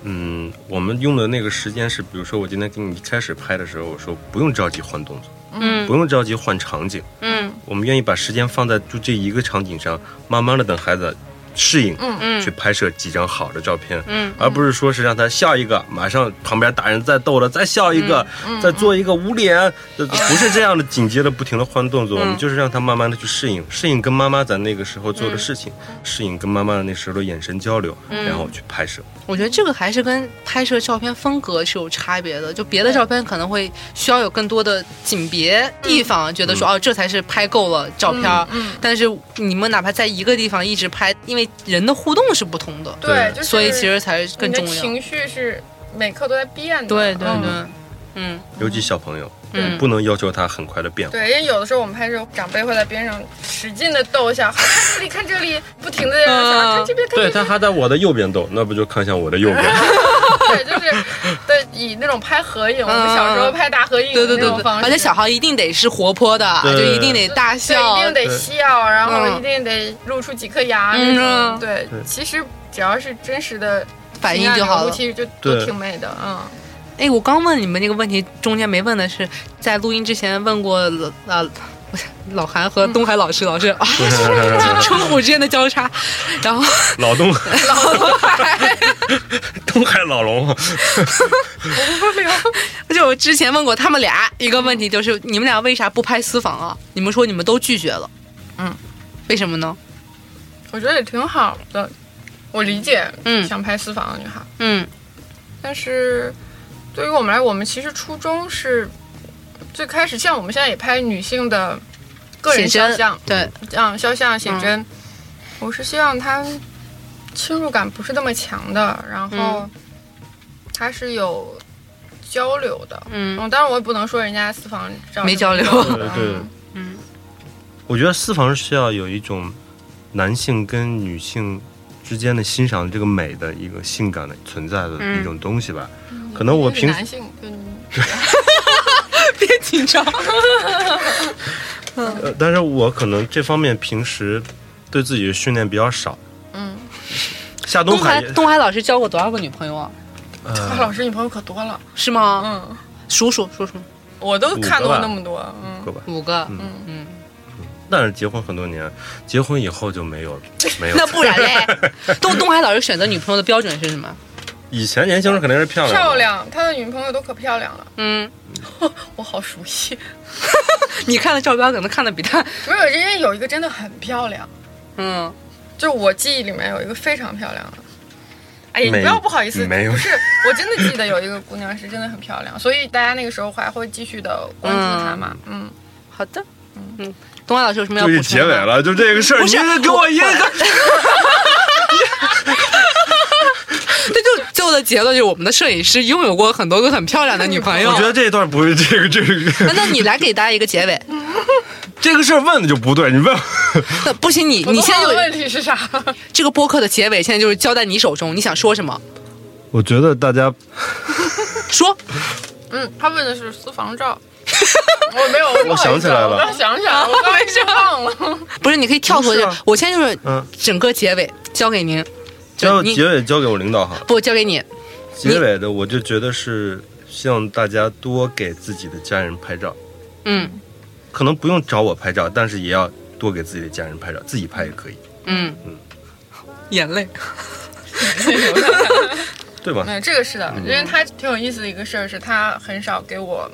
Speaker 1: 嗯，我们用的那个时间是，比如说我今天跟你一开始拍的时候，我说不用着急换动作，
Speaker 2: 嗯
Speaker 1: 不用着急换场景，
Speaker 2: 嗯
Speaker 1: 我们愿意把时间放在就这一个场景上，慢慢的等孩子适应，
Speaker 3: 嗯
Speaker 2: 嗯
Speaker 1: 去拍摄几张好的照片。
Speaker 2: 嗯
Speaker 1: 而不是说是让他笑一个，马上旁边大人再逗了，再笑一个，
Speaker 2: 嗯
Speaker 1: 再做一个捂脸， 这不是这样的，紧接着不停的换动作，
Speaker 2: 嗯
Speaker 1: 我们就是让他慢慢的去适应，适应跟妈妈在那个时候
Speaker 2: 嗯
Speaker 1: 做的事情，适应跟妈妈的那时候的眼神交流，然后去拍摄。
Speaker 2: 我觉得这个还是跟拍摄照片风格是有差别的。就别的照片可能会需要有更多的景别地方，觉得说哦，这才是拍够了照片儿。
Speaker 3: 嗯，
Speaker 2: 但是你们哪怕在一个地方一直拍，因为人的互动是不同的，
Speaker 3: 对，
Speaker 1: 对
Speaker 3: 就是
Speaker 2: 所以其实才是更
Speaker 3: 你的
Speaker 2: 重要。
Speaker 3: 情绪是每刻都在变的。
Speaker 2: 对对
Speaker 3: 嗯
Speaker 2: 对，嗯
Speaker 1: 尤其小朋友，
Speaker 2: 嗯
Speaker 1: 不能要求他很快的变化。
Speaker 3: 对，因为有的时候我们拍摄，长辈会在边上使劲的逗一下，看这里，看这里，不停的 在那想，
Speaker 2: 嗯
Speaker 3: 看这边，看
Speaker 1: 对
Speaker 3: 这
Speaker 1: 他
Speaker 3: 边，
Speaker 1: 还在我的右边动，那不就看向我的右边？
Speaker 3: 对， 就是对以那种拍合影，我们小时候拍大合影
Speaker 2: 嗯对
Speaker 3: 的
Speaker 2: 对
Speaker 3: 那
Speaker 2: 对
Speaker 3: 种
Speaker 2: 对，
Speaker 3: 方式，
Speaker 2: 而且小孩一定得是活泼的，
Speaker 1: 对
Speaker 2: 就一定得大笑
Speaker 3: 对，一定得笑，然后一定得露出几颗牙那
Speaker 2: 嗯
Speaker 3: 种，对，其实只要是真实的
Speaker 2: 反应就
Speaker 3: 情感
Speaker 2: 好
Speaker 3: 流露
Speaker 2: 了。
Speaker 3: 其实就
Speaker 1: 对
Speaker 3: 都挺美的， 嗯，
Speaker 2: 哎，我刚问你们这个问题，中间没问的是，在录音之前问过老啊，不是 老韩和
Speaker 3: 嗯
Speaker 2: 东海老师，老师啊， 称呼之间的交叉，然后
Speaker 1: 老东，东海老龙，
Speaker 2: 就我之前问过他们俩一个问题，就是你们俩为啥不拍私房啊？你们说你们都拒绝了，
Speaker 3: 嗯，
Speaker 2: 为什么呢？
Speaker 3: 我觉得也挺好的，我理解，
Speaker 2: 嗯
Speaker 3: 想拍私房的女孩。
Speaker 2: 嗯
Speaker 3: 但是对于我们来，我们其实初衷是最开始，像我们现在也拍女性的个人
Speaker 2: 写真
Speaker 3: 肖像，
Speaker 2: 对，
Speaker 3: 嗯，肖像写真，我是希望它侵入感不是那么强的，然后
Speaker 2: 嗯
Speaker 3: 它是有交流的。
Speaker 2: 嗯
Speaker 3: 嗯，当然我也不能说人家私房照
Speaker 2: 没
Speaker 3: 是不
Speaker 2: 交流
Speaker 1: 对对
Speaker 3: 嗯
Speaker 2: 嗯
Speaker 1: 我觉得私房是需要有一种男性跟女性之间的欣赏这个
Speaker 2: 嗯
Speaker 1: 美的一个性感的存在的一种东西吧。可能我
Speaker 3: 因为是
Speaker 1: 平
Speaker 3: 男性跟
Speaker 4: 你知道吗？
Speaker 1: 呃，但是我可能这方面平时对自己的训练比较少。
Speaker 3: 嗯，
Speaker 1: 夏东
Speaker 2: 东
Speaker 1: 海
Speaker 2: 海
Speaker 1: 也
Speaker 2: 东海老师交过多少个女朋友啊？
Speaker 3: 他
Speaker 1: 呃，
Speaker 3: 老师女朋友可多了，
Speaker 2: 是吗？
Speaker 3: 嗯，
Speaker 2: 数数数数，
Speaker 3: 我都
Speaker 1: 五
Speaker 3: 看
Speaker 1: 个
Speaker 3: 过
Speaker 1: 吧
Speaker 3: 那么多，嗯，
Speaker 1: 够吧。
Speaker 2: 五个。
Speaker 1: 嗯
Speaker 2: 嗯，
Speaker 1: 但是结婚很多年，结婚以后就没有 了，没有了
Speaker 2: 那。不然 嘞？东东海老师选择女朋友的标准是什么？
Speaker 1: 以前年轻时候肯定是漂亮，
Speaker 3: 漂，亮，他的女朋友都可漂亮了，
Speaker 2: 嗯，
Speaker 3: 我好熟悉。
Speaker 2: 你看的照片可能看的比他，
Speaker 3: 没有，因为有一个真的很漂亮，
Speaker 2: 嗯，
Speaker 3: 就我记忆里面有一个非常漂亮的。哎呀，你
Speaker 1: 没
Speaker 3: 不要不好意思，
Speaker 1: 没有
Speaker 3: 不是，我真的记得有一个姑娘是真的很漂亮，所以大家那个时候还会继续的关注她嘛，嗯，
Speaker 2: 好的，嗯，东海老师有什么要
Speaker 1: 注
Speaker 2: 补
Speaker 1: 意
Speaker 2: 充？
Speaker 1: 结尾。了，就这个事儿，
Speaker 2: 不
Speaker 1: 你
Speaker 2: 是
Speaker 1: 给我一个
Speaker 2: 这就最后的结论就是，我们的摄影师拥有过很多个很漂亮的女朋友
Speaker 1: 我。觉得这一段不是这个这个
Speaker 2: 那那你来给大家一个结尾。
Speaker 1: 这个事儿问的就不对，你问
Speaker 2: 那不行，你
Speaker 3: 我
Speaker 2: 你
Speaker 3: 都
Speaker 2: 现在
Speaker 3: 忘了
Speaker 2: 就
Speaker 3: 问题是啥？
Speaker 2: 这个播客的结尾，现在就是交在你手中，你想说什么？
Speaker 1: 我觉得大家
Speaker 2: 说，
Speaker 3: 嗯，他问的是私房照。 我没有，不好意
Speaker 1: 想起
Speaker 3: 思啊
Speaker 1: 来了
Speaker 3: 我刚想起来了，我刚才是忘了。
Speaker 2: 不是，你可以跳脱
Speaker 1: 不是
Speaker 2: 就
Speaker 1: 啊
Speaker 2: 我现在就是
Speaker 1: 嗯，
Speaker 2: 整个结尾交给您，
Speaker 1: 交
Speaker 2: 就你
Speaker 1: 结尾交给我领导哈。
Speaker 2: 不交给你，
Speaker 1: 结尾的我就觉得是希望大家多给自己的家人拍照，
Speaker 2: 嗯
Speaker 1: 可能不用找我拍照，但是也要多给自己的家人拍照，自己拍也可以，
Speaker 2: 嗯
Speaker 1: 嗯，
Speaker 2: 眼泪，
Speaker 1: 对吧？
Speaker 3: 嗯，这个是的，因为他挺有意思的一个事儿是，他很少给我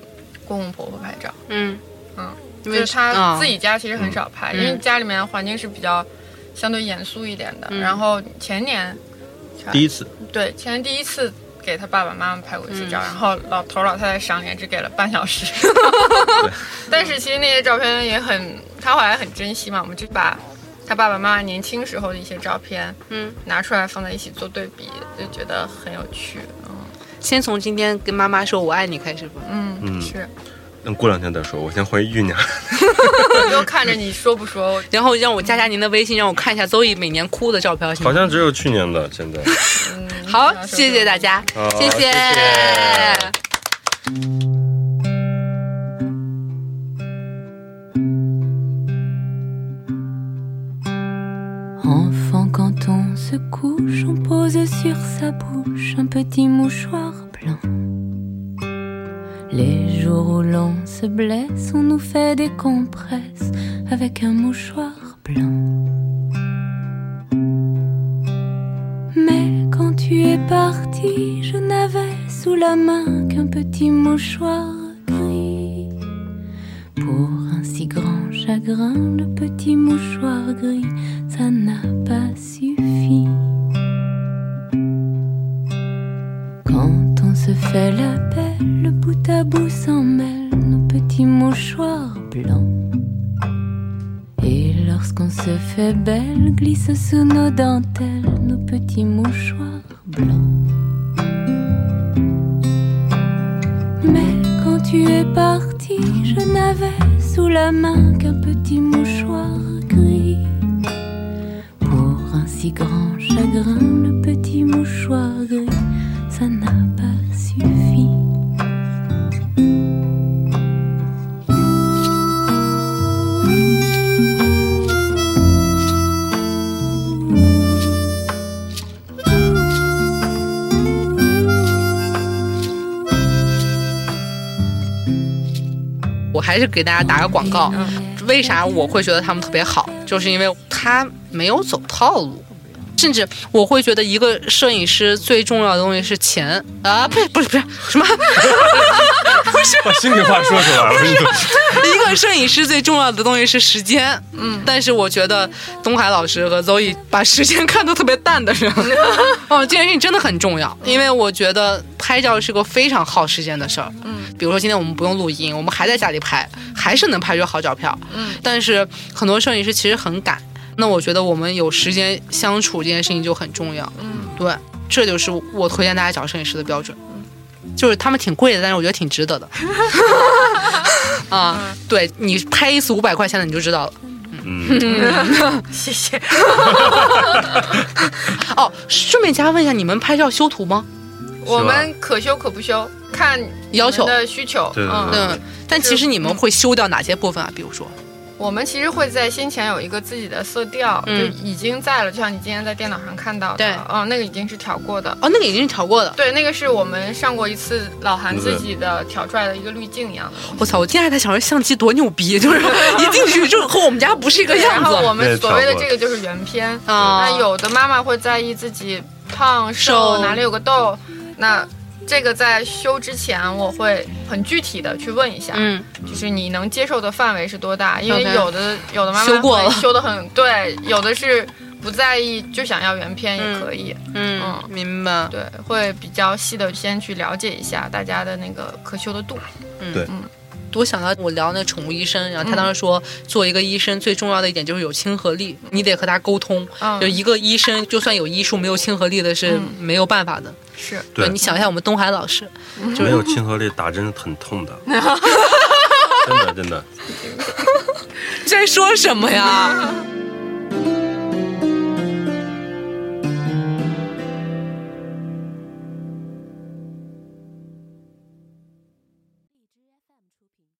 Speaker 3: 公公婆婆拍照。
Speaker 2: 嗯
Speaker 3: 嗯，
Speaker 2: 因
Speaker 3: 就是他
Speaker 2: 啊
Speaker 3: 自己家其实很少拍，
Speaker 2: 嗯
Speaker 3: 因为家里面环境是比较相对严肃一点的。
Speaker 2: 嗯
Speaker 3: 然后前年，
Speaker 1: 第一次，
Speaker 3: 对前年第一次给他爸爸妈妈拍过一
Speaker 2: 嗯
Speaker 3: 次照，然后老头儿老太太赏脸只给了半 小时， 但是其实那些照片也很，他后来很珍惜嘛，我们就把。他爸爸妈妈年轻时候的一些照片
Speaker 2: 嗯，
Speaker 3: 拿出来放在一起做对比，就觉得很有趣。嗯
Speaker 2: 先从今天跟妈妈说我爱你开始吧。
Speaker 3: 嗯，
Speaker 1: 嗯
Speaker 3: 是，
Speaker 1: 嗯，过两天再说，我先回去 酝酿。
Speaker 3: 我就看着你说不说，
Speaker 2: 然后让我加加您的微信，让我看一下邹毅每年哭的照片。行
Speaker 1: 好
Speaker 2: 吗
Speaker 1: 像只有去年的，现在。
Speaker 3: 嗯，
Speaker 2: 好，
Speaker 3: 想说
Speaker 2: 谢
Speaker 3: 什
Speaker 2: 谢
Speaker 3: 么
Speaker 2: 大家，
Speaker 1: 好
Speaker 2: 谢
Speaker 1: 谢谢
Speaker 5: Enfant, quand on se couche, on pose sur sa bouche un petit mouchoir blanc. Les jours où l'on se blesse, on nous fait des compresses avec un mouchoir blanc. Mais quand tu es parti, je n'avais sous la main qu'un petit mouchoir gris. Pour un si grand chagrin, le petit mouchoir gris ça n'a pas suffi. Quand on se fait la belle, le bout à bout s'en mêle, nos petits mouchoirs blancs. Et lorsqu'on se fait belle, glisse sous nos dentelles, nos petits mouchoirs blancs. Mais quand tu es parti, je n'avais sous la main qu'un petit mouchoir gris. Pour un si grand chagrin, le petit mouchoir gris, ça n'a pas suffi.
Speaker 2: 我还是给大家打个广告。为啥我会觉得他们特别好？就是因为他没有走套路，甚至我会觉得一个摄影师最重要的东西是钱啊，不是不是不是什么，
Speaker 1: 把心里话说出来了。
Speaker 2: 一个摄影师最重要的东西是时间。嗯，但是我觉得东海老师和 Zoe 把时间看得特别淡的 人，哦，这件事情真的很重要，因为我觉得拍照是个非常耗时间的事儿。嗯，比如说今天我们不用录音，我们还在家里拍，还是能拍出好照片。嗯，但是很多摄影师其实很赶。那我觉得我们有时间相处这件事情就很重要。嗯，对，这就是我推荐大家找摄影师的标准。就是他们挺贵的，但是我觉得挺值 得的。啊，对你拍一次五百块钱的你就知道了。
Speaker 1: 嗯，
Speaker 3: 谢谢。
Speaker 2: 哦，顺便加问一下，你们拍照修图吗？
Speaker 3: 我们可修可不修，看
Speaker 2: 要求
Speaker 3: 你们的需求。
Speaker 1: 对对
Speaker 3: 嗯
Speaker 1: 对
Speaker 2: 嗯，但其实你们会修掉哪些部分啊？比如说，
Speaker 3: 我们其实会在先前有一个自己的色调，
Speaker 2: 嗯
Speaker 3: 就已经在了，就像你今天在电脑上看到的，
Speaker 2: 对
Speaker 3: 嗯，那个已经是调过的。
Speaker 2: 哦，那个已经是调过的。
Speaker 3: 对，那个是我们上过一次老韩自己的调出来的一个滤镜一样的东西。
Speaker 2: 我操！我今天还在想说相机多牛逼，就是一进去就和我们家不是一个
Speaker 3: 对
Speaker 2: 样
Speaker 3: 然后哎
Speaker 2: 子
Speaker 3: 我们所谓的
Speaker 1: 对调过
Speaker 3: 这个就是原片。
Speaker 2: 啊
Speaker 3: 那。有的妈妈会在意自己胖
Speaker 2: 瘦
Speaker 3: 瘦哪里有个痘，那这个在修之前我会很具体的去问一下，
Speaker 2: 嗯，
Speaker 3: 就是你能接受的范围是多大？因为
Speaker 2: OK
Speaker 3: 有的有的妈妈
Speaker 2: 修过了
Speaker 3: 会修的很对，有的是不在意就想要原片也可以，
Speaker 2: 嗯
Speaker 3: 嗯，
Speaker 2: 明白。
Speaker 3: 对，会比较细的先去了解一下大家的那个可修的度。
Speaker 2: 我想到我聊那宠物医生，然后他
Speaker 3: 嗯
Speaker 2: 当时说，做一个医生最重要的一点就是有亲和力，你得和他沟通。
Speaker 3: 嗯
Speaker 2: 就，一个医生，就算有医术，没有亲和力的是
Speaker 3: 嗯
Speaker 2: 没有办法的。
Speaker 3: 是
Speaker 1: 对
Speaker 2: 你想一下，我们东海老师，
Speaker 1: 没有亲和力打针很痛 的，真的真的。
Speaker 2: 在说什么呀？